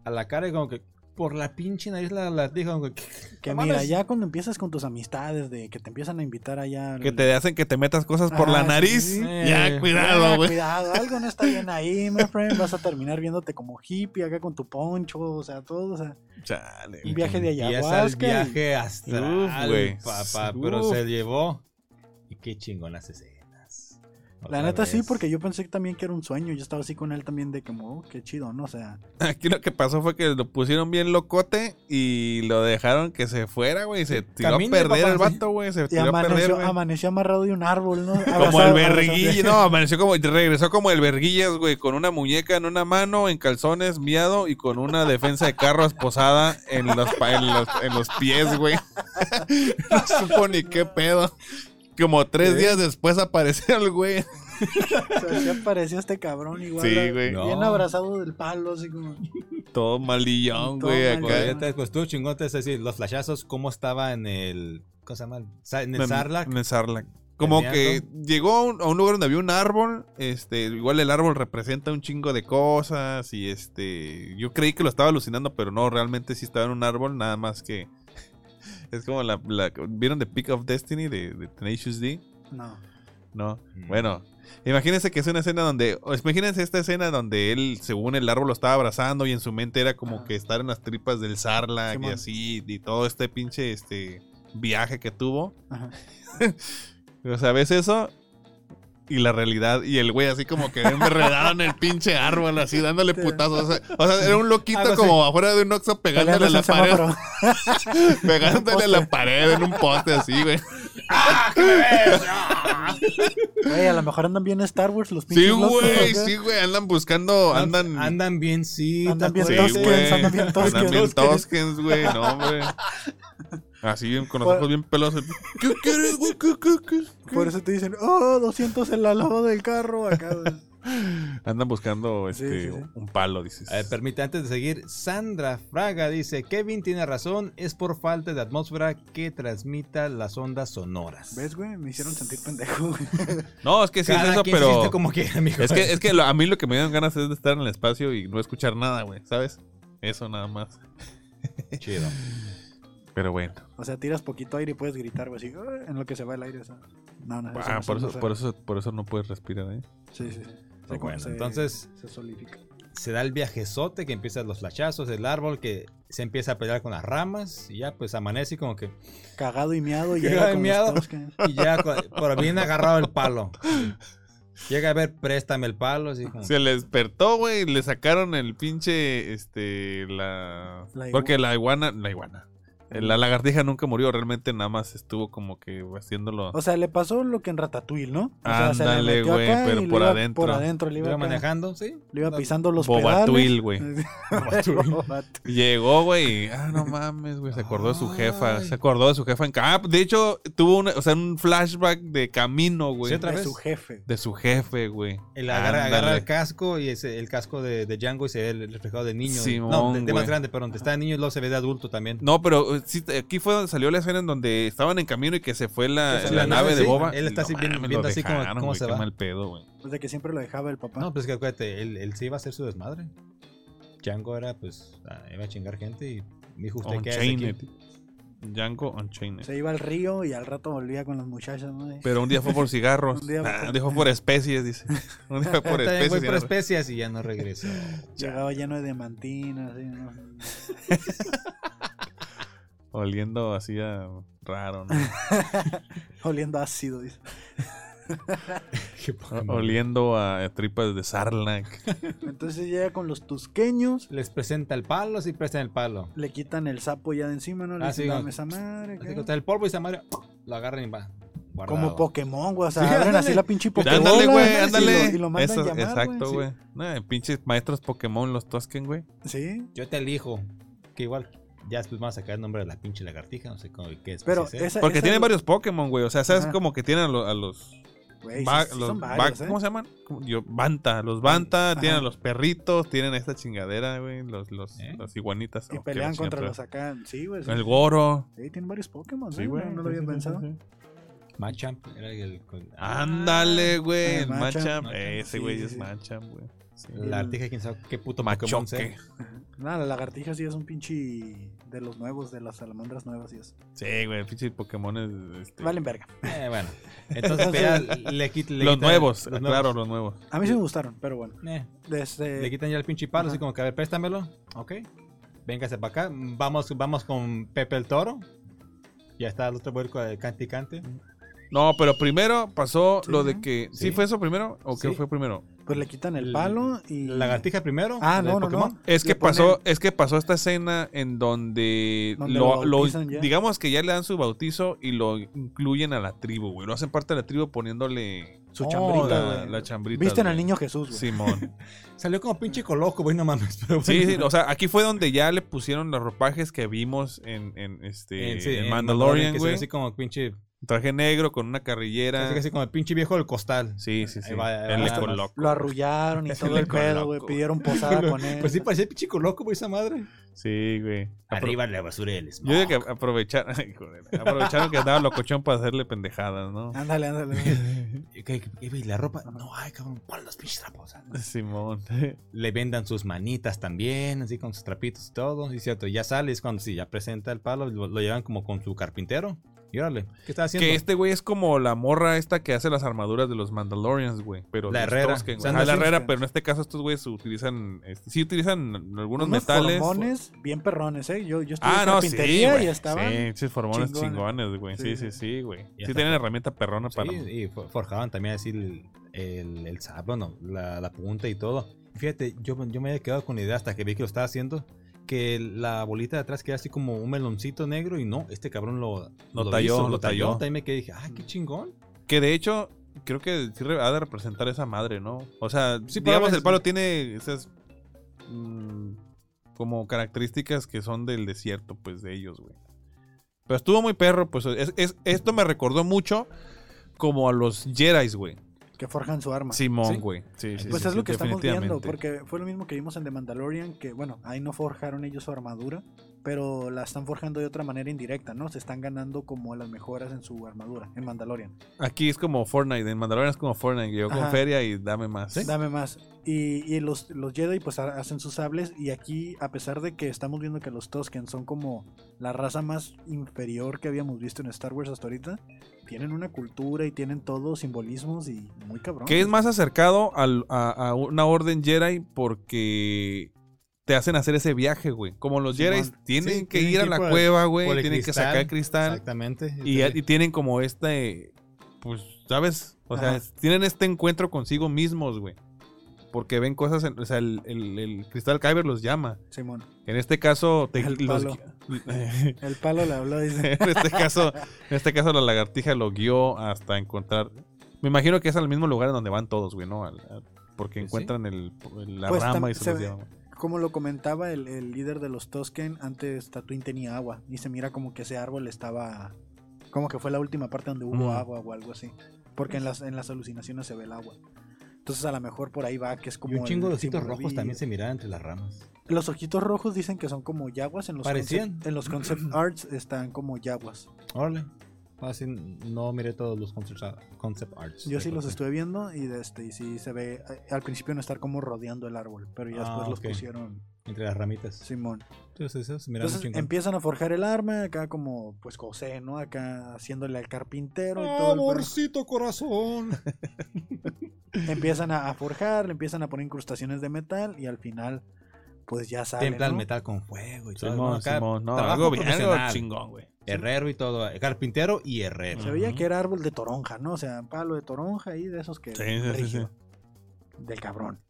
Speaker 2: a la cara y como que por la pinche nariz la lagartija. Como que,
Speaker 1: que
Speaker 2: "No
Speaker 1: mira,
Speaker 2: mames".
Speaker 1: ya cuando empiezas con tus amistades, de que te empiezan a invitar allá. al-
Speaker 3: Que te hacen que te metas cosas por
Speaker 1: Ah,
Speaker 3: la
Speaker 1: sí.
Speaker 3: nariz. Ya,
Speaker 2: Eh,
Speaker 1: Ah,
Speaker 3: cuidado, güey.
Speaker 1: cuidado, algo no está bien ahí, my friend. Vas a terminar viéndote como hippie acá con tu poncho, o sea, todo, o sea,
Speaker 3: Chale.
Speaker 1: un viaje de
Speaker 2: empieza el
Speaker 1: ayahuasca y-
Speaker 2: viaje astral,
Speaker 3: Uf, güey.
Speaker 2: papá, pero se
Speaker 3: Uf.
Speaker 2: llevó. Y qué chingonas escenas. Otra
Speaker 1: la neta sí,
Speaker 2: vez.
Speaker 1: porque yo pensé también que era un sueño. Yo estaba así con él también de como, oh, qué chido, ¿no? O sea,
Speaker 3: [LAUGHS] Aquí lo que pasó fue que lo pusieron bien locote y lo dejaron que se fuera, güey. Se tiró
Speaker 2: Camine,
Speaker 3: a perder
Speaker 2: papá,
Speaker 3: el
Speaker 2: sí.
Speaker 3: vato, güey. Se
Speaker 1: y
Speaker 3: tiró a perder,
Speaker 1: amaneció,
Speaker 3: güey.
Speaker 1: amaneció amarrado de un árbol, ¿no?
Speaker 3: [LAUGHS] Como
Speaker 1: Abrazado-
Speaker 3: el verguillo, no, amaneció como, regresó como el verguillas, güey, con una muñeca en una mano, en calzones, miado y con una defensa de carro esposada en los, pa- en los, en los pies, güey. [LAUGHS] No supo ni qué pedo. Como tres días después apareció el güey.
Speaker 1: abrazado. [LAUGHS] O sea, sí apareció este cabrón igual.
Speaker 3: Sí,
Speaker 1: a-
Speaker 3: güey.
Speaker 1: Bien
Speaker 2: No.
Speaker 1: abrazado del palo, así como.
Speaker 3: Todo malillón,
Speaker 1: Todo
Speaker 3: güey,
Speaker 2: Pues,
Speaker 1: malillón.
Speaker 3: acá.
Speaker 2: ya te- pues tú chingón, te es decir, los flashazos, cómo estaba en el. ¿Cómo se llama? Sa- En el
Speaker 3: Me-
Speaker 2: Sarlacc.
Speaker 3: me Sarlacc. Como que
Speaker 2: Peleando.
Speaker 3: llegó a un, a un lugar donde había un árbol, este, igual el árbol representa un chingo de cosas y este, yo creí que lo estaba alucinando, pero no, realmente sí estaba en un árbol, nada más que [LAUGHS] es como la, la- vieron de Peak of Destiny de, de Tenacious D,
Speaker 1: No.
Speaker 3: no,
Speaker 2: Mm.
Speaker 3: bueno, imagínense que es una escena donde, o imagínense esta escena donde él, según el árbol, lo estaba abrazando y en su mente era como
Speaker 1: Ajá.
Speaker 3: que estar en las tripas del Sarlacc y
Speaker 1: Simón.
Speaker 3: así y todo este pinche este viaje que tuvo.
Speaker 1: Ajá.
Speaker 3: O sea, ves eso y la realidad. Y el güey así como que enredado en el pinche árbol, así dándole putazos. O sea, o sea, era un
Speaker 2: Algo
Speaker 3: loquito
Speaker 2: así.
Speaker 3: como afuera de un oxo pegándole a
Speaker 1: Peleándose
Speaker 3: la
Speaker 1: en
Speaker 3: pared.
Speaker 1: semáforo.
Speaker 3: [LAUGHS] Pegándole a
Speaker 1: poste.
Speaker 3: la pared en un poste así,
Speaker 1: [LAUGHS]
Speaker 3: güey.
Speaker 1: [LAUGHS] Güey, a lo mejor andan bien Star Wars los pinches.
Speaker 3: Sí,
Speaker 1: locos,
Speaker 3: güey,
Speaker 1: acá.
Speaker 3: sí, güey. Andan buscando, andan.
Speaker 2: andan bien, sí.
Speaker 1: Andan bien
Speaker 3: Sí,
Speaker 2: tacos.
Speaker 1: toscos,
Speaker 3: güey.
Speaker 1: andan bien
Speaker 3: Andan
Speaker 1: toscos.
Speaker 3: bien tosquens, güey. No, hombre. Así, bien, con los
Speaker 1: Por-
Speaker 3: ojos bien pelosos. ¿Qué quieres, güey? ¿Qué, qué, qué?
Speaker 1: Por eso te dicen, oh, 200 en la lava del carro acá. güey.
Speaker 3: Andan buscando este,
Speaker 1: sí, sí.
Speaker 3: un palo, dices.
Speaker 2: A ver, permite, antes de seguir, Sandra Fraga dice: Kevin tiene razón, es por falta de atmósfera que transmita las ondas sonoras.
Speaker 1: ¿Ves, güey? Me hicieron sentir pendejo. güey.
Speaker 3: no, es que sí es
Speaker 2: Cada
Speaker 3: eso,
Speaker 2: quien se
Speaker 3: pero.
Speaker 2: siente como quiera, [LAUGHS] mijo.
Speaker 3: [LAUGHS] Es que, es que lo- a mí lo que me dan ganas es de estar en el espacio y no escuchar nada, güey, ¿sabes? Eso nada más.
Speaker 2: chido.
Speaker 3: Pero bueno.
Speaker 1: O sea, tiras poquito aire y puedes gritar, güey, así, "Ah", en lo que se va el aire. o sea. No, no,
Speaker 3: Ah,
Speaker 1: no
Speaker 3: por,
Speaker 1: no
Speaker 3: eso,
Speaker 1: se-
Speaker 3: por, eso, por eso no puedes respirar, ¿eh?
Speaker 1: Sí, sí, sí.
Speaker 2: Pues
Speaker 1: Sí, como
Speaker 2: bueno,
Speaker 1: se-
Speaker 2: entonces
Speaker 1: Se solidifica.
Speaker 2: se da el viajezote que empiezan los flashazos, el árbol que se empieza a pelear con las ramas y ya pues amanece y como que.
Speaker 1: Cagado y miado.
Speaker 2: Cagado
Speaker 1: llega
Speaker 2: y
Speaker 1: con los
Speaker 2: miado.
Speaker 1: toscas.
Speaker 2: Y ya, cu- pero bien agarrado el palo. Llega a ver, préstame el palo. Así como,
Speaker 3: Se le despertó, güey, y le sacaron el pinche, este, la...
Speaker 1: La igua-
Speaker 3: Porque la iguana, la iguana. Eh, La lagartija nunca murió, realmente nada más estuvo como que haciéndolo...
Speaker 1: O sea, le pasó lo que en Ratatouille, ¿no? O sea, se le
Speaker 3: Ándale,
Speaker 1: metió
Speaker 3: güey,
Speaker 1: acá y
Speaker 3: pero
Speaker 1: le
Speaker 3: por
Speaker 1: iba-
Speaker 3: adentro.
Speaker 1: Por adentro le iba,
Speaker 2: iba
Speaker 1: acá-
Speaker 2: manejando, sí.
Speaker 1: le iba pisando los
Speaker 3: Bobatuil,
Speaker 1: pedales. [LAUGHS]
Speaker 3: güey.
Speaker 1: Bobatuil.
Speaker 3: Llegó, güey. Ah, no mames, güey. Se acordó de su jefa.
Speaker 2: Ay.
Speaker 3: Se acordó de su jefa en... ca- Ah, de hecho, tuvo una- o sea, un flashback de camino, güey.
Speaker 2: Sí, otra
Speaker 1: De
Speaker 2: vez.
Speaker 1: su jefe.
Speaker 3: De su jefe, güey.
Speaker 2: El agarra,
Speaker 3: Ándale.
Speaker 2: agarra el casco y ese- el casco de, de Django y se ve el reflejado de niño.
Speaker 3: Simón,
Speaker 2: no, de, de
Speaker 3: güey.
Speaker 2: más grande, perdón. Está de niño y luego se ve de adulto también.
Speaker 3: No, pero eh, sí, aquí fue donde salió la escena en donde estaban en camino y que se fue la,
Speaker 2: Que se
Speaker 3: la
Speaker 2: fue,
Speaker 3: nave de
Speaker 2: sí.
Speaker 3: Boba.
Speaker 2: Él está así
Speaker 3: No
Speaker 2: viendo-
Speaker 3: mames,
Speaker 2: viendo
Speaker 3: lo
Speaker 2: así como-
Speaker 3: dejaron,
Speaker 2: cómo
Speaker 3: güey,
Speaker 2: se
Speaker 3: qué
Speaker 2: va.
Speaker 3: mal pedo, güey.
Speaker 1: O sea, que siempre lo dejaba el papá.
Speaker 2: No, pues que acuérdate, él, él sí iba a hacer su desmadre. Django era, pues, ah, iba a chingar gente y me dijo usted que
Speaker 3: Unchained. Django Unchained.
Speaker 1: Se iba al río y al rato volvía con las muchachas, ¿no? Y-
Speaker 3: Pero un día fue
Speaker 1: [LAUGHS]
Speaker 3: por cigarros.
Speaker 1: Un día fue
Speaker 3: Ah,
Speaker 1: por-
Speaker 3: un día fue por
Speaker 1: [LAUGHS]
Speaker 3: especies, dice. Un día fue por especies.
Speaker 2: Ah, Voy
Speaker 3: y
Speaker 2: por
Speaker 3: ahora-
Speaker 2: especias y ya no
Speaker 3: [LAUGHS]
Speaker 2: regresó.
Speaker 1: Llegaba lleno de mantinas, así, ¿no? [LAUGHS]
Speaker 3: Oliendo así a raro, [LAUGHS] ¿no?
Speaker 1: oliendo ácido. dice.
Speaker 2: Qué poca madre.
Speaker 3: Oliendo a tripas de Sarlacc.
Speaker 1: Entonces llega con los tusqueños,
Speaker 2: Les presenta el palo, sí prestan el palo.
Speaker 1: le quitan el sapo ya de encima, ¿no? Le
Speaker 2: Ah,
Speaker 1: dicen,
Speaker 2: sí,
Speaker 1: dame
Speaker 2: no.
Speaker 1: esa madre. ¿qué?
Speaker 2: Así que está el polvo y se amarga, lo agarran y va.
Speaker 1: Como
Speaker 2: guardado.
Speaker 1: Pokémon, güey. O sea,
Speaker 2: Sí,
Speaker 1: abren
Speaker 2: ándale.
Speaker 1: así la pinche Pokémon.
Speaker 3: Ándale, güey, ándale.
Speaker 1: Y lo, mandan
Speaker 3: Eso,
Speaker 1: llamar, güey.
Speaker 3: exacto, güey. Nah, pinches maestros Pokémon los tosquen, güey.
Speaker 1: Sí.
Speaker 2: Yo te elijo. Que igual, ya después vamos a sacar el nombre de la pinche lagartija, no sé cómo, qué es.
Speaker 1: Pero esa,
Speaker 3: Porque
Speaker 1: esa
Speaker 3: tienen
Speaker 1: es-
Speaker 3: varios Pokémon, güey. O sea, sabes
Speaker 1: Ajá.
Speaker 3: como que tienen a, lo- a los.
Speaker 1: Güey,
Speaker 3: Va-
Speaker 1: sí- sí
Speaker 3: los
Speaker 1: son
Speaker 3: va-
Speaker 1: varios, ¿eh?
Speaker 3: ¿Cómo se llaman? ¿Cómo? Yo, Banta, los Banta,
Speaker 1: Ajá.
Speaker 3: tienen a los perritos, tienen esta chingadera, güey, los, los,
Speaker 2: ¿Eh?
Speaker 3: las iguanitas.
Speaker 1: Y
Speaker 3: oh, qué
Speaker 1: pelean
Speaker 3: la chingada
Speaker 1: contra
Speaker 3: fea.
Speaker 1: los acá. Sí, güey. Sí,
Speaker 3: El Goro.
Speaker 1: Sí, tienen varios Pokémon.
Speaker 3: Sí,
Speaker 1: ¿eh?
Speaker 3: güey.
Speaker 1: No, no lo había
Speaker 3: sí, sí,
Speaker 1: pensado.
Speaker 3: sí, sí.
Speaker 2: Machamp era el. con-
Speaker 3: Ándale, güey.
Speaker 1: Ah,
Speaker 3: El
Speaker 1: Machamp.
Speaker 3: Machamp.
Speaker 2: Machamp,
Speaker 3: Ese
Speaker 1: sí,
Speaker 3: güey
Speaker 1: sí,
Speaker 3: es
Speaker 1: sí.
Speaker 3: Machamp, güey. Sí.
Speaker 2: ah, La artija, quién sabe qué puto Pokémon sea.
Speaker 3: Machoque.
Speaker 1: Nada, la lagartija sí es un pinche de los nuevos, de las salamandras nuevas y eso.
Speaker 3: Sí, güey. Pinche Pokémon. Este...
Speaker 1: Valen verga.
Speaker 2: Eh, bueno.
Speaker 1: [LAUGHS]
Speaker 2: Entonces, pues, ya le, quit- le
Speaker 3: los
Speaker 2: quitan-
Speaker 3: nuevos,
Speaker 2: los
Speaker 3: claro, los nuevos.
Speaker 1: A mí sí me gustaron, pero bueno.
Speaker 2: Eh,
Speaker 1: Desde...
Speaker 2: le quitan ya el pinche palo,
Speaker 1: Ajá.
Speaker 2: así como que a ver, préstamelo. Ok. Véngase para acá. Vamos, vamos con Pepe el Toro. Ya está el otro vuelco de cante y cante.
Speaker 1: Mm.
Speaker 3: No, pero primero pasó
Speaker 1: Sí,
Speaker 3: lo de
Speaker 1: ¿no?
Speaker 3: que. ¿Sí,
Speaker 2: Sí.
Speaker 3: fue eso primero? ¿O qué
Speaker 2: Sí.
Speaker 3: fue primero?
Speaker 1: Pues le quitan el
Speaker 2: La-
Speaker 1: palo y.
Speaker 2: La lagartija primero.
Speaker 1: Ah,
Speaker 2: del
Speaker 1: no, no,
Speaker 2: Pokémon.
Speaker 1: no.
Speaker 3: Es
Speaker 1: Le
Speaker 3: que
Speaker 1: ponen-
Speaker 3: pasó, es que pasó esta escena en donde,
Speaker 1: Donde
Speaker 3: lo,
Speaker 1: lo
Speaker 3: lo-
Speaker 1: bautizan ya.
Speaker 3: digamos que ya le dan su bautizo y lo incluyen a la tribu, güey. Lo hacen parte de la tribu poniéndole
Speaker 1: Su
Speaker 3: Oh,
Speaker 1: chambrita,
Speaker 3: la,
Speaker 1: güey.
Speaker 3: la chambrita.
Speaker 1: Visten al
Speaker 3: güey.
Speaker 1: niño Jesús, güey.
Speaker 3: Simón.
Speaker 1: [LAUGHS]
Speaker 2: Salió como pinche coloco, güey, no mames. [LAUGHS] Pero bueno.
Speaker 3: Sí, sí, o sea, aquí fue donde ya le pusieron los ropajes que vimos en, en este
Speaker 2: En- sí,
Speaker 3: en
Speaker 2: Eh, en
Speaker 3: Mandalorian,
Speaker 2: que se ve
Speaker 3: güey.
Speaker 2: así como pinche.
Speaker 3: Traje negro con una carrillera.
Speaker 2: Así, así como el pinche viejo del costal.
Speaker 3: Sí, sí, sí.
Speaker 2: Ahí va, ahí
Speaker 3: El
Speaker 2: va.
Speaker 3: ecoloco.
Speaker 1: Lo
Speaker 3: [LAUGHS]
Speaker 1: arrullaron y
Speaker 3: Ese
Speaker 1: todo el
Speaker 3: loco,
Speaker 1: pedo, güey.
Speaker 3: loco.
Speaker 1: Pidieron posada
Speaker 3: [LAUGHS]
Speaker 1: con él.
Speaker 2: Pues sí, parecía pinche coloco, güey, esa madre.
Speaker 3: Sí, güey. Apro-
Speaker 2: la basura del
Speaker 3: Yo digo que [LAUGHS] aprovechar, Ay, joder, aprovecharon que andaba locochón para hacerle pendejadas, ¿no?
Speaker 1: Ándale,
Speaker 3: [LAUGHS]
Speaker 1: ándale.
Speaker 2: Y la ropa, no, ay, cabrón, pon los pinches trapos.
Speaker 1: Ah.
Speaker 3: Simón.
Speaker 2: Le vendan sus manitas también, así con sus trapitos y todo. Y cierto, ya sales cuando sí, ya presenta el palo, lo, lo llevan como con su carpintero. Y órale, ¿qué está haciendo?
Speaker 3: Que este güey es como la morra esta que hace las armaduras de los Mandalorians, güey. Pero
Speaker 2: La
Speaker 3: los
Speaker 2: herrera.
Speaker 3: Tusken, güey.
Speaker 2: Sandra
Speaker 3: Ajá, la
Speaker 1: Tusken.
Speaker 3: herrera, pero en este caso estos güeyes utilizan, este, sí utilizan algunos
Speaker 1: Unos
Speaker 3: metales.
Speaker 1: formones bien perrones, ¿eh? Yo, yo estuve
Speaker 3: Ah,
Speaker 1: en
Speaker 3: no, sí,
Speaker 1: carpintería
Speaker 3: güey.
Speaker 1: y estaban.
Speaker 3: Sí, sí, formones
Speaker 1: chingones.
Speaker 3: chingones, güey. Sí,
Speaker 1: Sí,
Speaker 3: sí,
Speaker 1: sí.
Speaker 3: sí, güey.
Speaker 2: Y
Speaker 3: Sí
Speaker 2: hasta-
Speaker 3: tienen herramienta perrona para...
Speaker 2: Sí, y fo- forjaban también así el, el, el sable, ¿no? la, la punta y todo. Fíjate, yo, yo me había quedado con la idea hasta que vi que lo estaba haciendo, que la bolita de atrás queda así como un meloncito negro y no, este cabrón lo,
Speaker 3: Lo talló,
Speaker 2: hizo,
Speaker 3: lo talló.
Speaker 2: También me quedé dije, ah,
Speaker 1: Mm.
Speaker 2: qué chingón.
Speaker 3: Que de hecho, creo que sí re- ha de representar esa madre, ¿no? O sea,
Speaker 2: Sí,
Speaker 3: digamos,
Speaker 2: probablemente
Speaker 3: el palo tiene esas... mm, como características que son del desierto, pues, de ellos, güey. Pero estuvo muy perro, pues, es- es- esto me recordó mucho como a los Jedi's, güey.
Speaker 1: Que forjan su arma.
Speaker 3: Simón,
Speaker 2: Sí.
Speaker 3: güey. Sí, sí,
Speaker 1: Pues
Speaker 3: sí,
Speaker 1: es
Speaker 3: sí,
Speaker 1: lo que estamos viendo,
Speaker 3: definitivamente.
Speaker 1: porque fue lo mismo que vimos en The Mandalorian, que bueno, ahí no forjaron ellos su armadura, pero la están forjando de otra manera indirecta, ¿no? Se están ganando como las mejoras en su armadura, en Mandalorian.
Speaker 3: Aquí es como Fortnite, en Mandalorian es como Fortnite, yo con
Speaker 1: Ajá.
Speaker 3: feria y dame más.
Speaker 1: Dame más. Y, y los, los Jedi pues ha- hacen sus sables y aquí, a pesar de que estamos viendo que los Tosken son como la raza más inferior que habíamos visto en Star Wars hasta ahorita, tienen una cultura y tienen todos simbolismos y muy cabrón.
Speaker 3: Que es más acercado al- a, a una orden Jedi porque te hacen hacer ese viaje, güey. Como los
Speaker 1: Simón.
Speaker 3: Jedi tienen
Speaker 2: Sí,
Speaker 3: que
Speaker 2: tienen
Speaker 3: ir
Speaker 2: que
Speaker 3: a
Speaker 2: ir
Speaker 3: la
Speaker 2: por el-
Speaker 3: cueva,
Speaker 2: por
Speaker 3: güey.
Speaker 2: el
Speaker 3: Tienen que sacar el cristal.
Speaker 2: Exactamente.
Speaker 3: Y,
Speaker 2: Entonces,
Speaker 3: y tienen como este, pues, ¿sabes? O sea,
Speaker 1: Ajá.
Speaker 3: es- tienen este encuentro consigo mismos, güey. Porque ven cosas, en- o sea, el, el- el cristal Kyber los llama.
Speaker 1: Simón,
Speaker 3: En este caso, te-
Speaker 1: El
Speaker 3: los- [LAUGHS] eh,
Speaker 1: palo. el palo le habló y dice...
Speaker 3: en este caso, en este caso la lagartija lo guió hasta encontrar. Me imagino que es al mismo lugar en donde van todos, güey, ¿no? Al- al- porque
Speaker 2: Sí.
Speaker 3: encuentran el, el- la
Speaker 1: Pues,
Speaker 3: rama
Speaker 1: tam-
Speaker 3: y se,
Speaker 1: se
Speaker 3: los
Speaker 1: ve-
Speaker 3: llevan. güey.
Speaker 1: Como lo comentaba el, el líder de los Tosken, antes Tatooine tenía agua y se mira como que ese árbol estaba, como que fue la última parte donde hubo
Speaker 3: Ujú.
Speaker 2: Mm.
Speaker 1: agua o algo así, porque en las, en las alucinaciones se ve el agua. Entonces a lo mejor por ahí va, que es como...
Speaker 2: y un chingo
Speaker 1: el
Speaker 2: de ositos
Speaker 1: símbolo
Speaker 2: rojos
Speaker 1: y-
Speaker 2: también se miraban entre las ramas.
Speaker 1: Los ojitos rojos dicen que son como yaguas, en los,
Speaker 2: Parecían.
Speaker 1: concept, en
Speaker 2: [CLEARS THROAT]
Speaker 1: los concept arts están como yaguas.
Speaker 2: Órale. Así Ah, no miré todos los concept, concept arts.
Speaker 1: Yo sí los
Speaker 2: Recuerdo.
Speaker 1: estuve viendo y, de este, y sí se ve, eh, al principio no estar como rodeando el árbol, pero ya
Speaker 2: Ah,
Speaker 1: después los
Speaker 2: ok.
Speaker 1: pusieron
Speaker 2: Entre las ramitas.
Speaker 1: Simón.
Speaker 2: Entonces, eso se miraba muy
Speaker 1: Entonces
Speaker 2: chingón.
Speaker 1: empiezan a forjar el arma, acá como pues José, ¿no? Acá haciéndole al carpintero
Speaker 3: Ah,
Speaker 1: y todo. el pedo.
Speaker 2: Amorcito corazón.
Speaker 1: Empiezan a, a forjar, le empiezan a poner incrustaciones de metal y al final pues ya sale,
Speaker 2: Templa el
Speaker 1: ¿no?
Speaker 2: metal con fuego y todo.
Speaker 3: [LAUGHS] Simón,
Speaker 2: ¿no? Acá,
Speaker 3: Simón, no,
Speaker 2: trabajo
Speaker 3: algo bien, algo
Speaker 2: profesional.
Speaker 3: chingón, güey.
Speaker 2: Herrero y todo. eh, Carpintero y herrero.
Speaker 1: Se veía
Speaker 3: Ujú.
Speaker 1: que era árbol de toronja, ¿no? O sea, palo de toronja y de esos que...
Speaker 3: Sí, sí, sí,
Speaker 1: rígido. Del cabrón.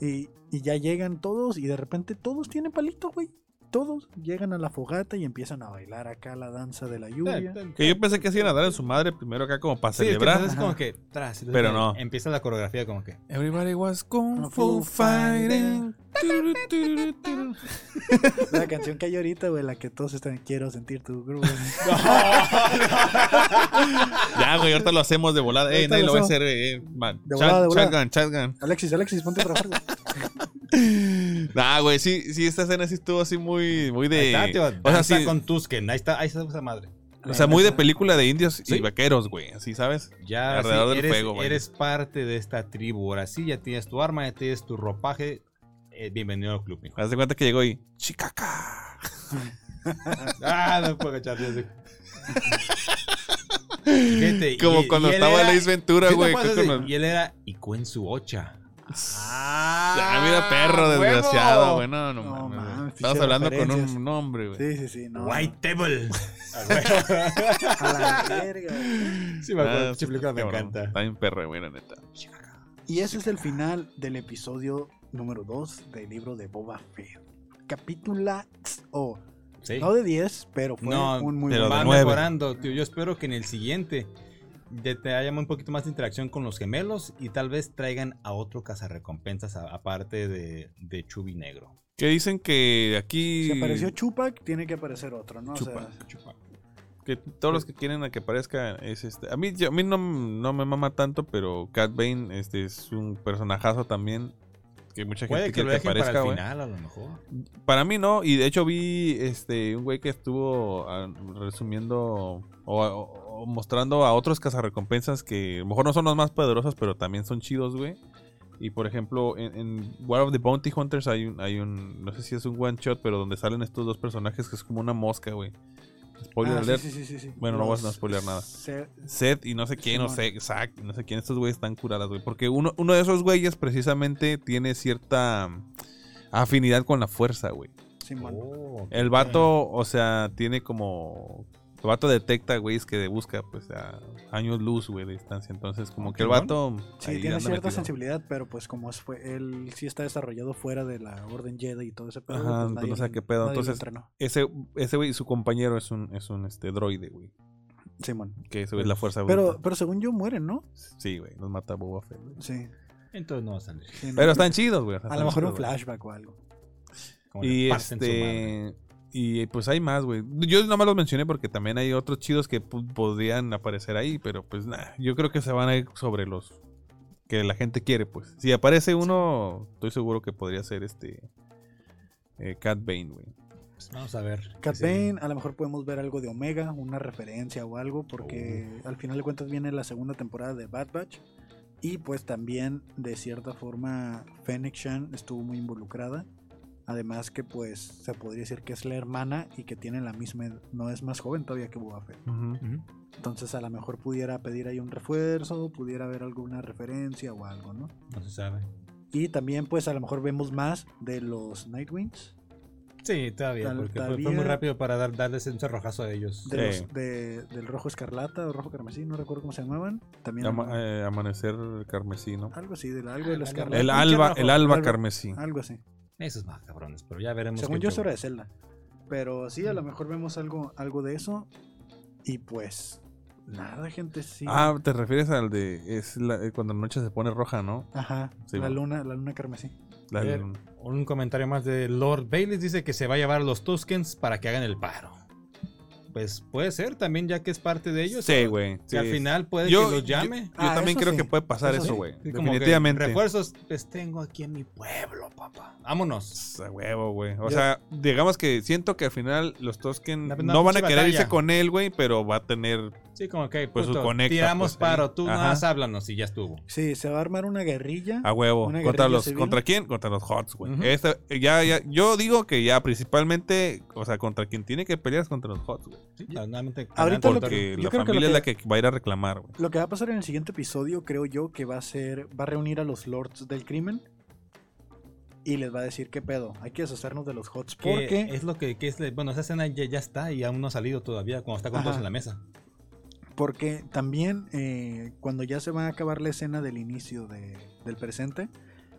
Speaker 1: Y, y ya llegan todos y de repente todos tienen palito, güey. todos llegan a la fogata y empiezan a bailar acá la danza de la lluvia.
Speaker 3: Que yo pensé que se iban a dar en su madre primero acá como para
Speaker 2: Sí, es que
Speaker 3: celebrar.
Speaker 2: entonces como que tras, entonces
Speaker 3: Pero no.
Speaker 2: Empieza la coreografía como que.
Speaker 3: Everybody was
Speaker 1: Kung
Speaker 3: kung
Speaker 1: Fu
Speaker 3: fu
Speaker 1: fighting.
Speaker 3: fighting. Turu, turu, turu.
Speaker 1: La canción que hay ahorita, güey, la que todos están, quiero sentir tu groove.
Speaker 3: Ya, güey, ahorita lo hacemos de volada. Ey,
Speaker 1: Ahorita
Speaker 3: nadie
Speaker 1: lo
Speaker 3: lo va a
Speaker 1: hacemos.
Speaker 3: hacer, eh, man.
Speaker 1: De
Speaker 3: Chat-
Speaker 1: volada, de volada.
Speaker 3: Shotgun, shotgun.
Speaker 1: Alexis, Alexis, ponte a trabajar. güey.
Speaker 3: Nah, güey, sí, sí, esta escena sí estuvo así muy, muy
Speaker 2: Ahí
Speaker 3: de.
Speaker 2: está, tío,
Speaker 3: o sea,
Speaker 2: danza
Speaker 3: sí,
Speaker 2: con Tusken. Ahí está, ahí está esa madre.
Speaker 3: [LAUGHS] o sea, muy de película de indios
Speaker 2: Sí.
Speaker 3: y vaqueros, güey. Así, ¿sabes?
Speaker 2: Ya sí,
Speaker 3: Alrededor del
Speaker 2: eres,
Speaker 3: fuego, güey.
Speaker 2: eres parte de esta tribu. Ahora sí, ya tienes tu arma, ya tienes tu ropaje. Eh, bienvenido al club,
Speaker 3: [LAUGHS]
Speaker 2: mijo.
Speaker 3: Haz de cuenta que llegó y. ¡Chicaca!
Speaker 2: ah, no puedo cachar. ya sé. Fíjate, y-
Speaker 3: Como cuando
Speaker 2: y él
Speaker 3: estaba
Speaker 2: era-
Speaker 3: Lace Ventura,
Speaker 2: ¿sí te
Speaker 3: güey.
Speaker 2: acuerdas
Speaker 3: que
Speaker 2: de-
Speaker 3: con-
Speaker 2: Y él era. Y cuen su ocha.
Speaker 3: Ah, mira, perro, desgraciado, güey. No, no,
Speaker 1: No
Speaker 3: mames.
Speaker 1: mames,
Speaker 3: güey.
Speaker 1: pinche
Speaker 3: Estamos hablando con
Speaker 1: referencias.
Speaker 3: un nombre, güey.
Speaker 1: Sí, sí, sí. No,
Speaker 2: White Table. [LAUGHS] Ah,
Speaker 1: A la verga. güey.
Speaker 2: sí, me acuerdo.
Speaker 3: Ah,
Speaker 2: pinche película me
Speaker 3: cabrón.
Speaker 2: encanta.
Speaker 3: Está bien perro, güey, la neta.
Speaker 1: Y ese es el final del episodio número 2 del libro de Boba Fett. Capítulo o
Speaker 2: Sí.
Speaker 1: no de 10, pero fue
Speaker 2: No,
Speaker 1: un muy
Speaker 3: pero
Speaker 1: buen
Speaker 3: de
Speaker 2: va
Speaker 3: nueve.
Speaker 2: mejorando, tío. Yo espero que en el siguiente de- te haya un poquito más de interacción con los gemelos y tal vez traigan a otro cazarrecompensas a- aparte de, de Chubby Negro.
Speaker 3: Que dicen que aquí.
Speaker 1: Si apareció Chupac, tiene que aparecer otro, ¿no? O sea,
Speaker 3: Chupac. Que todos los que quieren a que aparezca es este. A mí, yo- a mí no, no me mama tanto, pero Cat Bane este, es un personajazo también. Que mucha gente
Speaker 2: Puede que
Speaker 3: quiere
Speaker 2: lo
Speaker 3: que
Speaker 2: dejen para
Speaker 3: aparezca,
Speaker 2: el
Speaker 3: güey.
Speaker 2: final, a lo mejor.
Speaker 3: Para mí no, y de hecho vi este un güey que estuvo ah, resumiendo o, o- o mostrando a otros cazarrecompensas que a lo mejor no son los más poderosos, pero también son chidos, güey. Y por ejemplo, en, en War of the Bounty Hunters hay un, hay un, no sé si es un one shot, pero donde salen estos dos personajes que es como una mosca, güey. Spoiler
Speaker 1: ah, sí,
Speaker 3: alert.
Speaker 1: sí, sí, sí, sí.
Speaker 3: Bueno, no voy a
Speaker 1: Los-
Speaker 3: spoilear nada.
Speaker 1: se-
Speaker 3: Seth y no sé quién, no
Speaker 1: Simón.
Speaker 3: sé, Zack, no sé quién, estos güeyes están curadas, güey. Porque uno, uno de esos güeyes precisamente tiene cierta mm, afinidad con la fuerza, güey.
Speaker 1: Simón.
Speaker 2: Oh,
Speaker 3: El vato, o sea, tiene como. El vato detecta, güey, es que busca, pues, a años luz, güey, de distancia. Entonces, como que el vato.
Speaker 1: Sí,
Speaker 3: ahí
Speaker 1: tiene
Speaker 3: anda
Speaker 1: cierta
Speaker 3: metido.
Speaker 1: sensibilidad, pero pues como es, fue, él sí está desarrollado fuera de la Orden Jedi y todo ese pedo.
Speaker 3: Ajá,
Speaker 1: pues,
Speaker 3: entonces,
Speaker 1: nadie
Speaker 3: no sé
Speaker 1: lo-
Speaker 3: qué pedo,
Speaker 1: nadie lo
Speaker 3: entonces-
Speaker 1: entrenó.
Speaker 3: Ese, ese güey, su compañero es un, es un este, droide, güey.
Speaker 1: Simón.
Speaker 3: Que ese güey es la fuerza
Speaker 1: Pero,
Speaker 3: bruta.
Speaker 1: pero según yo mueren, ¿no?
Speaker 3: Sí, güey, nos mata Boba Fett, güey.
Speaker 1: Sí.
Speaker 2: Entonces no va a salir.
Speaker 1: sí, no.
Speaker 3: Pero están chidos, güey. o sea,
Speaker 1: A lo
Speaker 3: están
Speaker 1: mejor
Speaker 3: chidos,
Speaker 1: un
Speaker 3: güey.
Speaker 1: flashback o algo.
Speaker 2: Como
Speaker 3: Y
Speaker 2: le parten su madre.
Speaker 3: este. Y eh, pues hay más, güey. Yo nomás los mencioné porque también hay otros chidos que pu- podrían aparecer ahí, pero pues nada. Yo creo que se van a ir sobre los que la gente quiere, pues. Si aparece uno, estoy seguro que podría ser este. eh, Cat Bane, güey.
Speaker 2: Pues vamos a ver.
Speaker 1: Cat
Speaker 2: Sí.
Speaker 1: Bane, a lo mejor podemos ver algo de Omega, una referencia o algo, porque al final de cuentas viene la segunda temporada de Bad Batch. Y pues también, de cierta forma, Fennec Shan estuvo muy involucrada. Además que pues se podría decir que es la hermana y que tiene la misma ed- no es más joven todavía que Boba Fett.
Speaker 2: Ujú.
Speaker 1: Entonces a lo mejor pudiera pedir ahí un refuerzo, pudiera haber alguna referencia o algo, ¿no?
Speaker 2: No se sabe.
Speaker 1: Y también pues a lo mejor vemos más de los Nightwings.
Speaker 2: Sí, todavía,
Speaker 1: Tal-
Speaker 2: porque fue- fue,
Speaker 1: todavía-
Speaker 2: muy rápido para dar, darles un cerrojazo a ellos.
Speaker 1: de
Speaker 3: Sí.
Speaker 1: los- de- del rojo escarlata o rojo carmesí, no recuerdo cómo se llamaban. También
Speaker 3: Ama-
Speaker 1: algo-
Speaker 3: eh, amanecer carmesí, ¿no?
Speaker 1: algo así, del algo del
Speaker 2: Ah,
Speaker 1: escarlata.
Speaker 3: El
Speaker 2: pinche
Speaker 3: alba,
Speaker 2: rojo.
Speaker 3: el alba
Speaker 1: Alba. Ah,
Speaker 3: carmesí.
Speaker 1: Algo así.
Speaker 2: Esos más cabrones, pero ya veremos.
Speaker 1: Según
Speaker 2: qué
Speaker 1: yo,
Speaker 2: show.
Speaker 1: es hora de Zelda. Pero sí, a lo mejor vemos algo, algo de eso. Y pues, nada, gente, sí.
Speaker 3: Ah, te refieres al de. Es la- eh, cuando la noche se pone roja, ¿no?
Speaker 1: Ajá,
Speaker 3: sí,
Speaker 1: la
Speaker 3: bueno.
Speaker 1: luna, la luna carmesí.
Speaker 3: La
Speaker 2: Ver,
Speaker 3: luna.
Speaker 2: Un comentario más de Lord Bailey dice que se va a llevar a los Tuskens para que hagan el paro. Pues puede ser también, ya que es parte de ellos.
Speaker 3: Sí, güey.
Speaker 2: Que
Speaker 3: sí,
Speaker 2: al final puede
Speaker 3: Yo-
Speaker 2: que los llame.
Speaker 3: Yo
Speaker 1: Ah,
Speaker 3: también
Speaker 1: eso
Speaker 3: creo
Speaker 1: sí,
Speaker 3: que puede pasar
Speaker 1: eso
Speaker 3: eso,
Speaker 1: sí.
Speaker 3: güey.
Speaker 2: Y como que
Speaker 3: Definitivamente.
Speaker 2: refuerzos, pues tengo aquí en mi pueblo, papá. Vámonos.
Speaker 3: Pss, A huevo, güey.
Speaker 2: Yo-
Speaker 3: O sea, digamos que siento que al final los Tosken
Speaker 2: Una- una
Speaker 3: no van a
Speaker 2: pinche
Speaker 3: querer irse
Speaker 2: batalla.
Speaker 3: con él, güey, pero va a tener.
Speaker 2: Sí, como que
Speaker 3: Pues
Speaker 2: pues
Speaker 3: su conecta,
Speaker 2: tiramos
Speaker 3: pues, ahí.
Speaker 2: paro, tú
Speaker 3: Ajá.
Speaker 2: nada más háblanos y ya estuvo.
Speaker 1: Sí, se va a armar una guerrilla.
Speaker 3: A huevo.
Speaker 1: Una
Speaker 3: ¿Contra,
Speaker 1: guerrilla
Speaker 3: los,
Speaker 1: civil.
Speaker 3: ¿Contra quién? Contra los Hots, güey.
Speaker 2: Ujú.
Speaker 3: Esta- ya, ya, yo digo que ya principalmente, o sea, contra quien tiene que pelear es contra los Hots, güey.
Speaker 2: Sí, normalmente-
Speaker 1: Ahorita lo que-
Speaker 3: Porque
Speaker 1: yo
Speaker 3: la
Speaker 1: creo que lo
Speaker 3: familia es la que va a ir a reclamar, güey.
Speaker 1: Lo que va a pasar en el siguiente episodio, creo yo, que va a ser. Va a reunir a los lords del crimen. Y les va a decir qué pedo. Hay que deshacernos de los hots.
Speaker 2: que
Speaker 1: Porque
Speaker 2: es lo que, que es la- bueno, esa escena ya, ya está y aún no ha salido todavía cuando está con
Speaker 1: Ajá.
Speaker 2: todos en la mesa.
Speaker 1: Porque también eh, cuando ya se va a acabar la escena del inicio de- del presente,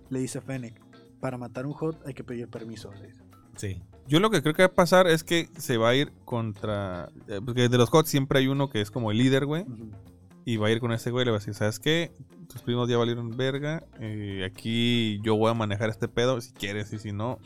Speaker 1: le dice Fennec, para matar un hot hay que pedir permiso. le dice.
Speaker 2: Sí.
Speaker 3: Yo lo que creo que va a pasar es que se va a ir contra. eh, Porque de los HOTS siempre hay uno que es como el líder, güey.
Speaker 1: Ujú.
Speaker 3: Y va a ir con ese güey y le va a decir, ¿sabes qué? Tus primos ya valieron verga. eh, aquí yo voy a manejar este pedo si quieres y si no.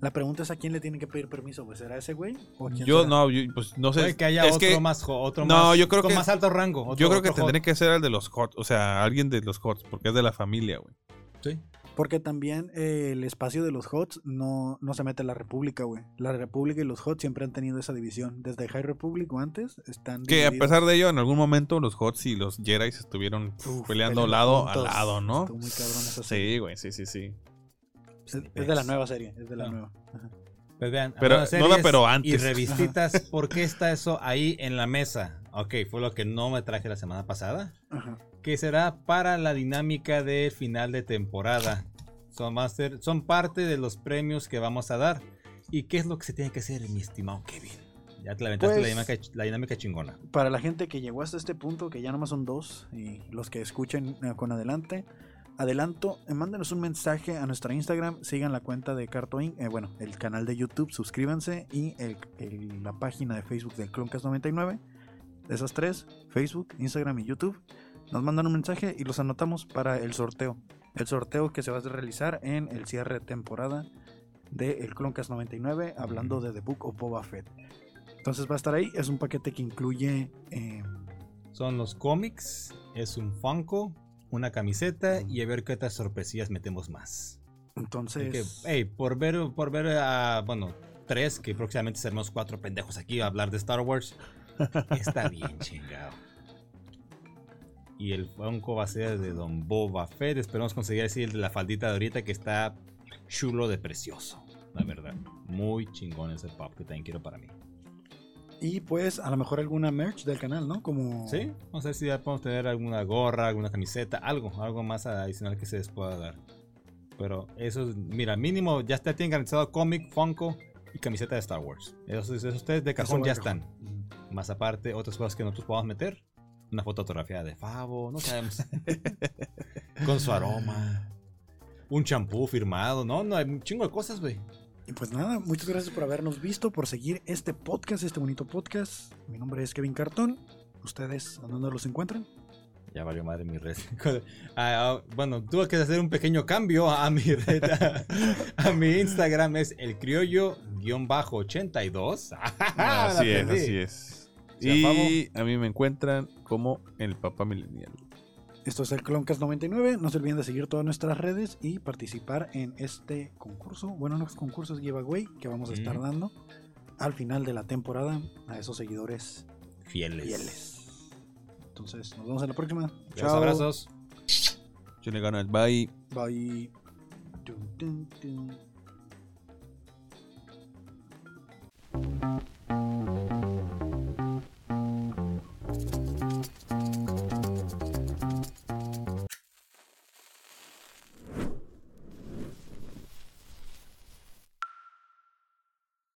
Speaker 1: La pregunta es a quién le tienen que pedir permiso, güey. ¿Será ese güey? ¿O a quién
Speaker 3: Yo
Speaker 1: será?
Speaker 3: no, yo- pues no sé.
Speaker 2: Puede que haya
Speaker 3: es
Speaker 2: otro
Speaker 3: que
Speaker 2: más jo- otro
Speaker 3: No,
Speaker 2: más-
Speaker 3: yo creo
Speaker 2: con
Speaker 3: que-
Speaker 2: más alto rango.
Speaker 3: yo
Speaker 2: otro-
Speaker 3: creo que
Speaker 2: otro
Speaker 3: tendría que ser el de los HOTS. O sea, alguien de los HOTS, porque es de la familia, güey.
Speaker 2: hot. Sí.
Speaker 1: Porque también eh, el espacio de los HOTS no, no se mete la República, güey. La República y los HOTS siempre han tenido esa división. Desde High Republic o antes están.
Speaker 3: Que a
Speaker 1: divididos.
Speaker 3: pesar de ello, en algún momento los HOTS y los Jedi se estuvieron
Speaker 1: Uf,
Speaker 3: peleando lado
Speaker 1: juntos.
Speaker 3: a lado, ¿no?
Speaker 1: Estuvo muy cabrón esa serie.
Speaker 3: Sí, güey, sí, sí, sí.
Speaker 1: Es, es de la nueva serie, es de la
Speaker 2: Ah.
Speaker 1: nueva. Ajá.
Speaker 2: Pues vean,
Speaker 3: Pero-
Speaker 2: hablando de
Speaker 3: no, no,
Speaker 2: series
Speaker 3: pero antes.
Speaker 2: Y revistitas, ¿por qué está eso ahí en la mesa? Ok, fue lo que no me traje la semana pasada.
Speaker 1: Ajá.
Speaker 2: que será para la dinámica del final de temporada. Son, master, son parte de los premios que vamos a dar. ¿Y qué es lo que se tiene que hacer, mi estimado Kevin? Ya te lamentaste
Speaker 1: Pues-
Speaker 2: la, dinámica, la dinámica chingona.
Speaker 1: Para la gente que llegó hasta este punto, que ya nomás son dos, y los que escuchen eh, con adelante, adelanto, eh, mándenos un mensaje a nuestra Instagram, sigan la cuenta de Cartoon, eh, bueno, el canal de YouTube, suscríbanse, y el- el- la página de Facebook del Cloncast99. Esas tres, Facebook, Instagram y YouTube, nos mandan un mensaje y los anotamos para el sorteo. El sorteo que se va a realizar en el cierre de temporada de el Cloncast99, hablando de The Book of Boba Fett. Entonces va a estar ahí. Es un paquete que incluye eh,
Speaker 2: Son los cómics, es un Funko, una camiseta
Speaker 3: Mm.
Speaker 2: y a ver qué otras sorpresillas metemos más. Así que,
Speaker 1: entonces.
Speaker 2: hey, por ver, por ver a, bueno, tres, que próximamente seremos cuatro pendejos aquí a hablar de Star Wars, está bien chingado. Y el banco va a ser de Don Boba Fett. Esperamos conseguir así el de la faldita de ahorita que está chulo de precioso. La verdad, muy chingón ese pop que también quiero para mí.
Speaker 1: Y pues a lo mejor alguna merch del canal, ¿no? Como.
Speaker 2: Sí, vamos a ver si ya podemos tener alguna gorra, alguna camiseta, algo, algo más adicional que se les pueda dar. Pero eso, es- mira, mínimo ya está, tienen garantizado cómic, Funko y camiseta de Star Wars. Esos, esos tres de cajón
Speaker 1: va
Speaker 2: ya
Speaker 1: de cajón.
Speaker 2: están. Más aparte, otras cosas que nosotros podamos meter. Una fotografía de Favo, no
Speaker 1: [LAUGHS]
Speaker 2: sabemos. Con su aroma. Un champú firmado, no, no, hay un chingo de cosas, güey.
Speaker 1: Y pues nada, muchas gracias por habernos visto, por seguir este podcast, este bonito podcast. Mi nombre es Kevin Cartón. Ustedes, ¿a dónde los encuentran?
Speaker 2: Ya valió madre mi red. [LAUGHS] Ah, ah, bueno, tuve que hacer un pequeño cambio a mi red. [LAUGHS] A, mi Instagram es el criollo-82. [LAUGHS] Ah, la
Speaker 3: así es,
Speaker 2: aprendí.
Speaker 3: así es.
Speaker 2: Se
Speaker 3: Y a mí me encuentran como el papá milenial.
Speaker 1: Esto es el Cloncast99. No se olviden de seguir todas nuestras redes y participar en este concurso. Bueno, unos concursos giveaway que vamos a estar
Speaker 2: Mm.
Speaker 1: dando al final de la temporada a esos seguidores
Speaker 2: Fieles.
Speaker 1: fieles. Entonces, nos vemos en la próxima.
Speaker 2: Los abrazos.
Speaker 3: Yo le gano el bye.
Speaker 1: Bye. Dun, dun, dun.